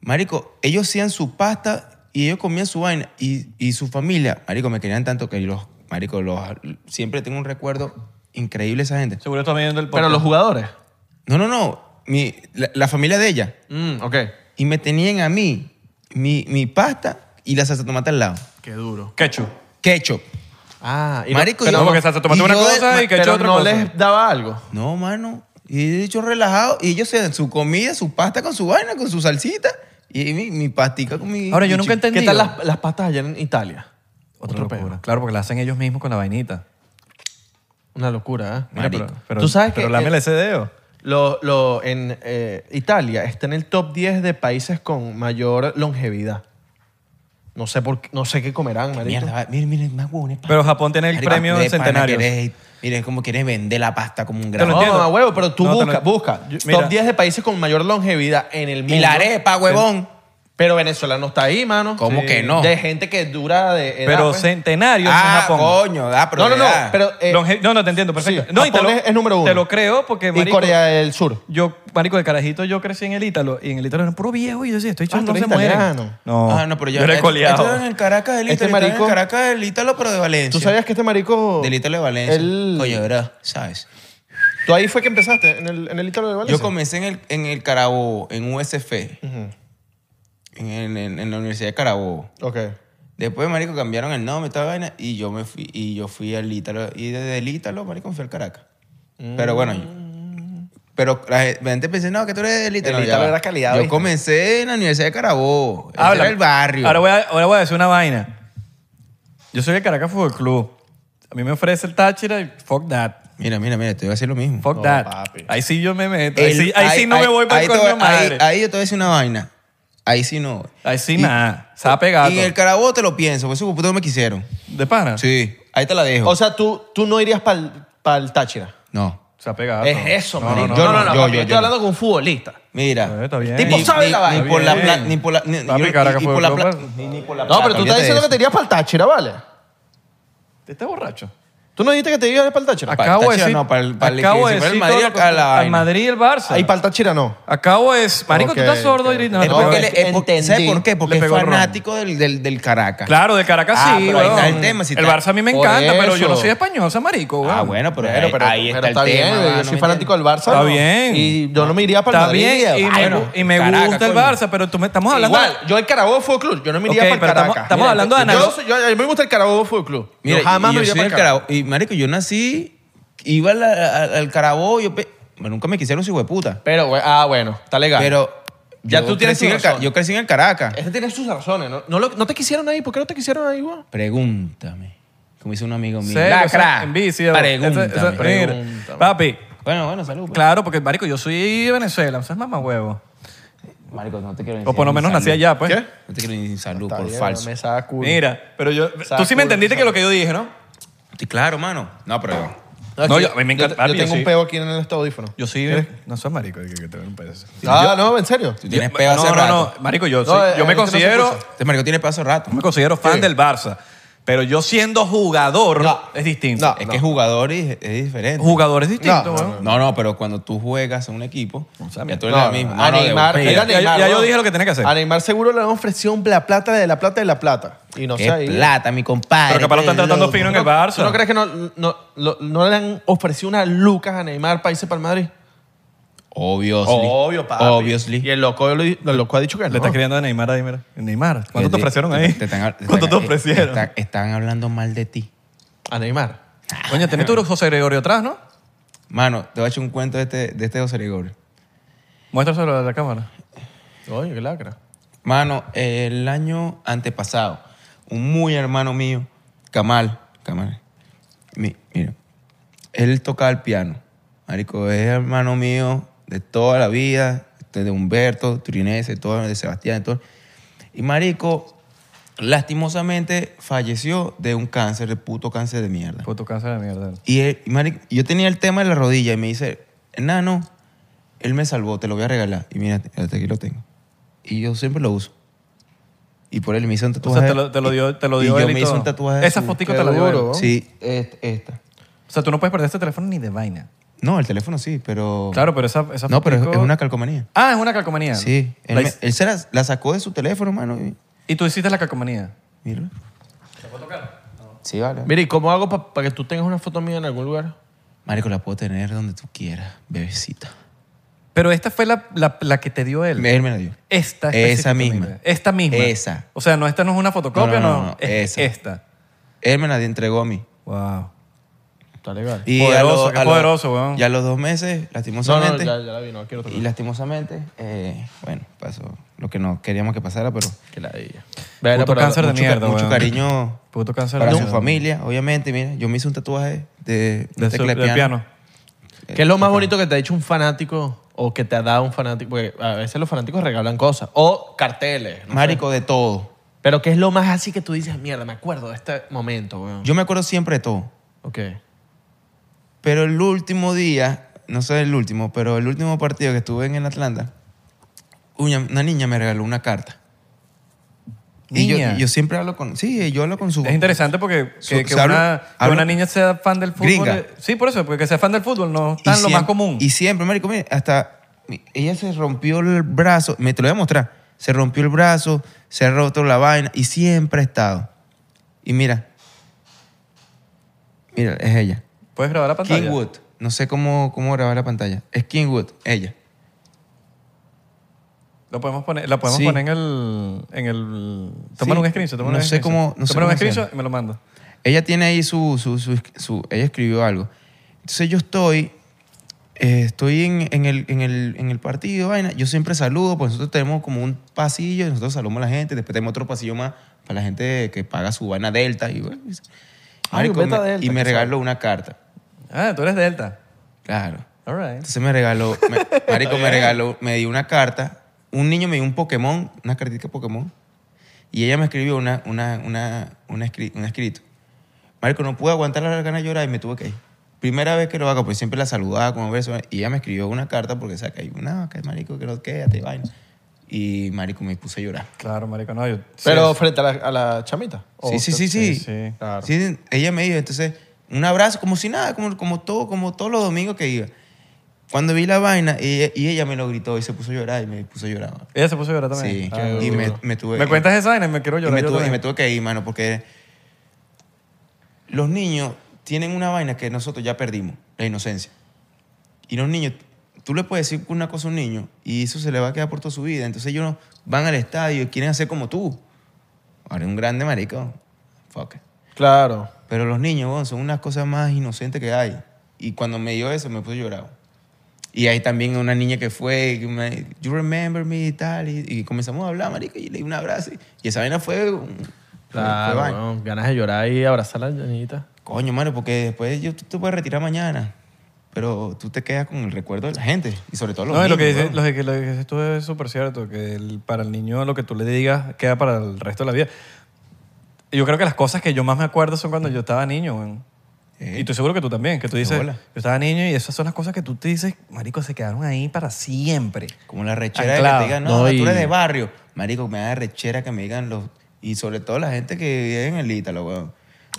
Marico, ellos hacían su pasta y ellos comían su vaina. Y, y su familia, marico, me querían tanto que los... Marico, los, siempre tengo un recuerdo increíble de esa gente.
Seguro está viendo el
Pero los jugadores.
No, no, no. Mi, la, la familia de ella.
Mm, ok.
Y me tenían a mí, mi, mi pasta y la salsa de tomate al lado.
Qué duro.
Ketchup.
Ketchup.
Ah, y
Marico,
No,
yo-
porque salsa de tomate
y
una
yo de-
cosa y ketchup
pero
otra
no
cosa.
les daba Ah, algo.
No, mano. Y he dicho relajado. Y ellos se dan su comida, su pasta con su vaina, con su salsita. Y mi, mi pastica con mi...
Ahora, yo
mi
nunca
chi-
entendí.
¿Qué tal las, las pastas allá en Italia?
Otra locura. Claro, porque la hacen ellos mismos con la vainita.
Una locura, ¿eh?
Mira,
Marico.
pero- pero-
Tú sabes
Pero
que-
lámele ese dedo.
Lo, lo, en eh, Italia está en el top 10 de países con mayor longevidad. No sé por qué- no sé qué comerán, marico.
Mierda, va- miren, miren, más huevones. pa.
Pero Japón tiene el
Marico,
premio
de pana
centenario.
querés- Miren cómo quieres vender la pasta como un
Te lo
grano.
No,
entiendo.
mamá, huevo, pero tú
No, te
busca,
lo-
busca.
Yo- mira.
Top 10 de países con mayor longevidad en el mundo.
Y la arepa, huevón.
Pero Venezuela no está ahí, mano.
¿Cómo
Sí.
que no?
De gente que dura de edad,
Pero
pues.
centenario es en
ah,
Japón.
coño, da, pero
No, no, no,
da.
pero- eh,
Longe- no, no, te entiendo, perfecto.
sí,
no, y te
Japón
lo-
es- es número uno.
Te lo creo porque,
Y
marico,
Corea del Sur.
yo, marico, de carajito yo crecí en el Ítalo y en el Ítalo eran puro viejo y yo decía, estoy
Ah,
chingando,
tú
no se
eres
mueren.
italiano.
No,
Ah, no, pero yo,
yo era
esto-
coleado.
esto en el Caracas del
Este
Ítalo, este
marico-
en Caracas del Ítalo, pero de Valencia.
¿Tú sabías que este marico...
Del Ítalo de Valencia.
Él-
Coño, ¿verdad? ¿Sabes?
¿Tú ahí fue que empezaste? ¿En el, en el Ítalo de Valencia?
Yo comencé en el, en el Carabobo, en USF, en, el- en- en la Universidad de Carabobo.
Ok.
Después, marico, cambiaron el nombre, toda la vaina, y yo me fui, y yo fui al Ítalo, y desde el Ítalo, marico, me fui al Caracas. Pero bueno, yo- pero la ge- la gente pensé, no, que tú eres del Ítalo.
El
ya
Ítalo
va.
era calidad,
Yo
¿viste?
comencé en la Universidad de Carabobo, ese
Habla.
era el barrio.
Ahora voy, a, ahora voy a decir una vaina. Yo soy el Caracas Fútbol Club. A mí me ofrece el Táchira y fuck that.
Mira, mira, mira, te voy a decir lo mismo.
Fuck
No,
that.
papi.
Ahí sí yo me meto. Ahí
El-
sí, ahí sí no me voy para
ahí
el
te
coño
voy- ahí-
madre.
Ahí, yo te voy a decir una vaina. Ahí sí no.
Ahí sí
Y-
nada. Se ha pegado.
Y en el Carabobo te lo pienso, por eso puto no me quisieron.
¿De pana?
Sí, ahí te la dejo.
O sea, tú, tú no irías para el Táchira.
no.
Se ha pegado.
Es eso, marico.
Ah, no,
yo
no,
no, no, papi,
yo, yo,
yo
yo.
estoy hablando con un futbolista.
Mira.
Eh, está bien.
Ni-
Tipo, sabe
ni-
la vaina.
Ni por la
Está
pla-
bien.
ni por la ni-
Papi,
yo- y-
Caracas
y
fue
por la
Europa.
pla- ni- ni por la
No, pero
plata,
tú estás
olvídate
diciendo
de
que te
eso.
irías para el Táchira, ¿vale?
¿Te estás borracho?
¿Tú no dijiste que te ibas para el Táchira?
Acá-
Acabo de
Táchira
decir.
no, para el- para el-
acabo de
si fuera el
decir.
Madrid,
todo lo
acá
que-
la
al
vaina.
Madrid y el Barça.
Ahí para el Táchira no.
Acabo es. Marico,
Ok,
tú estás sordo
ok.
y no,
Es
no,
porque
no,
él
es-
es- es porque- ¿Sabes
entendí.
por qué? Porque
Le
es
pegó el ron.
fanático del, del, del Caracas.
Claro, de Caracas
Ah,
sí,
pero ahí está
weón.
el tema, si
el
te-
Barça a mí me
Por
encanta, pero yo no
eso.
soy españosa, marico. weón.
Ah, bueno, pero,
Bueno,
ahí,
pero,
ahí está,
pero
el tema.
bien,
mano,
yo
¿me
soy fanático del
entiendes?
Barça.
Está
¿no?
bien.
Y yo no me iría para
Está
el Madrid.
bien, y,
Ay,
me-
bueno.
y me
Caracas,
gusta el
coño.
Barça, pero tú me, estamos hablando...
Igual, yo el Carabobo Fútbol Club, yo no me iría
Ok,
para el
pero estamos-
Caracas.
estamos hablando de
yo,
anal-
soy- yo, A mí me gusta el Carabobo Fútbol Club.
Mira,
yo jamás
y
me
yo
iría
soy
para
del
el Carabobo.
Caracas. Y, marico, yo nací, iba a la- a- al Carabobo, yo pe- bueno, nunca me quisieron, hijo de puta.
Pero, güey, ah, bueno, está legal.
Pero
Ya
yo
tú tienes
crecí en
tu
el Ca-
razón.
Yo crecí en el Caracas.
Este tiene sus razones. ¿No, no, lo- no te quisieron ahí? ¿Por qué no te quisieron ahí, güey?
Pregúntame. Como dice un amigo mío.
Serio,
Lacra.
en bici, weón.
Pregúntame.
Eso- eso- mira,
Pregúntame.
Papi,
Bueno, bueno, salud. pues.
claro, porque, marico, yo soy de Venezuela, no seas mamá huevo.
Marico, no te quiero ni
O por lo
ni
menos nací
salud.
allá, pues.
¿Qué?
No te quiero ni salud,
Está
por
bien,
falso.
Me saca culo.
Mira, pero yo... Tú sí
Sacudo,
me entendiste que lo que yo dije, ¿no?
Sí, Claro, mano. No, pero yo.
es
No,
que
yo- a mí me encanta-
Yo,
papi, yo
tengo
sí.
un peo aquí en el audífono.
Yo soy... de- No seas marico, que que te un pedazo.
Ah, no, en serio.
Tú tienes
Yo-
pedo hace
No, no,
rato.
no, marico, yo,
No,
soy-
eh,
yo me
eh, no se
considero...
escucha.
Este marico tiene pedazo hace rato.
Yo me considero fan
Sí.
del Barça, pero yo siendo jugador
No.
es distinto.
No.
Es que jugador es, es diferente.
Jugador es distinto,
No, no,
weón.
No, no, pero cuando tú juegas en un equipo,
sea,
ya tú eres
No,
el mismo. No,
a
no, de
Neymar,
boca.
era
Ya-
Neymar,
ya yo
weón.
dije lo que tenía que hacer.
A Neymar seguro le han ofrecido un la plata de la plata de la plata. Y no sé
Qué
ahí.
plata, mi compadre.
Pero capaz lo están
qué
tratando
loco.
fino en
¿No-
el Barça.
¿tú no crees que no, no, lo- no le han ofrecido una lucas a Neymar para irse para el Madrid?
Obviously. Obviously.
Y el loco, el loco ha dicho que
Le
no.
estás criando a Neymar ahí, mira. Neymar, ¿cuánto te
Te-
ofrecieron ahí?
te están- te
¿Cuánto te
están- eh,
ofrecieron?
están- Están hablando mal de ti.
A Neymar.
Coño, tenés tu José Gregorio atrás, ¿no?
Mano, te voy a echar un cuento de este, de este José Gregorio.
Muéstraselo a la cámara.
Oye, qué lacra.
Mano, el año antepasado, un muy hermano mío, Kamal, Kamal, mi- mira, él tocaba el piano. Marico, es hermano mío de toda la vida, este, de Humberto, Trinese, todo, de Sebastián, de todo. Y Marico, lastimosamente, falleció de un cáncer, de puto cáncer de mierda.
Por Pues tu casa de mierda.
Y, él- y marico, yo tenía el tema de la rodilla y me dice, enano, él me salvó, te lo voy a regalar. Y mira, hasta aquí lo tengo. Y yo siempre lo uso. Y por él me hizo un
O
tatuaje.
sea, te lo, te lo dio, te lo
y
dio
yo
él y
me hizo
todo.
un tatuaje. de
Esa
su-
fotico
qué
te la dio él.
duro.
O
Sí, est- esta.
sea, tú no puedes perder este teléfono ni de vaina.
No, el teléfono sí, pero...
Claro, pero esa, esa
No, pero es,
fotico-
es una calcomanía.
Ah, es una calcomanía.
Sí. Él,
La
me-
hic-
él se la, la sacó de su teléfono, mano. Y,
Y tú hiciste la calcomanía.
mira. Sí, vale.
Mira, ¿y cómo hago para que tú tengas una foto mía en algún lugar?
Marico, la puedo tener donde tú quieras, bebecita.
Pero esta fue la, la, la que te dio él.
Él me la dio.
Esta
Esa misma.
específicamente. Esta misma.
Esa.
O sea, no, esta no es una fotocopia,
No,
no.
no, no, no,
Es
esa.
Esta.
Él me la entregó a mí.
Wow.
Está legal.
Y
Poderoso, qué
a los-
poderoso, weón.
Y a los dos meses,
No, no,
lastimosamente.
ya, ya la vi, no quiero tocar.
y lastimosamente, eh, bueno, pasó lo que no queríamos que pasara, pero
Que la ella.
Puto cáncer de
mucho, ca-
mierda,
mucho
weón.
cariño
Puto cáncer
para
de
su
mierda.
familia, obviamente. Mira, yo me hice un tatuaje de, este una
De su-
tecla de
del piano.
¿Qué es lo más bonito que te ha dicho un fanático o que te ha dado un fanático? Porque a veces los fanáticos regalan cosas. O carteles. ¿no?
Marico, de todo.
Pero ¿qué es lo más así que tú dices, mierda, me acuerdo de este momento, weón?
Yo me acuerdo siempre de todo.
Ok.
Pero el último día, no sé el último, pero el último partido que estuve en el Atlanta, uña- una niña me regaló una carta. Y yo,
Niña.
y yo siempre hablo con... Sí, yo hablo con su...
Es interesante porque
Su-
que, que
se
una,
habla-
que
habla-
una niña sea fan del fútbol.
Gringa.
eh, Sí, por eso, porque que sea fan del fútbol no es tan lo
siem-
más común.
Y siempre, marico, mire, hasta mi- ella se rompió el brazo, me te lo voy a mostrar, se rompió el brazo, se ha roto la vaina y siempre ha estado. Y mira, mira, es ella.
¿Puedes grabar la pantalla?
Kingwood, no sé cómo, cómo grabar la pantalla, es Kingwood, ella.
Lo podemos poner, la podemos
Sí.
poner en el... En el tómale
Sí.
un screenshot. tómale
No
un
sé
screenshot.
cómo- no sé
Tómale
cómo
un
hacer.
screenshot y me lo manda.
Ella tiene ahí su, su, su- su- Ella escribió algo. Entonces yo estoy... eh, estoy en, en el, en, el, en el partido, vaina. Yo siempre saludo, pues nosotros tenemos como un pasillo, y nosotros saludamos a la gente, después tenemos otro pasillo más para la gente que paga su vaina Delta. Y, bueno, y-
Ay, un
Marico,
beta
me-
Delta,
y me
qué
regaló una carta.
Ah, tú eres Delta.
Claro.
All right.
Entonces me regaló, me- Marico me regaló, me dio una carta. Un niño me dio un Pokémon, una cartita de Pokémon. Y ella me escribió una, una, una, una escri- un escrito. Marico, no pude aguantar la ganas de llorar y me tuve que ir. Primera vez que lo hago, pues siempre la saludaba con un beso. ¿eh? Y ella me escribió una carta porque sabe que hay una, que marico, que no quédate, vaina. Y marico, me puse a llorar.
Claro, marico, no, yo...
Pero
sí,
frente a la, a la chamita. ¿o
Sí, sí,
usted-
sí, sí.
sí, sí.
Claro.
Sí, ella me dijo, entonces, un abrazo, como si nada, como, como, todo, como todos los domingos que iba. Cuando vi la vaina, y, y ella me lo gritó y se puso a llorar y me puso a llorar.
Ella se puso a llorar
Sí,
también. Ah,
y
duro.
me, me tuve
¿Me cuentas esa vaina? Me quiero
y
llorar.
me,
yo
tuve, y
también.
me tuve que ir, mano, porque los niños tienen una vaina que nosotros ya perdimos, la inocencia. Y los niños, tú le puedes decir una cosa a un niño y eso se le va a quedar por toda su vida. Entonces ellos no- van al estadio y quieren hacer como tú. Ahora un grande marico. Fuck. it.
Claro.
Pero los niños, weón, son unas cosas más inocentes que hay. Y cuando me dio eso, me puse llorando. Y ahí también una niña que fue, que me, you remember me y tal. Y, y comenzamos a hablar, marico, y le di un abrazo. Y esa vaina fue... un- fue
Claro,
vaina.
weón. ganas de llorar y abrazar a la niñita.
Coño, mano, porque después yo, tú te puedes retirar mañana. Pero tú te quedas con el recuerdo de la gente. Y sobre todo los
No, y
niños,
lo que, dices,
weón.
lo, que, lo que dices tú es súper cierto, que el- para el niño lo que tú le digas queda para el resto de la vida. Yo creo que las cosas que yo más me acuerdo son cuando yo estaba niño. weón.
Eh.
Y tú seguro que tú también, que tú dices, yo
bola.
estaba niño y esas son las cosas que tú te dices, marico, se quedaron ahí para siempre.
Como la rechera de que
Anclado.
te digan, no,
No, y-
tú eres de barrio. Marico, me da rechera que me digan los... Y sobre todo la gente que vive en el Ítalo, weón.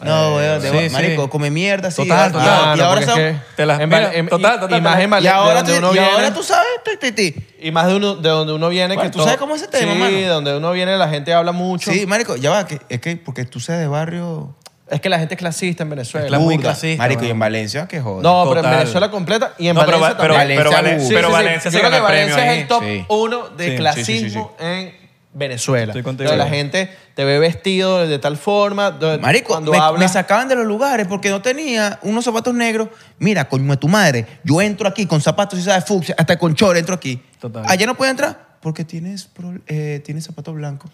No, weón, de
Eh, sí,
bar-
sí.
marico, come mierda, sí.
Total,
y-
total.
Y,
no,
ahora,
porque
son-
es que
Te las-
en Val-
mira,
en-
total,
y-
total,
y más
total.
en
y
Valencia,
ahora, tú,
donde uno
y ahora
viene-
tú sabes, ti, ti, ti.
Y más de, uno, de donde uno viene.
Bueno,
que
tú
todo-
sabes cómo es ese tema,
sí,
mano.
donde uno viene la gente habla mucho.
Sí, marico, ya va, que, es que porque tú seas de barrio...
Es que la gente es clasista en Venezuela.
Es muy
burda,
clasista,
Marico,
weón.
y en Valencia, que joder.
No, pero
Total.
en Venezuela completa y en
No, pero
Valencia
va- pero-
también.
pero Vale-
Sí,
pero
sí, sí.
Valencia se
Yo creo
gana
que Valencia
premio
es
ahí.
el top
Sí.
uno de
Sí, sí,
clasismo en Venezuela.
Estoy contigo.
Donde la
Sí.
gente te ve vestido de tal forma. donde-
Marico,
cuando
me,
hablas-
me sacaban de los lugares porque no tenía unos zapatos negros. Mira, coño de tu madre, yo entro aquí con zapatos, si sabes, fucsia, hasta con chor entro aquí.
Total.
Allá no puedes entrar porque tienes, pro- eh, tienes zapatos blancos.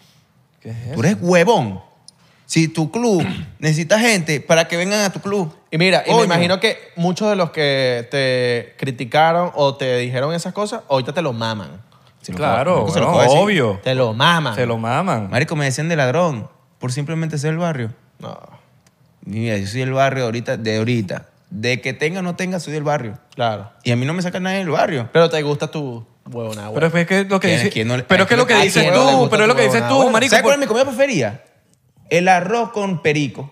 ¿Qué es eso?
Tú eres huevón. Si tu club (clears throat) necesita gente para que vengan a tu club.
Y mira, y
Coño.
me imagino que muchos de los que te criticaron o te dijeron esas cosas, ahorita te lo maman.
Se lo
Claro,
puedo- se lo
weón,
puedo decir.
obvio.
Te lo maman.
Se lo maman.
Marico, me decían de ladrón por simplemente ser el barrio.
No,
Mira, yo soy del barrio ahorita, de ahorita. De que tenga o no tenga, soy del barrio.
claro.
Y a mí no me saca nadie del barrio.
Pero te gusta tu huevona,
Pero es que lo que
¿Quién-
dices,
quién no le- a
pero es que
quién
lo que
le- a
dices
quién
tú,
no le
gusta
pero es lo que
tu
dices tú,
huevona?
marico.
¿Sabes cuál es
por-
mi comida preferida? El arroz con perico.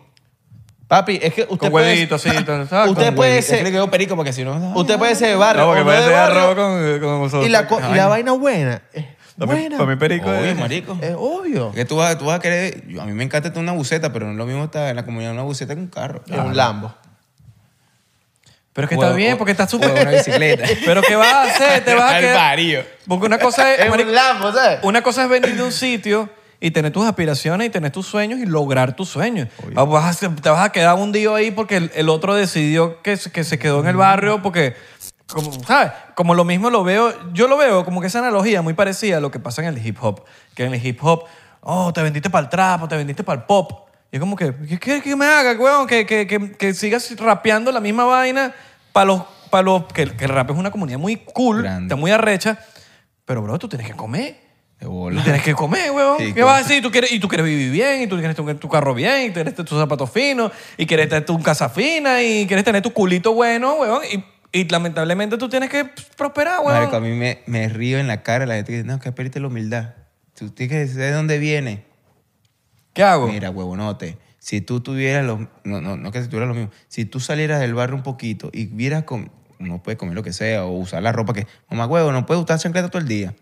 Papi, es que usted
Con
Pues,
puede-
huevito, así, tal,
Ah,
tal,
usted
con
puede
Es que le
ser,
quedó perico porque si no... ay,
usted
no.
puede ser de barrio,
No,
o
porque
no
puede
Ah, de
ser
barrio,
arroz con, con nosotros.
y la, co- y la vaina buena es
Para mí-
buena.
para mí perico
Obvio,
es-
marico.
Es obvio.
Que eh, tú vas, tú vas a querer... yo- a mí me encanta tener una buceta, pero no es lo mismo estar en la comunidad una buceta que un carro. Ah,
Es
Ah.
un Lambo.
Pero es que
Huevo-
está bien, porque está
huevo, una
súper...
bicicleta.
(laughs) Pero ¿qué vas a hacer? Te vas a
Al
quedar...
varío.
Porque una cosa es...
Es
Eh, marico,
un Lambo, ¿sabes?
Una cosa es venir de un sitio y tener tus aspiraciones y tener tus sueños y lograr tus sueños. Ah, vas a ser- te vas a quedar un día ahí porque el, el otro decidió que, se- que se quedó en el barrio porque, como, ¿sabes? Como lo mismo lo veo, yo lo veo como que esa analogía muy parecida a lo que pasa en el hip hop. Que en el hip hop, oh, te vendiste para el trap o te vendiste para el pop. Y es como que, ¿qué quieres que me haga, weón? Que, que, que, que sigas rapeando la misma vaina para los... Para los que, que el rap es una comunidad muy cool,
Grande.
está muy arrecha, pero bro, tú tienes que comer.
De
Tú
bola.
tienes que comer, huevón.
Sí,
¿Qué vas a decir? ¿Tú quieres, y tú quieres vivir bien, y tú quieres tener tu carro bien, y quieres tener tus zapatos finos, y quieres tener tu casa fina, y quieres tener tu culito bueno, huevón. Y, y lamentablemente tú tienes que prosperar, (laughs) huevón.
Marico, a mí me, me río en la cara la gente que dice, no, que perdiste la humildad. Tú tienes que saber de dónde viene.
¿Qué hago?
Mira, huevonote, si tú tuvieras los... No, no, no que si tuvieras los mismos. Si tú salieras del barrio un poquito y vieras... con uno puede comer lo que sea o usar la ropa que... Mamá, huevo, no puedes usar chancleta todo el día.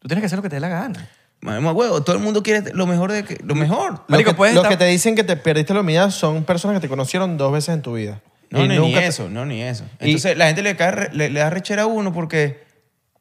Tú tienes que hacer lo que te dé la gana.
Mamá, huevo, todo el mundo quiere lo mejor de... que- Lo mejor.
Los
Marico,
que,
puedes
los
estar-
que te dicen que te perdiste la humildad son personas que te conocieron dos veces en tu vida.
No,
Y
ni,
nunca
ni
te-
eso, no, ni eso. Entonces la gente le, cae re- le, le da rechera a uno porque,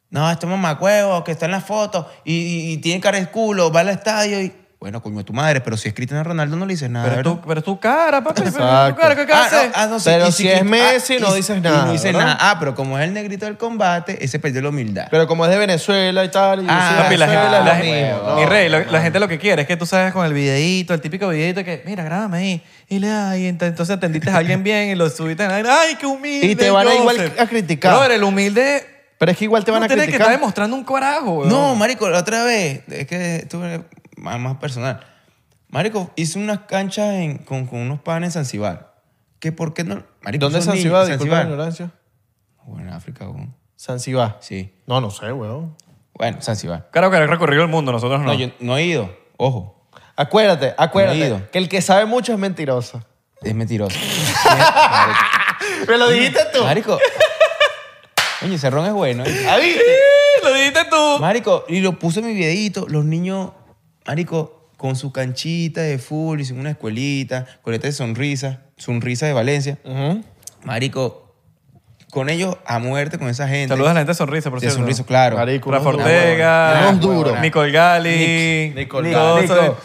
no, este mamacuevo que está en las fotos y, y- y tiene cara de culo, va al estadio y, bueno, coño, tu madre, pero si es Cristiano Ronaldo no le dices nada.
Pero,
¿verdad?
tú, pero tu cara, papi. Pero tu
Exacto.
cara, (laughs) ¿qué
Ah,
haces?
no, ah, no, sí,
Pero
y
si es
Cristi-
Messi, no
y-
dices
y
nada,
no dices
¿verdad?
nada. Ah, pero como es el negrito del combate, ese perdió la humildad.
Pero como es de Venezuela y tal, y yo
Ah,
soy de
Papi, la gente,
Venezuela,
la
es lo
gente-
mismo, ¿no?
mi rey, lo- la gente lo que quiere es que tú salgas con el videíto, el típico videíto que, mira, grábame ahí, y le das, y ent- entonces atendiste a alguien bien y lo subiste, ay, qué humilde.
Y te van a igual
Joseph.
a criticar.
Brother, el humilde
Pero es que igual te van
no
a
tiene que estar
criticar.
demostrando un carajo, weón.
No, marico, la otra vez, es que estuve más, más personal. Marico, hice unas canchas en- con, con unos panes en Zanzibar. ¿Qué por qué no? Marico,
¿Dónde es
esos
Zanzibar?
niños-
Disculpa la ignorancia.
Bueno, en África, weón.
Zanzibar.
Sí.
No, no sé, weón.
Bueno, Zanzibar.
Claro que ha recorrido el mundo, nosotros no.
No, yo no he ido. Ojo,
Acuérdate,
No he ido.
acuérdate, que el que sabe mucho es mentiroso.
es mentiroso.
Me lo dijiste tú.
Marico. (laughs) Oye, ese ron es bueno. ¿eh?
¿Ah, viste?
lo dijiste tú.
Marico, y lo puse en mi videito. Los niños, marico, con su canchita de fútbol, hicieron una escuelita, coleta de sonrisa, sonrisa de Valencia.
Ujú.
Marico, con ellos a muerte, con esa gente.
Saludos a la gente de Sonrisa, por
De
cierto.
sonrisa, claro.
Marico,
Rafa
unos
Ortega,
duros. Unos duros.
Nicole Gali,
Nicole
todos
Gali.
esos-
Nico.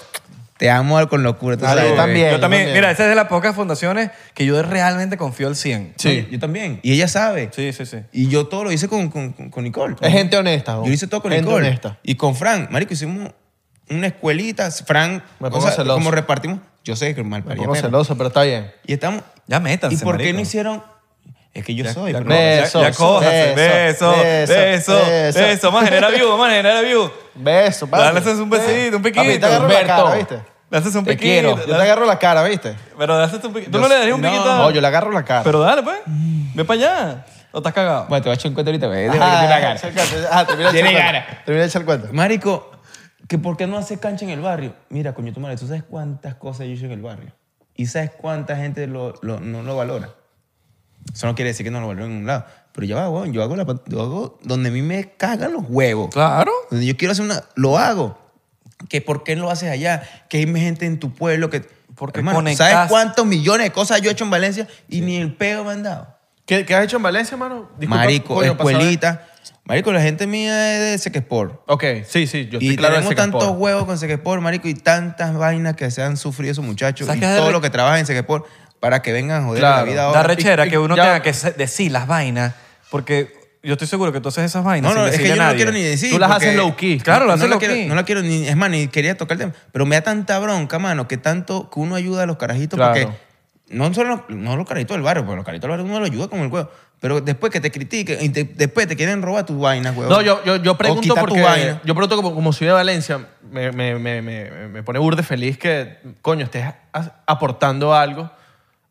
Te amo con locura. tú
Dale,
sabes.
yo también.
Yo también,
también.
mira, esa es de las pocas fundaciones que yo realmente confío al 100.
Sí.
Yo también. Y ella sabe.
Sí, sí, sí.
Y yo todo lo hice con, con, con- con Nicole.
Es gente honesta, ¿no?
Yo hice todo con
Gente
Nicole.
honesta.
Y con Fran. Marico, hicimos una escuelita. Fran,
Me
o
pongo
sea,
celoso.
como repartimos. Yo sé que mal
Un
paría.
poco celoso, pero está bien.
Y estamos.
Ya métanse,
¿Y por qué
marico.
no hicieron? Es que yo soy.
Ya,
bro.
me-
ya,
Besos,
ya cójanse,
besos,
besos, besos,
besos.
besos, Vamos a generar view, vamos a generar view.
Beso, papi.
Dale, haces un besito, un
Papi, te
piquito.
agarro la
Humberto.
cara, ¿viste?
Lanzas un
Te
piquito.
quiero.
Yo te agarro la cara, ¿viste?
Pero lanzas un piquito. ¿Tú no le darías un
no.
piquito?
No, yo le agarro la cara.
Pero dale, pues. Ve para allá. ¿O estás cagado?
Bueno, te voy a echar un cuento ahorita. ve, déjame que te la
Ah,
gana.
echa el cuento. Ah, termina de echar
Tiene
el cuento.
gana.
Termina de echar el cuento.
Marico, que ¿por qué no hace cancha en el barrio? Mira, coño, tu madre, tú sabes cuántas cosas yo hice en el barrio. Y sabes cuánta gente lo- lo- no lo valora. Eso no quiere decir que no lo valoren en un lado. Pero ya va, weón, yo hago, la, yo hago donde a mí me cagan los huevos.
Claro.
Donde yo quiero hacer una, lo hago. Que por qué no lo haces allá, que hay gente en tu pueblo que...
Porque
¿Sabes
conectas-
cuántos millones de cosas yo he hecho en Valencia y ni el peo me han dado?
¿Qué, qué has hecho en Valencia, mano? Disculpa,
Marico,
coño, pasaba-
escuelita. Marico, la gente mía es de Sequesport.
Ok, sí, sí, yo estoy
Y
claro de
tenemos
ese campo.
tantos huevos con Sequesport, marico, y tantas vainas que se han sufrido esos muchachos
¿Sabes
y
qué es
todo
de-
lo que trabajan en Sequesport para que vengan a joder la
Claro.
vida
Da
ahora.
rechera
y-
que uno
ya-
tenga que se- decir las vainas. Porque yo estoy seguro que tú haces esas vainas
No, no, es
sin
que
decirle
yo
a
no lo
nadie.
quiero ni decir.
Tú las
porque-
haces low key.
Claro, las
no,
haces
la
low
quiero-
key.
No la quiero ni, es más, ni quería tocar el tema. Pero me da tanta bronca, mano, que tanto que uno ayuda a los carajitos
Claro.
porque no solo los, no los carajitos del barrio, porque los carajitos del barrio uno los ayuda como el huevo. Pero después que te critiquen y te- después te quieren robar tus vainas, huevo.
No, yo, yo, yo pregunto
quitar Oh. tu
porque.
vaina.
Yo pregunto como, como soy de Valencia, me, me, me, me, me pone burde feliz que, coño, estés a- aportando algo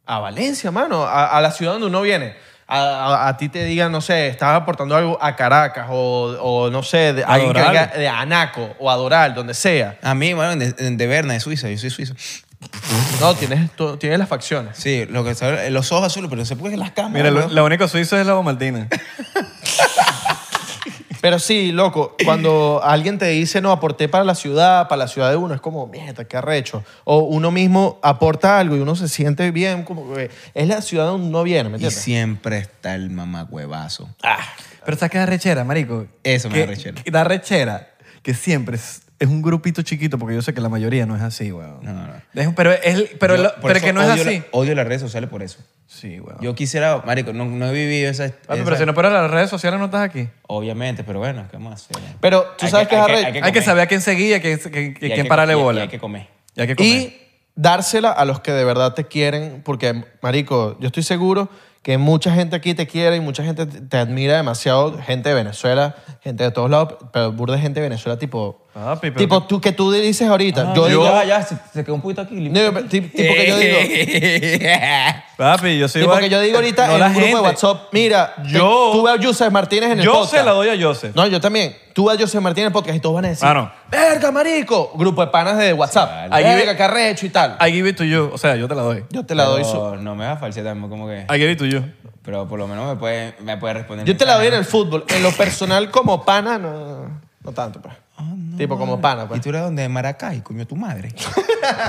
a Valencia, mano, a, a la ciudad donde uno viene. A, a- a ti te digan, no sé, estás aportando algo a Caracas o, o no sé, de, a alguien que
Doral.
venga de Anaco o a Doral, donde sea.
A mí, bueno, de, de Berna, de Suiza, yo soy suizo.
No, tienes, tú- tienes las facciones.
Sí, lo que sabe- eh, los ojos azules, pero se pueden las cámaras.
Mira, lo,
huevo.
lo único suizo es Lobo Martínez.
Pero sí, loco,
(coughs)
cuando alguien te dice no aporté para la ciudad, para la ciudad de uno, es como, mierda, qué arrecho. O uno mismo aporta algo y uno se siente bien, como que es la ciudad donde uno viene, ¿me
Y
entiendes?
siempre está el mamagüevazo.
(laughs) Ah, Pero ¿sabes qué da rechera, marico?
Eso me da
Que-
rechera.
que Da rechera que siempre es, es un grupito chiquito, porque yo sé que la mayoría no es así, weón.
No, no, no.
Es un- pero es, el- pero
Yo,
lo-
por
pero
eso
que no es
odio
así.
la- odio las redes sociales por eso.
Sí, weón.
Yo quisiera, marico, no, no he vivido esa,
Papi,
esa-
Ah, pero si no fuera las redes sociales no estás aquí.
Obviamente, pero bueno, ¿qué más?
Pero tú sabes que es arrecho.
Hay que, saber a quién seguir y a quién, que- que- quién pararle bola.
hay que
(laughs)
comer.
Y hay que comer.
Y dársela a los que de verdad te quieren, porque, marico, yo estoy seguro
que mucha gente aquí te quiere y mucha gente te te admira demasiado, gente de Venezuela, gente de todos lados, pero burda de gente de Venezuela tipo...
Papi, pero
tipo tú que tú dices ahorita.
Ah,
yo
yo-
digo...
Ya, ya, se, se quedó un poquito aquí.
no, yo- ti- tipo que yo
Eh,
digo...
Papi, yo soy
tipo
igual-
que yo digo ahorita
No
en
la
el grupo
gente.
de WhatsApp, Tota. mira, te-
Yo-
tú ves a Joseph Martínez en el
Yo
podcast.
se la doy a Joseph.
No, yo también. Tú ves a Joseph Martínez en el podcast y todos van a decir,
Ah, no.
¡verga, marico! Grupo de panas de WhatsApp. Ahí
Eh.
venga, carrecho y tal.
I give it to you. O sea, yo te la doy.
Yo te la doy. su-
Pero No me vas a falsear también, como que.
I give it to you.
Pero por lo menos me puede, me puede responder.
Yo te la doy en
mensaje.
el fútbol. En lo personal, como pana, no, no tanto, pues.
Ah,
tipo, como pana,
¿Y
pues.
tú eres donde? De Maracay, coño, tu
(laughs)
madre.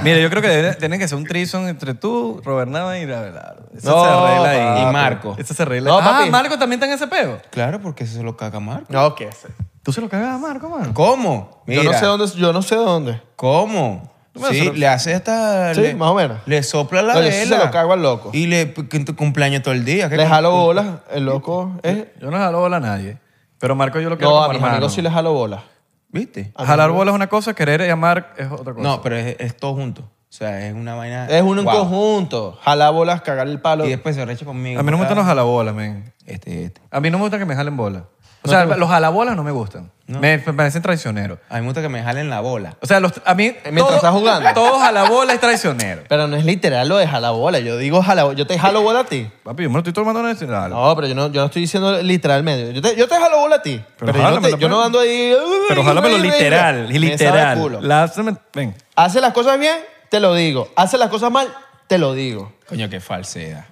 Mira, yo creo que debe- tiene que ser un trison entre tú, Robert Nava y Abelardo. Eso
No,
se arregla ahí.
papi.
Y Marco.
Eso se arregla.
No,
ah,
papi.
Marco también está en ese peo.
claro, porque eso se lo caga Marco.
No, ¿qué sé?
Tú se lo cagas a Marco, mano.
¿Cómo?
Yo no sé dónde. Yo no sé dónde.
¿Cómo?
Bueno,
sí,
se lo-
le hace hasta...
Sí,
le-
más o menos.
Le sopla la
No, yo sí
vela.
se lo cago al loco.
Y le p- que tu cumpleaños todo el día. ¿qué
Le
cu-
jalo bolas. El loco es.
Yo no jalo bola a nadie. Pero Marco yo lo quiero
No,
como
a mis
hermano.
amigos sí les jalo bolas.
¿Viste?
Jalar bola es una cosa, querer y amar es otra cosa.
No, pero es, es todo junto. O sea, es una vaina...
Es uno en
Guau.
conjunto. Jalar bolas, cagar el palo.
Y después se recha conmigo.
a mí no me gustan los
¿sabes?
jalabolas, men.
Este, este.
A mí no me gusta que me jalen bola. O sea, los jalabolas no me gustan. Me me parecen traicioneros.
A mí me gusta que me jalen la bola.
O sea, los, a mí...
Mientras
todo-
estás jugando.
Todo jalabola es traicionero.
Pero no es literal lo de jalar bola. Yo digo jala Yo te jalo bola a ti.
Papi, yo me lo estoy tomando en el celular.
No, pero yo no, yo no estoy diciendo literalmente. Yo te, yo te jalo bola a ti.
Pero
Pero, yo, no
jálamelo,
te- yo no
pues.
ando ahí.
Pero jálamelo literal,
Me sabe el culo.
literal. Lázame- Ven.
Hace las cosas bien, te lo digo. Hace las cosas mal, te lo digo.
Coño, qué falsedad.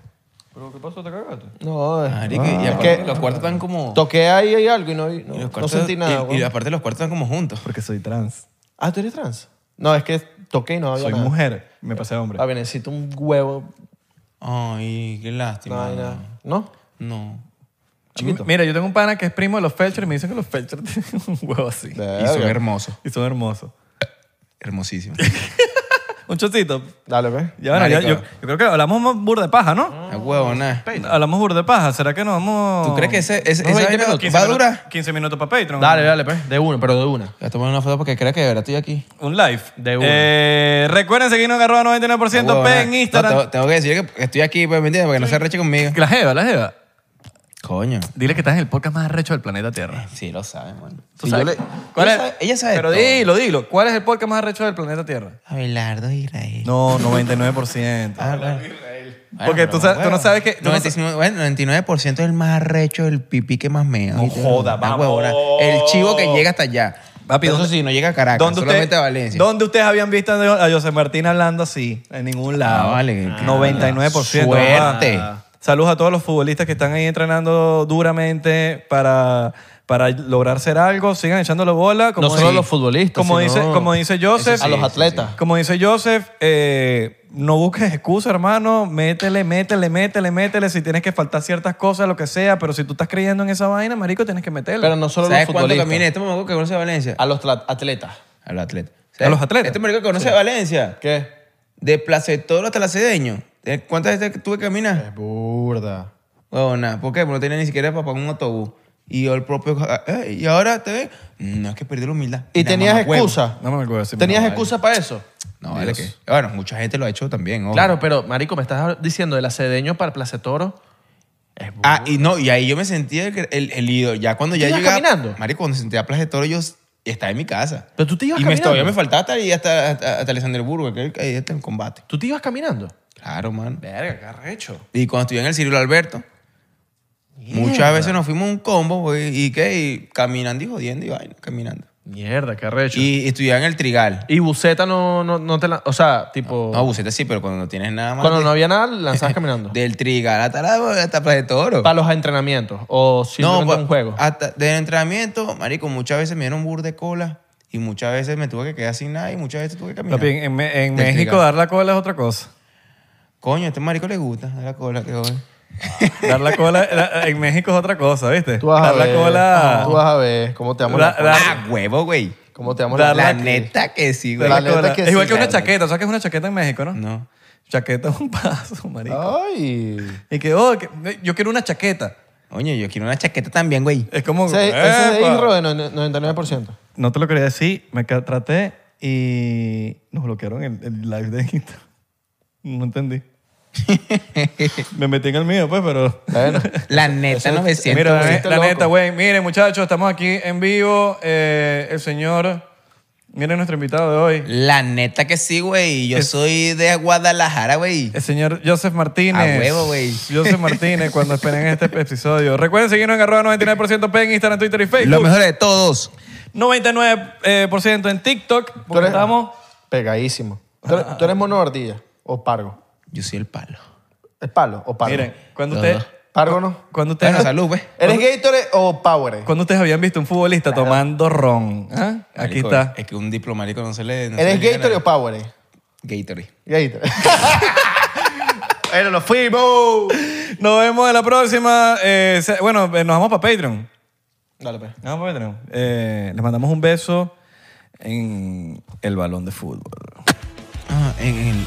¿Pero qué pasó? ¿Te cagaste?
No, es-
Marico, y
Ah. es
aparte
que
los cuartos están como...
toqué ahí, y algo y no, no-
y los
no
cuartos-
sentí nada.
y- Y,
weón.
aparte los cuartos están como juntos.
Porque soy trans.
Ah, ¿tú eres trans? No, es que toqué y no Ah, había
Soy
nada.
mujer. Me pasé hombre.
A ver, necesito un huevo.
Ay, qué
No,
lástima.
hay
no.
nada. ¿No?
No.
M- Mira, yo tengo un pana que es primo de los Felcher y me dicen que los Felcher (laughs) tienen un huevo así.
Y son
Verga.
hermosos.
Y son hermosos.
Hermosísimos.
Un chocito.
Dale, pues. ve.
Ya, bueno,
Marico.
ya- yo, yo creo que hablamos más burda de paja,
Ah.
¿no?
A huevo, nada.
Hablamos burda de paja. ¿Será que nos vamos...?
¿Tú crees que ese, ese,
unos
esa
20
vaina
minutos? 15
va a
minutos-
durar?
15 minutos para Patreon.
Dale, dale, pues. De una, pero de una.
Voy a tomar una foto porque creo que de verdad estoy aquí.
Un live.
De una.
Eh, recuerden seguirnos en arroba 99%
Huevo,
P
nada.
en
No,
Instagram.
tengo- tengo que decir que estoy aquí, pues, ¿me entiendes? Para que no se reche conmigo.
La jeva, la jeva.
Coño.
Dile que estás en el podcast más arrecho del planeta Tierra.
Sí, lo sabe, man.
¿Tú
Sí,
sabes?
yo le-
¿Cuál
ella
es?
sabe- Ella sabe
Pero
todo.
dilo, dilo. ¿Cuál es el podcast más arrecho del planeta Tierra?
Abelardo Israel.
No, 99%.
Ah, bueno. Bueno,
Porque tú
pero
sabes- tú
huevo.
no sabes que- tú eh, no
99, bueno, 99% es el más arrecho, el pipí que más mea.
No
Una
joda, vamos.
huevona. El chivo que llega hasta allá.
Papi,
Eso
¿dónde-
sí, no llega a Caracas,
¿Dónde
solamente
usted-
a Valencia.
¿Dónde ustedes habían visto a José Martín hablando así? En ningún lado.
Ah, vale, que-
99%.
Suerte.
papá. Ah. Saludos a todos los futbolistas que están ahí entrenando duramente para, para lograr ser algo. Sigan echándole bola. Como
No solo los futbolistas,
Como,
sino-
dice, como dice Joseph.
a los
sí,
atletas.
Como dice Joseph, eh, no busques excusa, hermano. Métele, métele, métele, métele. Si tienes que faltar ciertas cosas, lo que sea. Pero si tú estás creyendo en esa vaina, marico, tienes que meterle.
Pero no solo los
¿Sabes cuánto
futbolistas.
caminé? Este mamá que conoce a Valencia.
A los tla- atletas.
A los atletas.
¿A los atletas?
Este marico que conoce a Valencia.
¿Qué?
De Placetoro hasta la Cedeño. ¿De ¿Cuántas veces tuve que caminar?
Es burda.
Huevona, ¿Por qué? Porque no tenía ni siquiera para pagar un autobús. Y yo el propio... eh, y ahora te ves... No, es que perdí la humildad.
¿Y
Nada,
tenías
mamá, huevo.
excusa?
No me acuerdo, sí,
¿Tenías
no, vale.
excusa para eso?
No, vale que... Bueno, mucha gente lo ha hecho también. obvio.
Claro, pero, marico, me estás diciendo del acedeño para el placetoro.
Ah, y no, y ahí yo me sentía el, el, el ídolo. Ya cuando ya
ibas
llegaba...
caminando?
Marico, cuando sentía Plaza de Toro, yo s- estaba en mi casa.
Pero tú te ibas
y me
caminando.
todavía me faltaba hasta, ahí, hasta, hasta, hasta Alexander Burgo, que ahí está en combate.
¿Tú te ibas caminando?
Claro, man.
Verga, qué arrecho.
Y cuando estuve en el Cirilo Alberto, muchas veces nos fuimos un combo güey, y qué, y caminando y jodiendo y vaina, caminando.
Mierda, qué arrecho. Y,
Y, estudiaba en el Trigal.
buceta no, no, no te la... O sea, tipo...
No, buceta sí, pero cuando no tienes nada más.
Oh. cuando
de-
no había nada,
(laughs)
lanzabas caminando.
Del Trigal hasta, la, hasta Plaza de Toro.
Para los entrenamientos o simplemente
pa-
un juego.
Hasta del entrenamiento, marico, muchas veces me dieron bur de cola y muchas veces me tuve que quedar sin nada y muchas veces tuve que caminar.
Papi, en, en- en
Te
México
explica.
dar la cola es otra cosa.
Coño, a este marico le gusta la cola que joder.
Dar la cola la- en México es otra cosa, ¿viste?
Tú vas a
dar la
ver.
cola...
Tú vas a ver cómo te amo.
Da-
la cola.
da-
Ah, huevo, güey.
cómo te amo.
da-
La
la-
La,
neta que sí, güey.
dar la
La neta
cola.
que
es igual
sí,
que una
la neta.
chaqueta. ¿Sabes qué es una chaqueta en México, no?
No.
Chaqueta es un paso, marico.
Ay.
Y que, oh, que- yo quiero una chaqueta.
Coño, yo quiero una chaqueta también, güey.
Es como...
Ese, ese es de eh.
¡Epa!
Isro de no- 99%.
No te lo quería decir, me ca-
(laughs)
traté y nos bloquearon el, el live de Instagram. No entendí. Me metí en el mío, pues, pero...
Bueno.
La neta, no me siento.
Mira, eh, la,
pusiste
la
loco.
neta, güey. Miren, muchachos, estamos aquí en vivo. Eh, el señor... Miren nuestro invitado de hoy.
La neta que sí, güey. Yo soy de Guadalajara, güey.
El señor Joseph Martínez.
A huevo, güey.
Joseph Martínez, cuando esperen este episodio. Recuerden seguirnos en arroba 99% P en Instagram, Twitter y Facebook.
Lo mejor de todos.
99% eh, por ciento en TikTok.
Tú
Porque
eres-
estamos...
Pegadísimo. ¿Tú eres, tú eres mono de ardilla o pargo?
Yo soy el palo.
¿Es palo o pargo?
Miren, cuando ustedes...
Pargo no.
Cuando ustedes...
Bueno, salud, pues. güey.
¿Eres Gatorade o Powerade?
¿Cuándo ustedes habían visto un futbolista tomando ron? ¿Ah? Aquí
Marico,
está.
Es que un diplomático no se le. no se
¿Eres
le gana.
Gatorade o Powerade?
Gatorade.
Gatorade. bueno, nos fuimos.
eh.
Nos vemos en la próxima. Eh, se- bueno, eh, nos vamos para Patreon.
Dale, pues.
Nos vamos para Patreon. Eh, les mandamos un beso en el balón de fútbol.
Ah, en el.